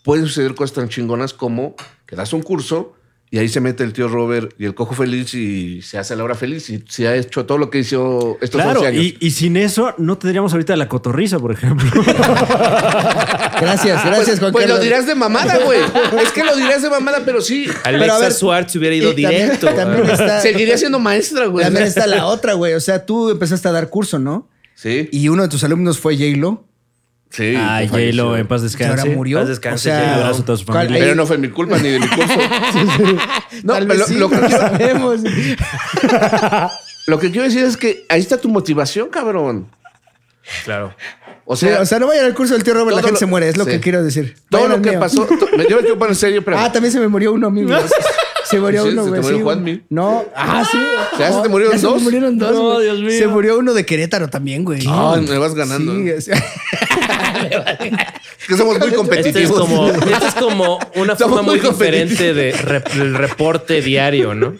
pueden suceder cosas tan chingonas como que das un curso y ahí se mete el tío Robert y el cojo feliz y se hace la hora feliz y se ha hecho todo lo que hizo estos
Claro,
11 años.
y, y sin eso no tendríamos ahorita la cotorriza, por ejemplo.
Gracias, gracias, Juan
pues lo
Carlos.
dirás de mamada, güey. es que lo dirás de mamada, pero sí.
Alexa
Pero a ver,
Schwartz hubiera ido
Y también-
directo.
También, está,
Seguiría siendo maestra, güey.
también está la otra, güey. O sea, tú empezaste a dar curso, ¿no?
Sí,
Y uno de tus alumnos fue J-Lo.
sí.
Ay,
falleció.
Ah, J-Lo, en paz
que ahora
descanse.
murió.
Paz descanse,
o sea,
J-Lo.
Un abrazo a toda su
¿cuál-
familia.
Pero no fue mi culpa ni de mi curso.
No,
No,
Tal
pero
vez sí,
lo, lo
no
que quiero,
sabemos.
lo que quiero decir es que ahí está tu motivación, cabrón.
Claro.
O
Sí,
sea,
o sea, no vayan al curso del tío Robert, la
todo
gente
lo-
se muere, es lo
sí.
que quiero decir.
todo
Vayan
lo
al
que
mío.
pasó. to- me- Yo me quiero poner serio, pero.
Ah, también se me murió uno, amigo. Se murió
Sí,
uno,
se te
güey.
murió
sí,
Juanmi.
güey. No. Ah, sí.
sea, se te
No,
murieron
ya
dos.
Se murieron dos.
No,
güey.
Dios mío.
Se murió uno de Querétaro también, güey.
Ay, me vas ganando.
Sí, o sea,
Es que somos
Este
muy
es,
competitivos.
como, este es como una forma
Somos
muy
muy
diferente de rep- del reporte diario, ¿no?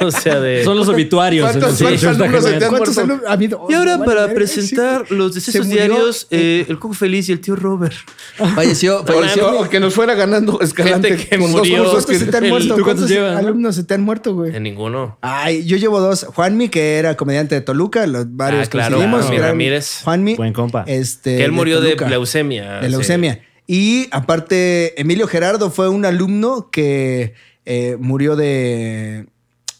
O sea, de.
Son los obituarios.
¿Cuántos-
Sí,
cuántos
eso está
alumnos
genial.
se te han
¿Cuántos
muerto?
alumnos? Ha habido dos,
Y ahora
güey,
para
verga,
presentar
eh, sí.
los decesos
Se murió,
diarios, eh, el Coco Feliz y el tío Robert.
Falleció,
Pareció
falleció.
que nos fuera ganando Escalante
Gente que
con dos
murió.
cursos
¿Cuántos se te han
el-
muerto?
¿tú cuántos
¿Cuántos
llevas, no?
alumnos se te han muerto,
En
güey?
ninguno.
Ay, yo llevo dos. Juanmi, que era comediante de Toluca, los varios
Ah, claro,
coincidimos.
Juanmi
Gran-
Ramírez.
Juanmi.
Buen compa.
Este,
que él murió de,
Toluca.
leucemia. Ah,
de
sí.
leucemia. Y aparte, Emilio Gerardo fue un alumno que eh, murió de.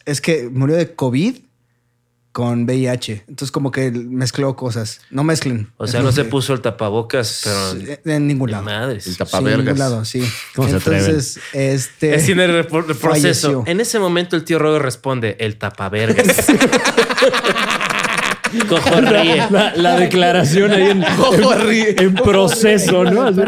Es que murió de COVID con VIH. Entonces, como que mezcló cosas. No mezclen.
O sea,
Es
no
lo
se
que-
puso el tapabocas, pero.
Sí, En ningún lado.
Madres.
El
Sí, en ningún
tapavergas.
lado, sí.
¿Cómo se atreven?
Entonces, este.
Es Eh, en el, repor- el proceso.
Falleció.
En ese momento el tío Robert responde: el tapavergas. Cojo ríe.
La, la declaración ahí en, en, en proceso, ¿no?
Sí,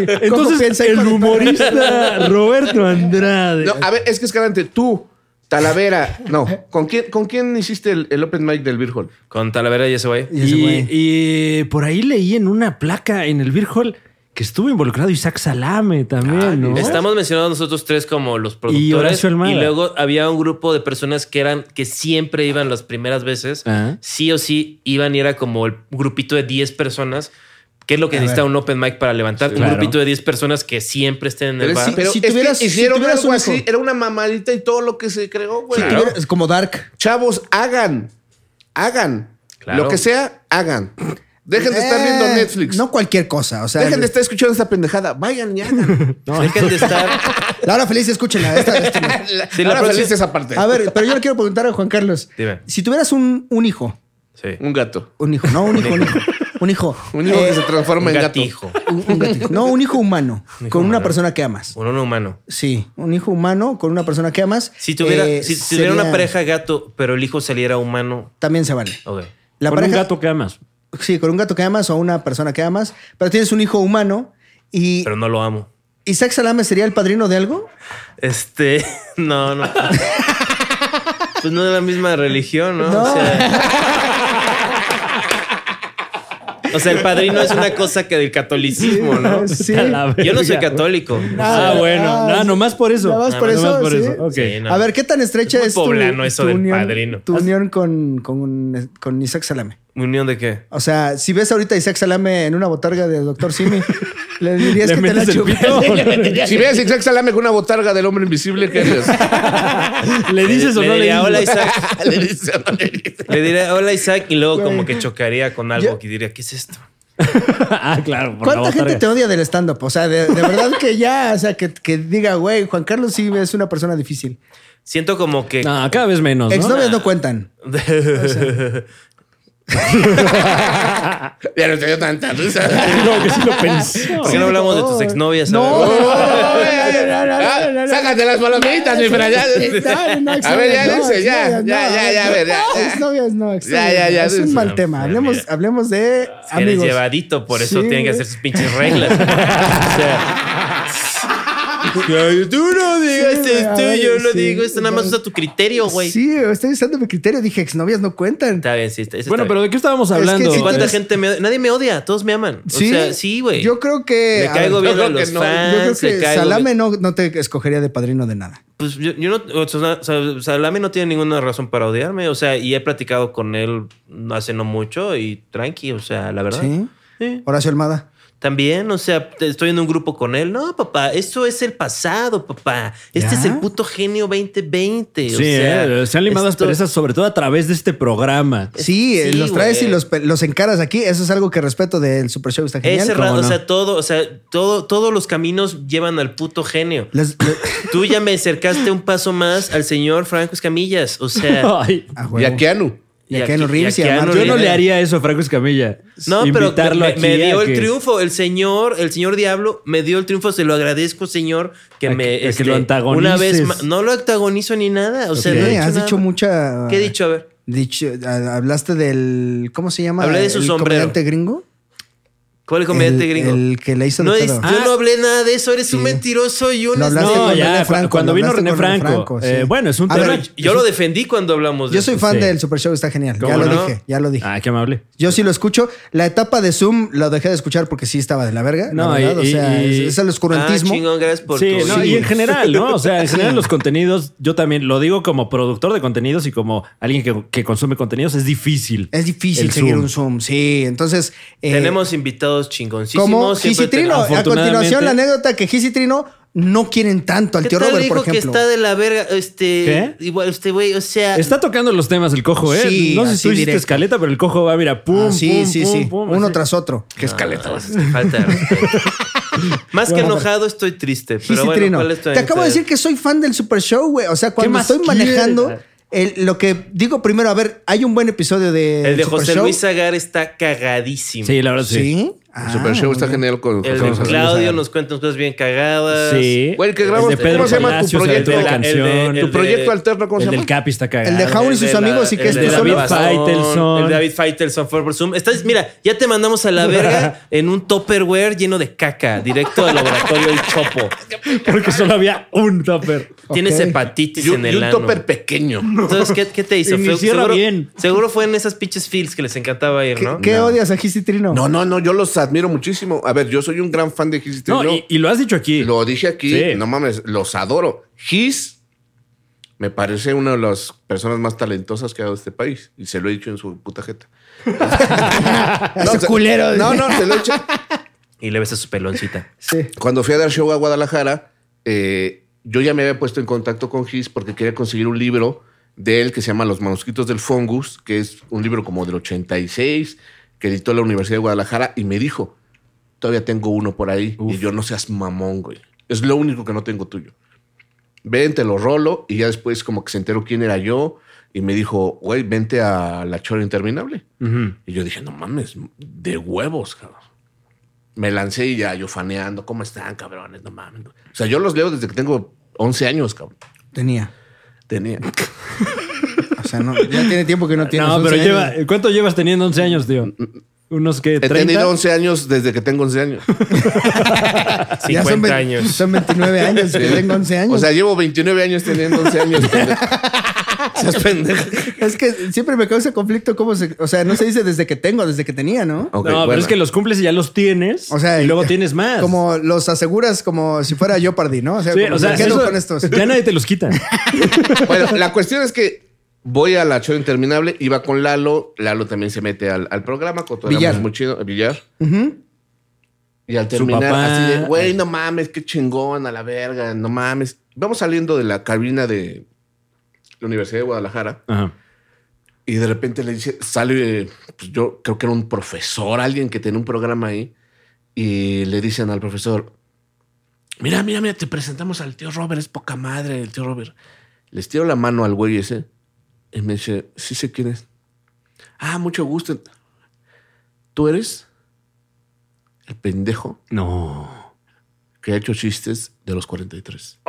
¿cómo
Entonces,
piensa, hijo
el
de perra?
humorista Roberto Andrade.
No, a ver, es que Escalante, tú, Talavera, no. ¿Con quién, con quién hiciste el, el open mic del Beer Hall?
Con Talavera y ese güey.
Y ese
Y,
güey.
y por ahí leí en una placa en el Beer Hall que estuvo involucrado Isaac Salame también,
Ah,
¿no?
Estamos mencionando nosotros tres como los
Y
productores.
Horacio Almada.
Y, luego había un grupo de personas que eran que siempre iban
Ah.
las primeras veces.
Ajá.
Sí o sí iban y era como el grupito de 10 personas. ¿Qué es lo que
A
necesita
ver.
un open mic para levantar? un
Claro.
grupito de 10 personas que siempre estén en el
Pero,
bar.
sí, pero
Si
es que
tuvieras- si
hicieron
tuvieras
algo
un
así,
hijo.
era una mamadita y todo lo que se creó, güey.
Si tuviera- es como Dark.
Chavos, hagan, hagan.
Claro.
Lo que sea, hagan. Dejen de estar
Eh,
viendo Netflix.
No cualquier cosa. O sea,
Dejen de estar escuchando esta pendejada. Vayan y hagan.
Dejen de estar.
la hora feliz, escúchenla. Esta, esta no.
Sí, la
Ahora
próxima-
feliz esa parte.
A ver, pero yo le quiero preguntar a Juan Carlos.
Dime.
Si tuvieras un, un hijo,
Sí.
Un gato.
un hijo, no un hijo, un hijo, un hijo,
Un hijo
Eh,
que se transforma
Un
en gato.
gatijo.
un- un gatito. no un hijo humano,
Un hijo
con una
humano.
persona que amas.
Un no humano.
Sí, un hijo humano con una persona que amas.
Si tuviera,
eh,
si tuviera
sería-
una pareja gato, pero el hijo saliera humano.
también se vale.
Ok.
La
Con
pareja,
un gato que amas.
sí, con un gato que amas o una persona que amas, pero tienes un hijo humano y
Pero no lo amo.
Isaac Salame sería el padrino de algo.
Este, no, no. Pues no de la misma religión, ¿no?
No.
O, sea, O sea, el padrino es una cosa que del catolicismo, ¿no?
Sí.
A la
Yo no soy
verga.
católico.
Ah,
Ah,
bueno.
ah,
Nada,
sí.
nomás por eso.
Nada más por
Nada
eso,
más por
sí.
eso. Ok.
Sí, no.
A ver, ¿qué tan estrecha
Es muy
es, tu,
poblano eso
tu
del
unión,
padrino.
tu unión con, con, con Isaac Salame?
¿Unión de qué?
O sea, si ves ahorita a Isaac Salame en una botarga del Doctor Simi, le dirías
¿Le
que te la
metes el
chupó.
pito?
Si ves Isaac Salame con una botarga del hombre invisible, ¿qué harías?
¿Le dices o no le
diría,
dices?
hola Isaac.
Le dice, "No le dice".
Le diría hola Isaac y luego como
Güey.
que chocaría con algo
Yo-
que diría, ¿qué es esto?
ah, claro. por la
¿Cuánta gente
botarga.
te odia del stand-up? O sea, de, de verdad que ya, o sea, que, que diga, güey, Juan Carlos sí es una persona difícil.
Siento como que...
No, cada vez menos. Pues ¿no?
Exnovias no cuentan.
Ya no te dio tanta risa.
No, que sí lo pensó.
¿Por qué no hablamos de tus exnovias? A
No.
ver.
Ah, Oh, Sácate las palomitas, mi Fran. ya. A ver, ya dice, ya, ya, ya, ya, a ver, ya, ya.
Exnovias no, exnovias
ya, pues, ya,
no. Es un
dice.
mal tema. Hablemos,
Mira.
hablemos de
Es que eres
amigos.
llevadito, por eso
Sí,
tienen que
güey.
hacer sus pinches reglas. o sea, tú no digas
Sí, güey, a
esto,
ver,
yo no
sí,
digo esto, nada más
ya.
usa tu criterio, güey.
Sí, estoy usando mi criterio. Dije, exnovias no cuentan.
Está bien, sí. está- eso
Bueno,
está
pero
bien.
¿de qué estábamos
que
hablando?
si
¿cuánta
tienes-
gente me odia? Nadie me odia, todos me aman. O sea, sí, güey.
Yo creo que.
Le
a
caigo
ver,
bien
yo
a
creo que
los
no. Yo
fans.
Yo creo que
le caigo
Salame
bien-
no, no te escogería de padrino de nada.
Pues yo, yo no. o sea, o sea, Salame no tiene ninguna razón para odiarme. O sea, y he platicado con él hace no mucho y tranqui, o sea, la verdad.
¿Sí?
Sí.
Horacio Almada.
También, o sea, te- estoy en un grupo con él. No, papá, esto es el pasado, papá. Este
¿Ya?
es el puto genio 2020. o
Sí,
sea,
eh, se han limado las
esto-
perezas, sobre todo a través de este programa.
Sí, eh,
Sí,
los traes
güey.
y los, pe- los encaras aquí. Eso es algo que respeto del Super Show. Está
He
genial.
cerrado,
¿Cómo
o
no?
sea, todo, o sea, todo, todos los caminos llevan al puto genio.
Les- le-
Tú ya me acercaste un paso más al señor Franco Escamillas. O sea,
Ay,
a
Y
huevo.
a Keanu.
Y a
y a-
Keanu
y a
Reeves y a
Keanu
Mark-
yo no le
Reeves.
haría eso a Franco Escamilla.
no, pero
Invitarlo
me,
aquí
me
a
dio el
que-
triunfo. El señor, el señor Diablo me dio el triunfo. Se lo agradezco, señor, que
A
me. este,
que- a que lo antagonices.
Una vez más. No lo antagonizo ni nada. O sea,
Sí,
no he hecho
has
nada
dicho
más.
mucha.
¿Qué he dicho? A ver.
dicho- ah, hablaste del. ¿Cómo se llama?
Hablé de su
el
sombrero.
comediante gringo.
¿Cuál comediante
el,
gringo?
El que le hizo
No,
de
es-
pedo.
yo no hablé nada de eso, eres un
Sí.
mentiroso y un...
Lo hablaste
No,
con
ya,
René
cu-
Franco,
cuando
lo
vino
hablaste
René
con René
Franco.
Franco,
Eh,
sí.
bueno, es un
A
tema.
ver,
Yo lo defendí cuando hablamos de
Yo soy
eso.
fan
Sí.
del Super Show, está genial.
¿Cómo
Ya lo
Ah, no?
dije, ya lo dije.
Ah, qué amable.
Yo sí lo escucho. La etapa de Zoom la dejé de escuchar porque sí estaba de la verga.
No,
la verdad.
y-
o sea,
y-
es, es el
Ah,
oscurantismo.
chingón, gracias por
Sí,
tu-
no, y en general, ¿no? O sea, en general los contenidos, yo también lo digo como productor de contenidos y como alguien que, que consume contenidos, es difícil.
es difícil
El
seguir
Zoom.
un Zoom. Sí, entonces. eh,
Tenemos invitados chingoncísimos.
como
siempre
Gis y Trino.
tenemos-
A
Afortunadamente-
continuación, la anécdota que Gis y Trino no quieren tanto al
¿Qué
tío
tal
Robert,
dijo
por
que
ejemplo.
está de la verga? Este,
¿Qué?
igual, este güey, o sea...
Está tocando los temas el cojo, ¿eh?
Sí,
no sé
así
si tú hiciste
directo.
escaleta, pero el cojo va, mira, pum,
Ah, sí,
pum,
sí,
pum,
sí.
pum,
Uno
así.
tras otro.
Qué escaleta vas a hacer.
Falta de respeto. Más que enojado estoy triste,
Gis
pero
y
bueno,
Trino.
¿cuál es tu
Te acabo de
anécdota?
decir que soy fan del Super Show, güey. O sea, cuando
más
estoy
quieres?
manejando. el- lo que digo primero, a ver, hay un buen episodio de.
El de
Super
José
Show.
Luis Agar está cagadísimo.
Sí, la verdad sí.
Sí.
El Super Show está genial con
El
José
de
Luis Agar.
Claudio nos cuenta unas cosas bien cagadas.
Sí.
Güey, que
El
grabamos-
de Pedro
¿cómo se llama tu
Palacios, el
proyecto?
de la
El de-
canción.
el de-
Tu proyecto alterno, ¿cómo
El
se
del
llama?
Capi está
El
cagado.
de Jaun y
El
sus
de la-
amigos y que
el
es
de
tu
David
solo.
Bastón,
Faitelson.
El de David Faitelson fue por Zoom. Estás, mira, ya te mandamos a la verga en un Tupperware lleno de caca, directo al laboratorio del Chopo.
Porque solo había un topper.
Tienes
Ok.
hepatitis
Y un-
en
y
el
un
ano.
topper pequeño.
Entonces, ¿qué, qué te hizo?
Y ni
Fue-
cierra
seguro,
bien.
seguro fue en esas pinches fields que les encantaba ir,
¿Qué,
¿no?
qué
No.
odias a Gis y Trino?
No, no, no, yo los admiro muchísimo. A ver, yo soy un gran fan de His
No, y, y lo has dicho aquí.
Lo dije aquí,
Sí.
no mames, los adoro. His
Me parece una de las personas más talentosas que ha dado este país. Y se lo he dicho en su puta jeta.
Ese culero.
No, no, se lo he dicho.
Y le besas su peloncita.
Sí.
Cuando fui a dar show a Guadalajara, eh, yo ya me había puesto en contacto con Gis porque quería conseguir un libro de él que se llama Los manuscritos del Fongus, que es un libro como del 86 que editó la Universidad de Guadalajara y me dijo, todavía tengo uno por ahí y yo no seas mamón, güey. Es lo único que no tengo tuyo. Ven, te lo rolo y ya después como que se enteró quién era yo y me dijo, güey, vente a La Chora Interminable. Y yo dije, no mames, de huevos, cabrón. Me lancé y ya yo faneando, ¿cómo están, cabrones? No mames. O sea, yo los leo desde que tengo 11 años, cabrón.
Tenía.
Tenía.
O sea, no, ya tiene tiempo que no tiene.
No, pero lleva. ¿Cuánto llevas teniendo 11 años, tío? Unos que
He
30.
tenido 11 años desde que tengo 11 años.
50
son ve-
años.
Son 29 años, que tengo 11 años.
O sea, llevo 29 años teniendo 11 años. pendejo. Seas pendejo.
es que siempre me causa conflicto cómo se. O sea, no se dice desde que tengo, desde que tenía, ¿no?
Ok,
no, pero
bueno.
es que los cumples y ya los tienes.
O sea,
y luego
eh,
tienes más.
Como los aseguras como si fuera yo pardí, ¿no? O sea,
Sí,
como
o sea,
me quedo
eso-
con estos.
Ya nadie te los quita.
Bueno, la cuestión es que voy a la show interminable, iba con Lalo, Lalo también se mete al, al programa, cotorreamos
Villar.
muy chido, eh, Villar. Y al
Su
terminar,
papá.
así de, güey, no mames, qué chingón, a la verga, no mames. Vamos saliendo de la cabina de la Universidad de Guadalajara
Ajá.
y de repente le dice, sale, eh, pues yo creo que era un profesor, alguien que tenía un programa ahí, y le dicen al profesor, mira, mira, mira, te presentamos al tío Robert, es poca madre el tío Robert. Les tiro la mano al güey ese y me dice, sí sé quién es. Ah, mucho gusto. ¿Tú eres el pendejo
No.
que ha hecho chistes de los 43?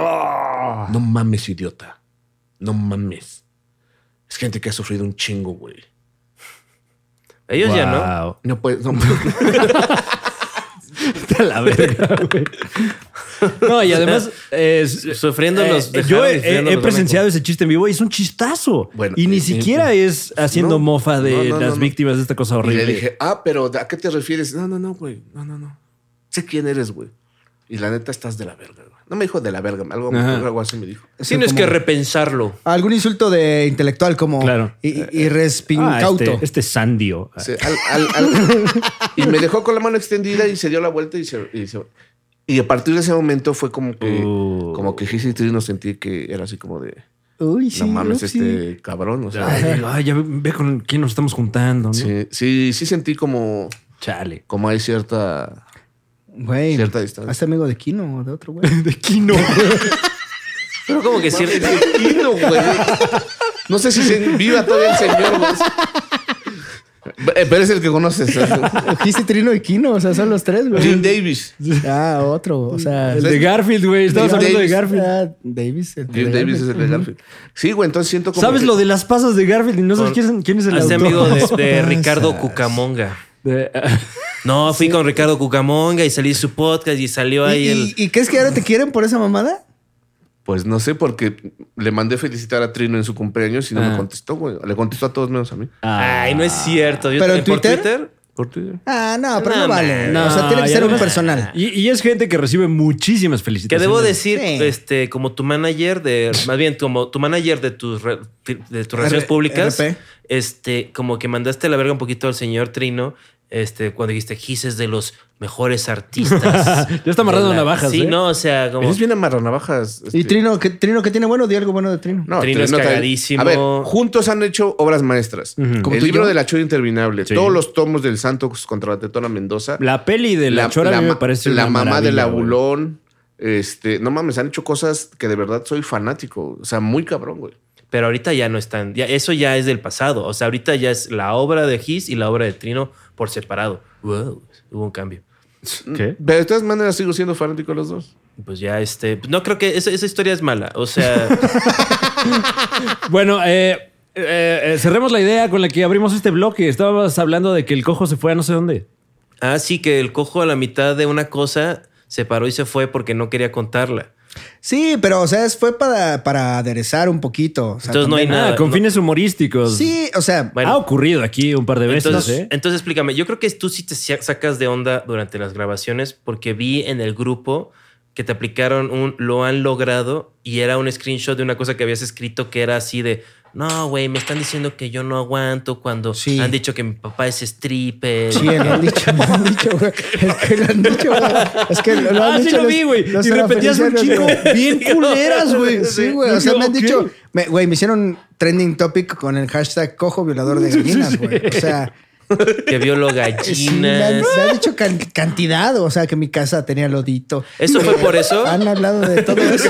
No mames, idiota. No mames. Es gente que ha sufrido un chingo, güey.
Ellos ya no.
Wow.
No puedes, no
Vete a la verga, güey. No, y además. es-
Sufriendo los.
eh,
dejaron
yo he-
sufriendo
he, he
los
presenciado
blancos.
ese chiste en vivo y es un chistazo.
Bueno,
y ni
eh,
siquiera es haciendo
no,
mofa de
no, no,
las
no, no.
víctimas de esta cosa
Y
horrible.
le dije, ah, pero ¿a qué te refieres? No, no, no, güey. No, no, no. Sé quién eres, güey. Y la neta estás de la verga, güey. No me dijo de la verga, algo,
Ajá.
algo así me dijo.
Tienes que repensarlo.
Algún insulto de intelectual como
Claro.
y, y- y
Ah,
respincauto.
este, este Sandio.
O sea, al- al- al- y me dejó con la mano extendida y se dio la vuelta y se. Y, se- y a partir de ese momento fue como que.
Uh.
Como que Jesse no sentí que era así como de.
Uy,
No mames,
upsi.
este cabrón. O sea,
Ay, ay, ya ve, ve con quién nos estamos juntando. ¿no?
sí, sí, sí sentí como.
Chale.
Como hay cierta.
Güey,
Cierta distancia.
hazte amigo de Kino o de otro güey.
De Kino.
Pero como que sí.
Tranquilo, güey. No sé si se viva todavía el señor, güey. Eh, Pero es el que conoces.
Gise, Trino y Kino, o sea, son los tres,
Jim
güey.
Davis.
Ah, otro, o sea,
El de Garfield, güey. Estamos
Jim
hablando de
Davis.
Garfield.
Ah, Davis. el de
Jim Davis es
Garfield.
el de Garfield. Sí, güey, entonces siento como.
¿Sabes
que-
lo de las pasas de Garfield? Y no sabes
Con-
quién, es- quién es el
Hazte
autor. Ah.
amigo de, de Ricardo Cucamonga.
De- ah.
No, fui con Ricardo Cucamonga y salí su podcast y salió ahí
¿Y,
el.
y, y crees que ahora te quieren por esa mamada?
Pues no sé, porque le mandé felicitar a Trino en su cumpleaños y no
Ah.
me contestó, güey. Le contestó a todos menos a mí.
Ay, no es cierto. Yo
Ah. ¿Pero
te-
en
por
Twitter?
Por Twitter.
Ah, no, pero no,
No,
vale.
no,
o sea, tiene que
ya
ser
no
un
más.
personal.
Y, y es gente que recibe muchísimas
Que
felicitaciones.
debo decir,
Sí.
este, como tu manager de, más bien como tu manager de tus re- de tus relaciones
R-
públicas,
RP.
este, como que mandaste la verga un poquito al señor Trino, este, cuando dijiste Gis es de los mejores artistas.
Ya está amarrando
De la-
navajas,
Sí,
¿eh?
no, o sea, como
Es bien amarranavajas. este.
¿Y Trino qué, Trino qué tiene bueno? Di algo bueno de Trino.
No,
Trino es
también-
cagadísimo.
A ver, juntos han hecho obras maestras.
Como
El
tú y
libro
yo.
de la Choya Interminable,
Sí.
todos los tomos del Santo contra la Tetona Mendoza.
La peli de Este, la, chora a mí
ma-
me parece
la
una
mamá
maravilla,
del
güey.
abulón. Este, no mames, han hecho cosas que de verdad soy fanático. O sea, muy cabrón, güey.
pero ahorita ya no están, ya, eso ya es del pasado, o sea, ahorita ya es la obra de Gis y la obra de Trino por separado. Wow, hubo un cambio.
¿Eh?
¿Qué?
Pero de todas maneras sigo siendo fanático de los dos.
Pues ya este, no creo que esa, esa historia es mala, o sea,
Bueno, eh, eh, eh, cerremos la idea con la que abrimos este bloque. Estábamos hablando de que el cojo se fue a no sé dónde.
Ah, sí, que el cojo a la mitad de una cosa se paró y se fue porque no quería contarla.
Sí, pero o sea, es- fue para, para aderezar un poquito. O sea,
Entonces no hay
Ah,
nada.
con
no-
fines humorísticos.
Sí, o sea,
Bueno.
ha ocurrido aquí un par de veces.
entonces,
¿eh?
entonces explícame, yo creo que tú sí te sa- sacas de onda durante las grabaciones porque vi en el grupo que te aplicaron un lo han logrado y era un screenshot de una cosa que habías escrito que era así de no, güey, me están diciendo que yo no aguanto cuando
Sí.
han dicho que mi papá es stripper.
Sí, lo han dicho, lo han dicho, güey. Es que lo han dicho, güey. Es que lo,
Ah,
han
sí
dicho.
lo vi, güey. Y repetías un
chico
chingo
bien culeras, güey. Sí, güey. O sea,
Yo,
me han
¿qué?
dicho, me- güey, me hicieron trending topic con el hashtag cojo violador de gallinas, güey. O sea,
que violó
sí, me han,
gallinas.
me han dicho can- cantidad, o sea, que mi casa tenía lodito.
¿Eso fue por eso?
Han hablado de todo eso.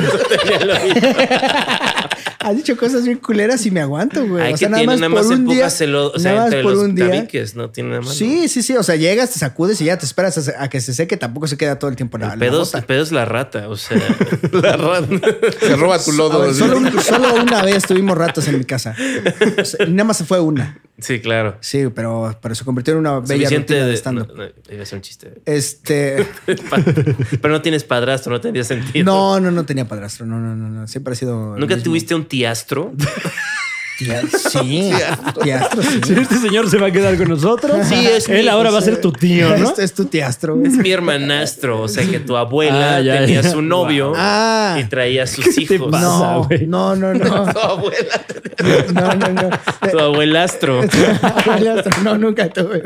Han dicho cosas bien culeras y me aguanto, güey.
Hay
o
que
sea, nada
tiene
más,
nada más
por un día,
empujas el o o sea,
nada más
entre
por un
los
día.
tabiques, no tiene nada más.
Sí, sí, sí. O sea, llegas, te sacudes y ya te esperas a- a que se seque. Tampoco se queda todo el tiempo en la,
El
la
pedo, es-
bota.
el pedo es la rata, o sea, la rata.
Se roba tu
A
lodo.
ver,
así.
solo, un- solo una vez tuvimos ratas en mi casa. O sea, y nada más se fue una.
Sí, claro.
Sí, pero, pero se convirtió en una bella
Suficiente
rutina de
de-
stand-up.
no, no, iba a ser un chiste.
Este.
Pero no tienes padrastro, no tendría sentido.
No, no, no tenía padrastro. No, no, no, no. Siempre ha sido. el
¿Nunca
mismo.
tuviste un tiastro?
Tía- sí, tiastro, sí.
Sí, Este señor se va a quedar con nosotros.
Sí, es
Él
mi-
ahora va a ser tu tío, ¿no?
Este es tu tiastro.
Es mi hermanastro, o sea que tu abuela
Ah, ya,
tenía
ya.
su novio
Ah.
y traía a sus
te
hijos.
pasa?
No,
güey.
no, no, no.
Tu abuela.
No, no, no.
Tu abuelastro.
Padrastro, no, nunca tuve.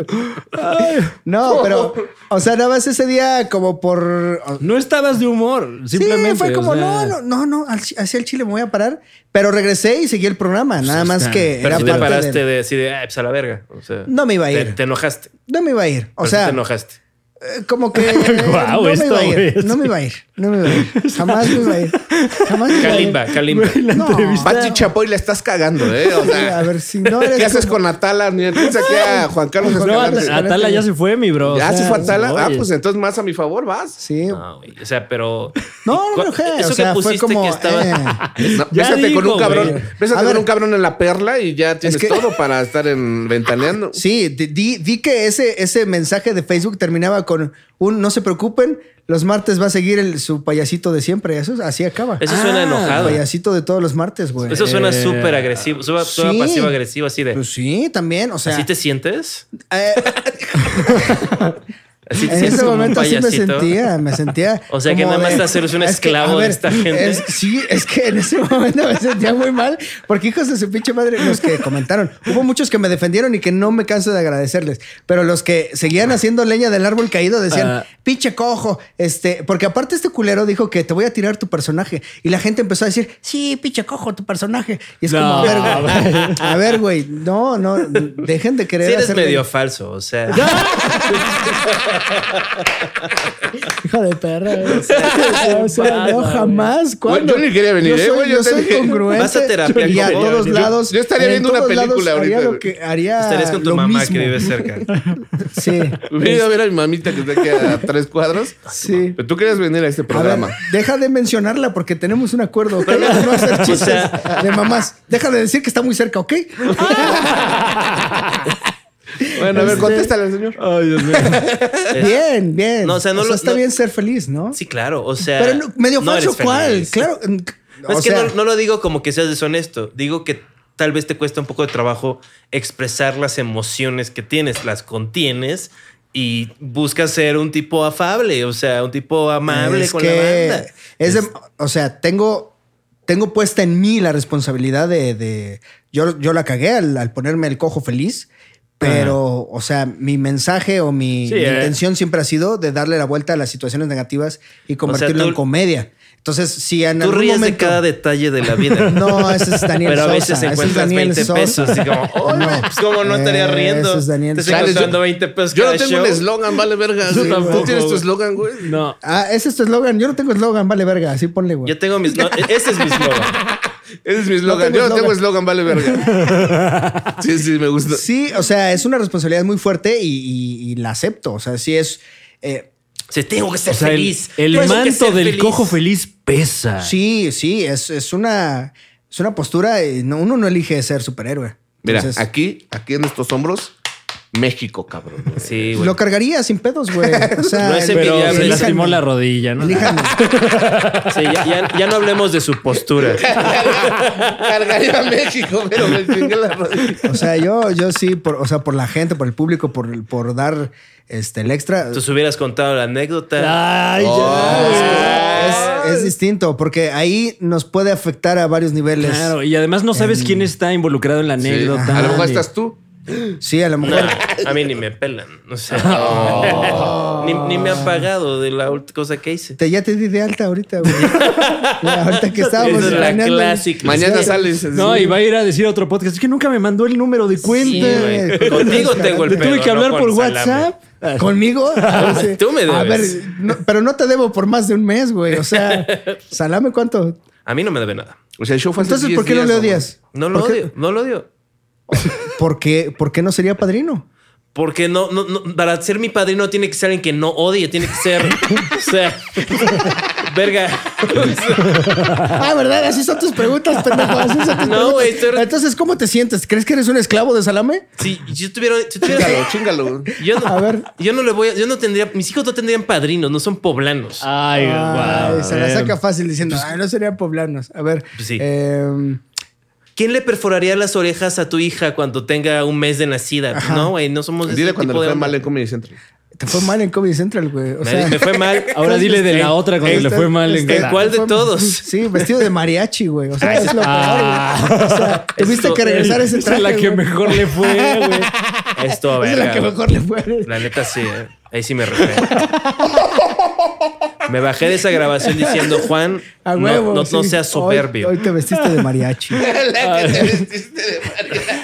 No, pero, o sea, nada más ese día como por...
No estabas de humor, simplemente.
Sí, fue
o
como,
sea,
no, no, no, no, al- hacia el Chile me voy a parar. Pero regresé y seguí el programa, nada
Pues
más
está.
que
Pero
era
si te
parte
paraste
de-
de, así de, "Ay, pues a la verga. O sea,
No me iba a
te,
ir.
te enojaste.
No me iba a ir. O
pero sí
sea,
te enojaste.
eh, como que...
Guau,
no, me
esto,
iba a ir,
güey.
no me iba a ir. No me iba a ir. Jamás me iba a ir. Jamás me iba a ir.
Kalimba, Kalimba.
La
No.
entrevista.
Pachi Chapoy la estás cagando, ¿eh? O
Sí,
sea,
a ver, si no eres
¿qué haces
como-
con Atala? Mira, tienes aquí a Juan Carlos
No,
Escalante.
At- Atala ya se fue, mi bro. o
¿Ya
sea,
se fue Atala? Ah,
oye.
pues entonces más a mi favor vas.
Sí. No,
No, güey. O sea, pero.
no me
¿Cuál-
enojé.
Eso
o
que
sea, fue
pusiste
como...
que estaba.
eh,
No,
Ya
bésate
digo,
con un cabrón.
güey.
Bésate
A ver.
con un cabrón en la perla y ya tienes
que-
todo para estar en ventaneando.
Sí, di- di, di que ese, ese mensaje de Facebook terminaba con un no se preocupen, los martes va a seguir el, su payasito de siempre. Eso, es- así acaba.
Eso
Ah.
suena enojado.
El payasito de todos los martes, güey.
Eso suena
Eh,
súper agresivo. Suena
sí.
pasivo agresivo, así de.
Pues sí, también. O sea,
¿Así te sientes?
eh,
¿Así te
en
sientes
ese
como un
momento así me
payasito?
sentía, me sentía.
O sea, que
como
nada más te hacer un
es que,
esclavo
a
de esta gente.
es- sí, es que en ese momento me sentía muy mal, porque hijos de su pinche madre, los que comentaron, hubo muchos que me defendieron y que no me canso de agradecerles, pero los que seguían haciendo leña del árbol caído decían,
Ah.
pinche cojo, este, porque aparte este culero dijo que te voy a tirar tu personaje y la gente empezó a decir, sí, pinche cojo, tu personaje. Y es como,
No,
a ver, güey, a ver, güey, no, no, dejen de querer
Sí, eres
hacerle-
medio falso, o sea.
Hijo de perra. güey. O sea, no, jamás. ¿cuándo?
Yo ni quería venir,
yo
¿eh,
soy,
güey? Yo
yo
te
soy
dije,
congruente.
vas a terapia,
Y a
¿cómo?
todos
Yo-
lados.
yo estaría
en
viendo una
todos lados
película
haría
ahorita,
Lo que haría
Estarías con tu
lo
mamá
mismo.
que vive cerca.
Sí.
Hubiera ido a ver a mi mamita que está aquí a tres cuadros.
Sí.
Pero tú querías venir a este
A ver,
programa.
deja de mencionarla porque tenemos un acuerdo. ¿ok? De no hacer chistes de mamás. Deja de decir que está muy cerca, ¿ok?
bueno, a ver,
Este-
contéstale, señor.
Ay, Dios mío.
Bien, bien.
No, o sea, no lo-
está
no-
bien ser feliz, ¿no?
Sí, claro, o sea.
Pero no- medio
no
falso,
eres
¿cuál?
feliz.
Claro.
No, Pues es que no, no lo digo como que seas deshonesto. Digo que tal vez te cuesta un poco de trabajo expresar las emociones que tienes, las contienes y buscas ser un tipo afable, o sea, un tipo amable
Es
con
que
la banda.
es de-
Es-
o sea, tengo, tengo puesta en mí la responsabilidad de. de- yo, yo la cagué al, al ponerme el cojo feliz, pero, o sea, mi mensaje o mi,
Sí,
mi
eh.
intención siempre ha sido de darle la vuelta a las situaciones negativas y convertirlo
tú-
en comedia. Entonces, si en
Tú
algún
ríes de
momento.
cada detalle de la vida.
No, ese es Daniel
Pero a
Sosa,
veces
ese es
encuentras
Daniel
20
Sosa. Oh,
pesos y como, "Oye,
No.
pues cómo no estaría
Eso
riendo.
es Daniel
Te estoy
Sosa.
Chales, yo-
encontrando 20 pesos
Yo no
cada
tengo
show.
un eslogan, vale verga.
Yo
Sí,
tampoco,
Tú tienes tu
güey.
eslogan, güey.
No.
Ah, ese es tu eslogan. Yo no tengo eslogan, vale verga. Así ponle, güey.
Yo tengo mis... no, Ese es mi eslogan.
Ese es mi eslogan.
tengo
Yo no tengo
eslogan.
eslogan, vale verga. Sí, sí, me gusta.
Sí, o sea, es una responsabilidad muy fuerte y, y- y la acepto. O sea, sí es. eh,
O sea, tengo que ser
O sea, el,
feliz.
el
Tengo que
manto
ser
del
feliz.
cojo feliz
Ah.
pesa.
sí, sí, es, es una. Es una postura. y no- uno no elige ser superhéroe.
Mira,
Entonces,
aquí, aquí en estos hombros, México, cabrón. güey.
Sí, güey.
Lo cargaría sin pedos, güey. O sea,
No es
Pero
envidiable.
se
Elijan-
lastimó la rodilla, ¿no?
Sí, ya, ya- ya no hablemos de su postura.
Cargaría a México, pero me chingué la rodilla.
o sea, yo, yo sí, por, o sea, por la gente, por el público, por, por dar este, el extra.
Tú hubieras contado la anécdota.
Ay, ya.
Oh, es, es distinto, porque ahí nos puede afectar a varios niveles.
Claro, y además no sabes quién está involucrado en la
Sí.
anécdota.
A lo mejor
ni-
estás tú.
Sí, a lo mejor.
Nah, a mí ni me pelan. No sé.
Ah.
ni, ni me han pagado de la ult- cosa que hice.
Te, ya te di de alta ahorita, güey. Ya, ahorita que estábamos
Esa es la
planeando.
clásica.
Mañana
Sí.
sales.
No, y va a ir a decir a otro podcast. Es que nunca me mandó el número de cuenta.
Sí,
güey.
güey.
Contigo tengo el
Le
pedo,
tuve que
no
hablar
con
por
Salame.
WhatsApp.
¿Conmigo? Sí.
Tú me
A ver,
debes.
no- pero no te debo por más de un mes, güey. O sea, salame cuánto. Pues
A mí no me debe nada.
O sea, el show fue hace
Entonces,
10
¿por qué no
días,
le odias?
Pues No lo
¿Por qué-
odio. No lo odio.
¿Por qué, por qué no sería padrino?
Porque no, no, no- para ser mi padrino tiene que ser alguien que no odie, tiene que ser. o sea, verga.
Ah, ¿verdad? Así son tus preguntas, pendejo. Así son tus
No, güey,
preguntas.
estoy-
Entonces, ¿cómo te sientes? ¿Crees que eres un esclavo de salame?
si yo tuviera. Si tuviera-
Chíngalo, chíngalo.
yo, no,
A ver.
yo no le voy a. Yo no tendría. Mis hijos no tendrían padrinos, no son poblanos.
Ay,
Ay,
guau.
se la saca fácil diciendo, "Ay, no serían poblanos. A ver.
Pues sí.
em,
¿Quién le perforaría las orejas a tu hija cuando tenga un mes de nacida? No, güey, no somos de
Dile
ese
cuando
tipo de
le fue
onda.
mal en Comedy Central.
te fue mal en Comedy Central, güey. O
Me,
sea,
me fue mal.
Ahora dile de la otra cuando le fue mal en
¿En cuál de
fue-
todos?
Sí, vestido de mariachi, güey. O sea, es lo
Ah.
peor, güey. O sea, tuviste
Esto-
que regresar ese
Esa
traje.
es la que
güey.
mejor le fue, güey.
Esto, a
Esa es
ver.
la que mejor le fue.
La neta sí, ¿eh? ahí sí me refiero. Me bajé de esa grabación diciendo, Juan,
A
no-
huevo.
no, no,
sí.
seas soberbio.
Hoy, hoy te vestiste de mariachi.
La que te vestiste de María.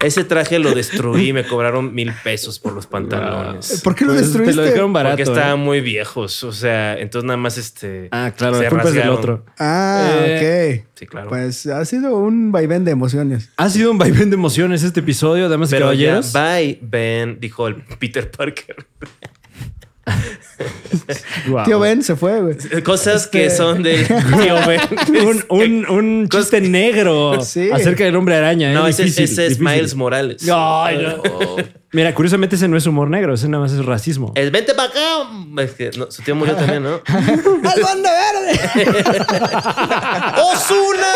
Ese traje lo destruí, me cobraron mil pesos por los pantalones.
¿Por qué lo
Pues,
destruiste?
Te lo dejaron barato.
porque estaban
¿eh?
muy viejos. O sea, entonces nada más este.
Ah, claro,
se
la culpa es del
rasgaron.
otro.
Ah,
Eh,
ok.
Sí, claro.
Pues ha sido un vaivén de emociones.
Ha sido un vaivén de emociones este episodio, damas y
Pero ya,
caballeros.
bye, Ben, dijo el Peter Parker.
Guau.
Tío Ben se fue, güey.
Cosas que son del tío Ben.
Un, un, un chiste negro
Sí.
acerca del hombre araña. ¿eh?
No, ese,
Difícil,
ese es
difícil.
Miles Morales.
Ay, no.
Oh. Eh.
Mira, curiosamente ese no es humor negro, ese nada más es racismo.
El vente para acá. Es que, no, su tío murió también, ¿no?
¡Al bando verde!
¡Oh, ¡Osuna!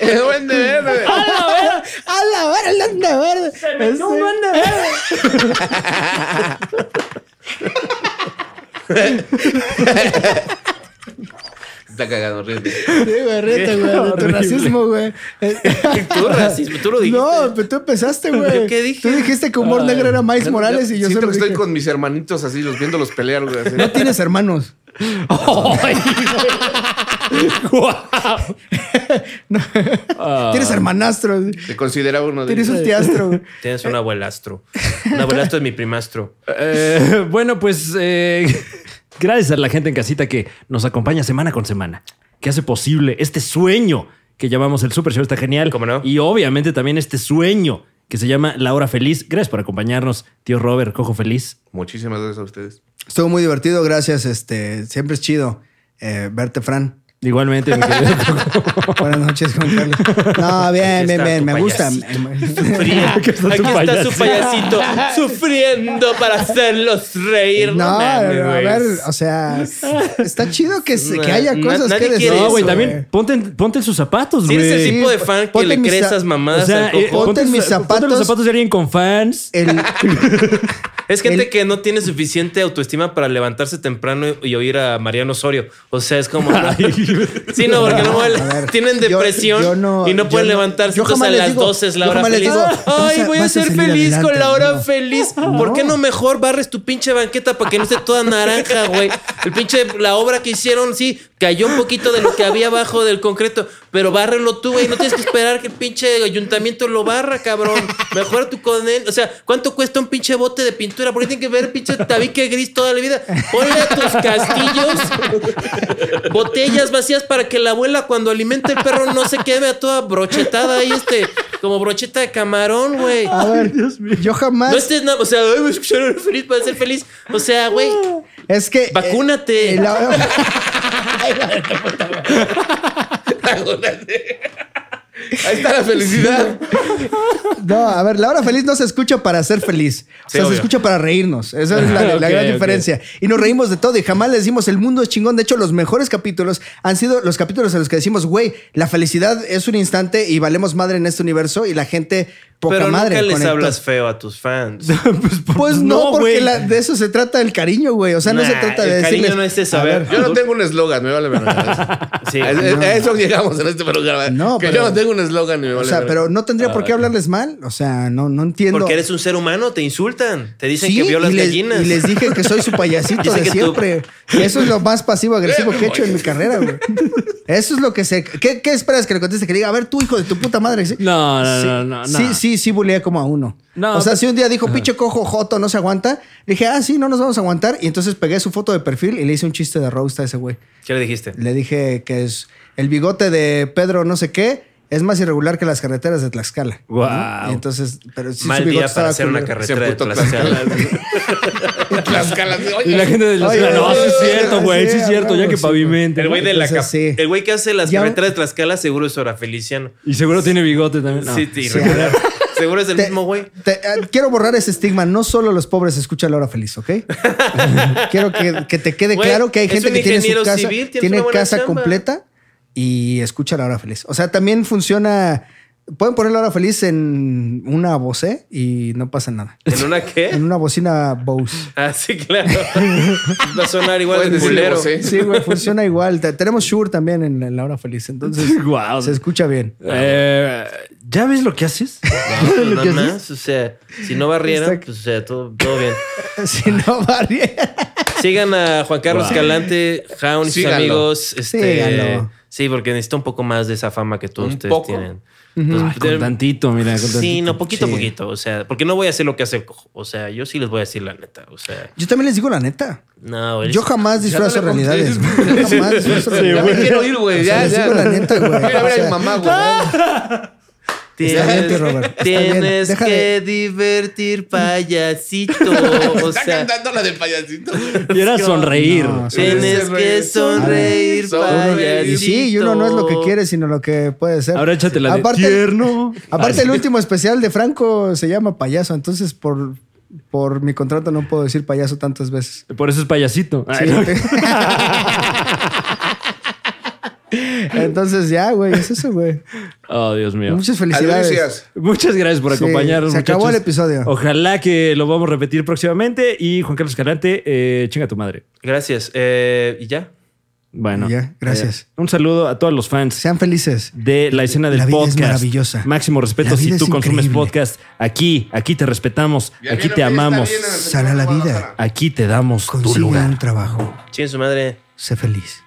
El duende verde.
¡A la verde! ¡El bando verde! ¡Se metió un bando verde!
Está cagado, ríete.
Sí, güey, ríete, güey. De tu
horrible.
racismo, güey.
Tú racismo, tú lo dijiste.
No, pero tú empezaste, güey.
¿Qué dije?
Tú dijiste que humor negro era Miles Morales y yo
Siento
solo
que
dije,
estoy con mis hermanitos así, los viéndolos pelear, güey. así.
No tienes hermanos.
Ay, guau.
No.
Ah.
Tienes hermanastros.
Te consideraba uno de
Tienes
ellos.
un tiastro. güey.
Tienes un abuelastro. Un abuelastro es mi primastro.
Eh, bueno, pues eh, gracias a la gente en casita que nos acompaña semana con semana, que hace posible este sueño que llamamos el Super Show, está genial.
¿Cómo no?
Y obviamente también este sueño que se llama La Hora Feliz. Gracias por acompañarnos, tío Robert, cojo feliz.
Muchísimas gracias a ustedes.
Estuvo muy divertido, gracias. Este, siempre es chido eh, verte, Fran.
Igualmente, mi querido Cojo.
Buenas noches, Juan Carlos. No, bien,
Aquí
bien,
está
bien.
tu Pues,
Me gusta.
Fría. Aquí
Aquí está
está
su
su payasito sufriendo para hacerlos reír.
No, a
mames, güey.
ver, o sea, está chido que, se- que haya
Na-
cosas
nadie
que
quiere
decir.
eso,
No, güey,
güey.
también ponte, en- ponte en sus zapatos,
Si
güey.
eres el
Sí,
tipo de fan que
ponte
le
mis
crees
sa-
esas
O
mamadas
sea,
al cojo,
eh, ponte,
Ponte en
sus-
mis
Ponte
zapatos. Eh,
los zapatos de alguien con fans.
El,
es gente
el-
que no tiene suficiente autoestima para levantarse temprano y oír a Mariano Osorio. O sea, es como. sí, no, porque no
A
mueven-
ver,
tienen
yo-
depresión
yo no-
y no
yo
pueden
no-
levantarse.
yo
Entonces
jamás
a
les
las
digo-
12 es la
yo
hora
jamás les
feliz.
digo, vas
Ay,
a-
voy a
vas a
ser
salir
feliz con la
adelante,
hora
no.
feliz. ¿Por qué no mejor barres tu pinche banqueta para que no esté toda naranja, güey? El pinche, la obra que hicieron, sí, cayó un poquito de lo que había abajo del concreto, pero bárrelo tú, güey. No tienes que esperar que el pinche ayuntamiento lo barra, cabrón. Mejora tu con él. O sea, ¿cuánto cuesta un pinche bote de pintura? ¿Por qué tiene que ver pinche tabique gris toda la vida? Ponle a tus castillos botellas vacías para que la abuela cuando alimente el perro no se quede a toda brochetada ahí, este, como brocheta de camarón, güey.
a ver, yo jamás.
No estés nada, o sea, "Ay, voy a escuchar a feliz para ser feliz. O sea, güey,
Es que. eh,
vacúnate.
el-
Ahí está la felicidad.
No, a ver, la hora feliz no se escucha para ser feliz. O
Sí,
sea,
obvio.
se escucha para reírnos. Esa es la, la
Ok,
gran
ok.
diferencia. Y nos reímos de todo y jamás le decimos el mundo es chingón. De hecho, los mejores capítulos han sido los capítulos en los que decimos, güey, la felicidad es un instante y valemos madre en este universo y la gente poca
Pero
madre.
nunca les
conectó.
hablas feo a tus fans.
Pues no,
No,
porque
güey.
la- de eso se trata el cariño, güey. O sea, no se
Nah,
trata de
el cariño
decirles,
no es eso,
"A
a ver.
ver,
Yo no tengo un eslogan, me vale verga.
Sí.
A- a- A eso llegamos en este programa.
No,
que
pero-
yo no tengo un eslogan y me
O
vale
sea,
verga.
pero no tendría por qué hablarles mal. O sea, no, no entiendo.
Ah, Porque eres un ser humano, te insultan. Te dicen
Sí,
que violas
y les,
gallinas.
Y les dije que soy su payasito
Dicen
de
que tú-
siempre. Y eso es lo más pasivo-agresivo
Eh,
que he hecho en mi carrera, güey. Eso es lo que se. ¿Qué, qué esperas que le conteste? Que le diga, a ver, tú, hijo de tu puta madre. ¿sí?
No, no,
Sí,
no, no, no.
Sí, sí, sí, buleé como a uno.
No,
o sea,
pero-
si un día dijo, pinche cojo, joto, no se aguanta, le dije, ah, sí, no nos vamos a aguantar. Y entonces pegué su foto de perfil y le hice un chiste de roast a ese güey.
¿Qué le dijiste?
Le dije que es el bigote de Pedro no sé qué es más irregular que las carreteras de Tlaxcala. ¿no?
Guau.
Y entonces, pero sí, su
Mal
bigote
día
estaba
para hacer una
culero.
Se
carretera de
puto
Tlaxcala.
Tlaxcala. sí, oye.
Y la gente de los...
Oye,
no, sí es
oye,
cierto,
oye,
güey. Sí
sí,
es cierto, ya
huevo,
que
sí,
pavimento.
El güey de la
Entonces,
cap-
sí.
El güey que hace las
Ya-
carreteras de Tlaxcala seguro es Orafiliciano.
Y seguro tiene bigote también. No.
Sí, sí,
Sí,
recuerda. Seguro es el mismo güey.
te- eh, quiero borrar ese estigma. No solo los pobres escuchan la hora feliz, ¿ok? quiero que, que te quede
Güey,
claro que hay
es
gente
un
que tiene su
ingeniero
casa,
civil, tienes
tiene
una buena
casa
chamba.
completa y escucha la hora feliz. O sea, también funciona. Pueden poner la hora feliz en una voce y no pasa nada.
¿En una
En
qué?
una bocina Bose.
Ah, sí, claro. Va a sonar igual de
Puedes decirle,
culero.
vos, ¿eh?
Sí, güey, funciona igual. Te- Tenemos Shure también en, en la hora feliz. Entonces,
Guau.
se escucha bien.
Eh, ¿Ya ves lo que haces?
No, nada más. O sea, si no barrieran,
Está-
pues o sea, todo, todo bien.
Si no, Barry.
Sigan a Juan Carlos
Wow.
Escalante, Jaun y sus
Síganlo.
amigos. Este,
Síganlo.
Sí, porque necesita un poco más de esa fama que todos
¿Un
ustedes
poco?
tienen.
Ay,
Entonces,
con tantito, mira. Con tantito.
sí, no, poquito a
Sí.
poquito. O sea, porque no voy a hacer lo que hace el cojo. O sea, yo sí les voy a decir la neta. O sea,
Yo también les digo la neta.
no, él-
Yo jamás disfrazo realidades. güey. Yo jamás disfrazo
Ya me
realidades.
quiero ir, güey.
O sea,
Ya,
les
ya.
digo la neta, güey.
Mira,
O
mira,
sea, ¡Ah!
mi mamá, güey.
Tienes,
Está bien, tío Robert, está bien.
tienes
Deja
que
de-
divertir, payasito. O
Está
sea,
cantando la del payasito.
Y era sonreír.
No, sí.
tienes que sonreír,
Sonreír.
payasito.
Ah, Y sí, y uno no es lo que quiere, sino lo que puede ser.
Ahora échate la de
Aparte-
tierno.
Aparte, el último especial de Franco se llama Payaso. Entonces, por, por mi contrato no puedo decir payaso tantas veces.
Por eso es payasito. Ay,
Sí.
no.
Entonces, ya, güey, es eso, güey.
Oh, Dios mío.
Muchas
Albricias.
felicidades.
Muchas gracias por
Sí,
acompañarnos.
se acabó
muchachos.
el episodio.
Ojalá que lo vamos a repetir próximamente. Y Juan Carlos Escalante, eh, chinga tu madre.
Gracias. Eh, y ya.
Bueno.
Ya, gracias.
Eh, un saludo a todos los fans
Sean felices.
de la escena del
La vida es
podcast.
maravillosa.
Máximo respeto
La
si
vida
tú
es
consumes
increíble.
podcast. Aquí, aquí te respetamos,
Ya
aquí
viene
te
la fiesta,
amamos,
viene la
Sana la vida.
aquí te damos tu
Consigan
lugar.
un trabajo.
Chin su madre.
Sé feliz.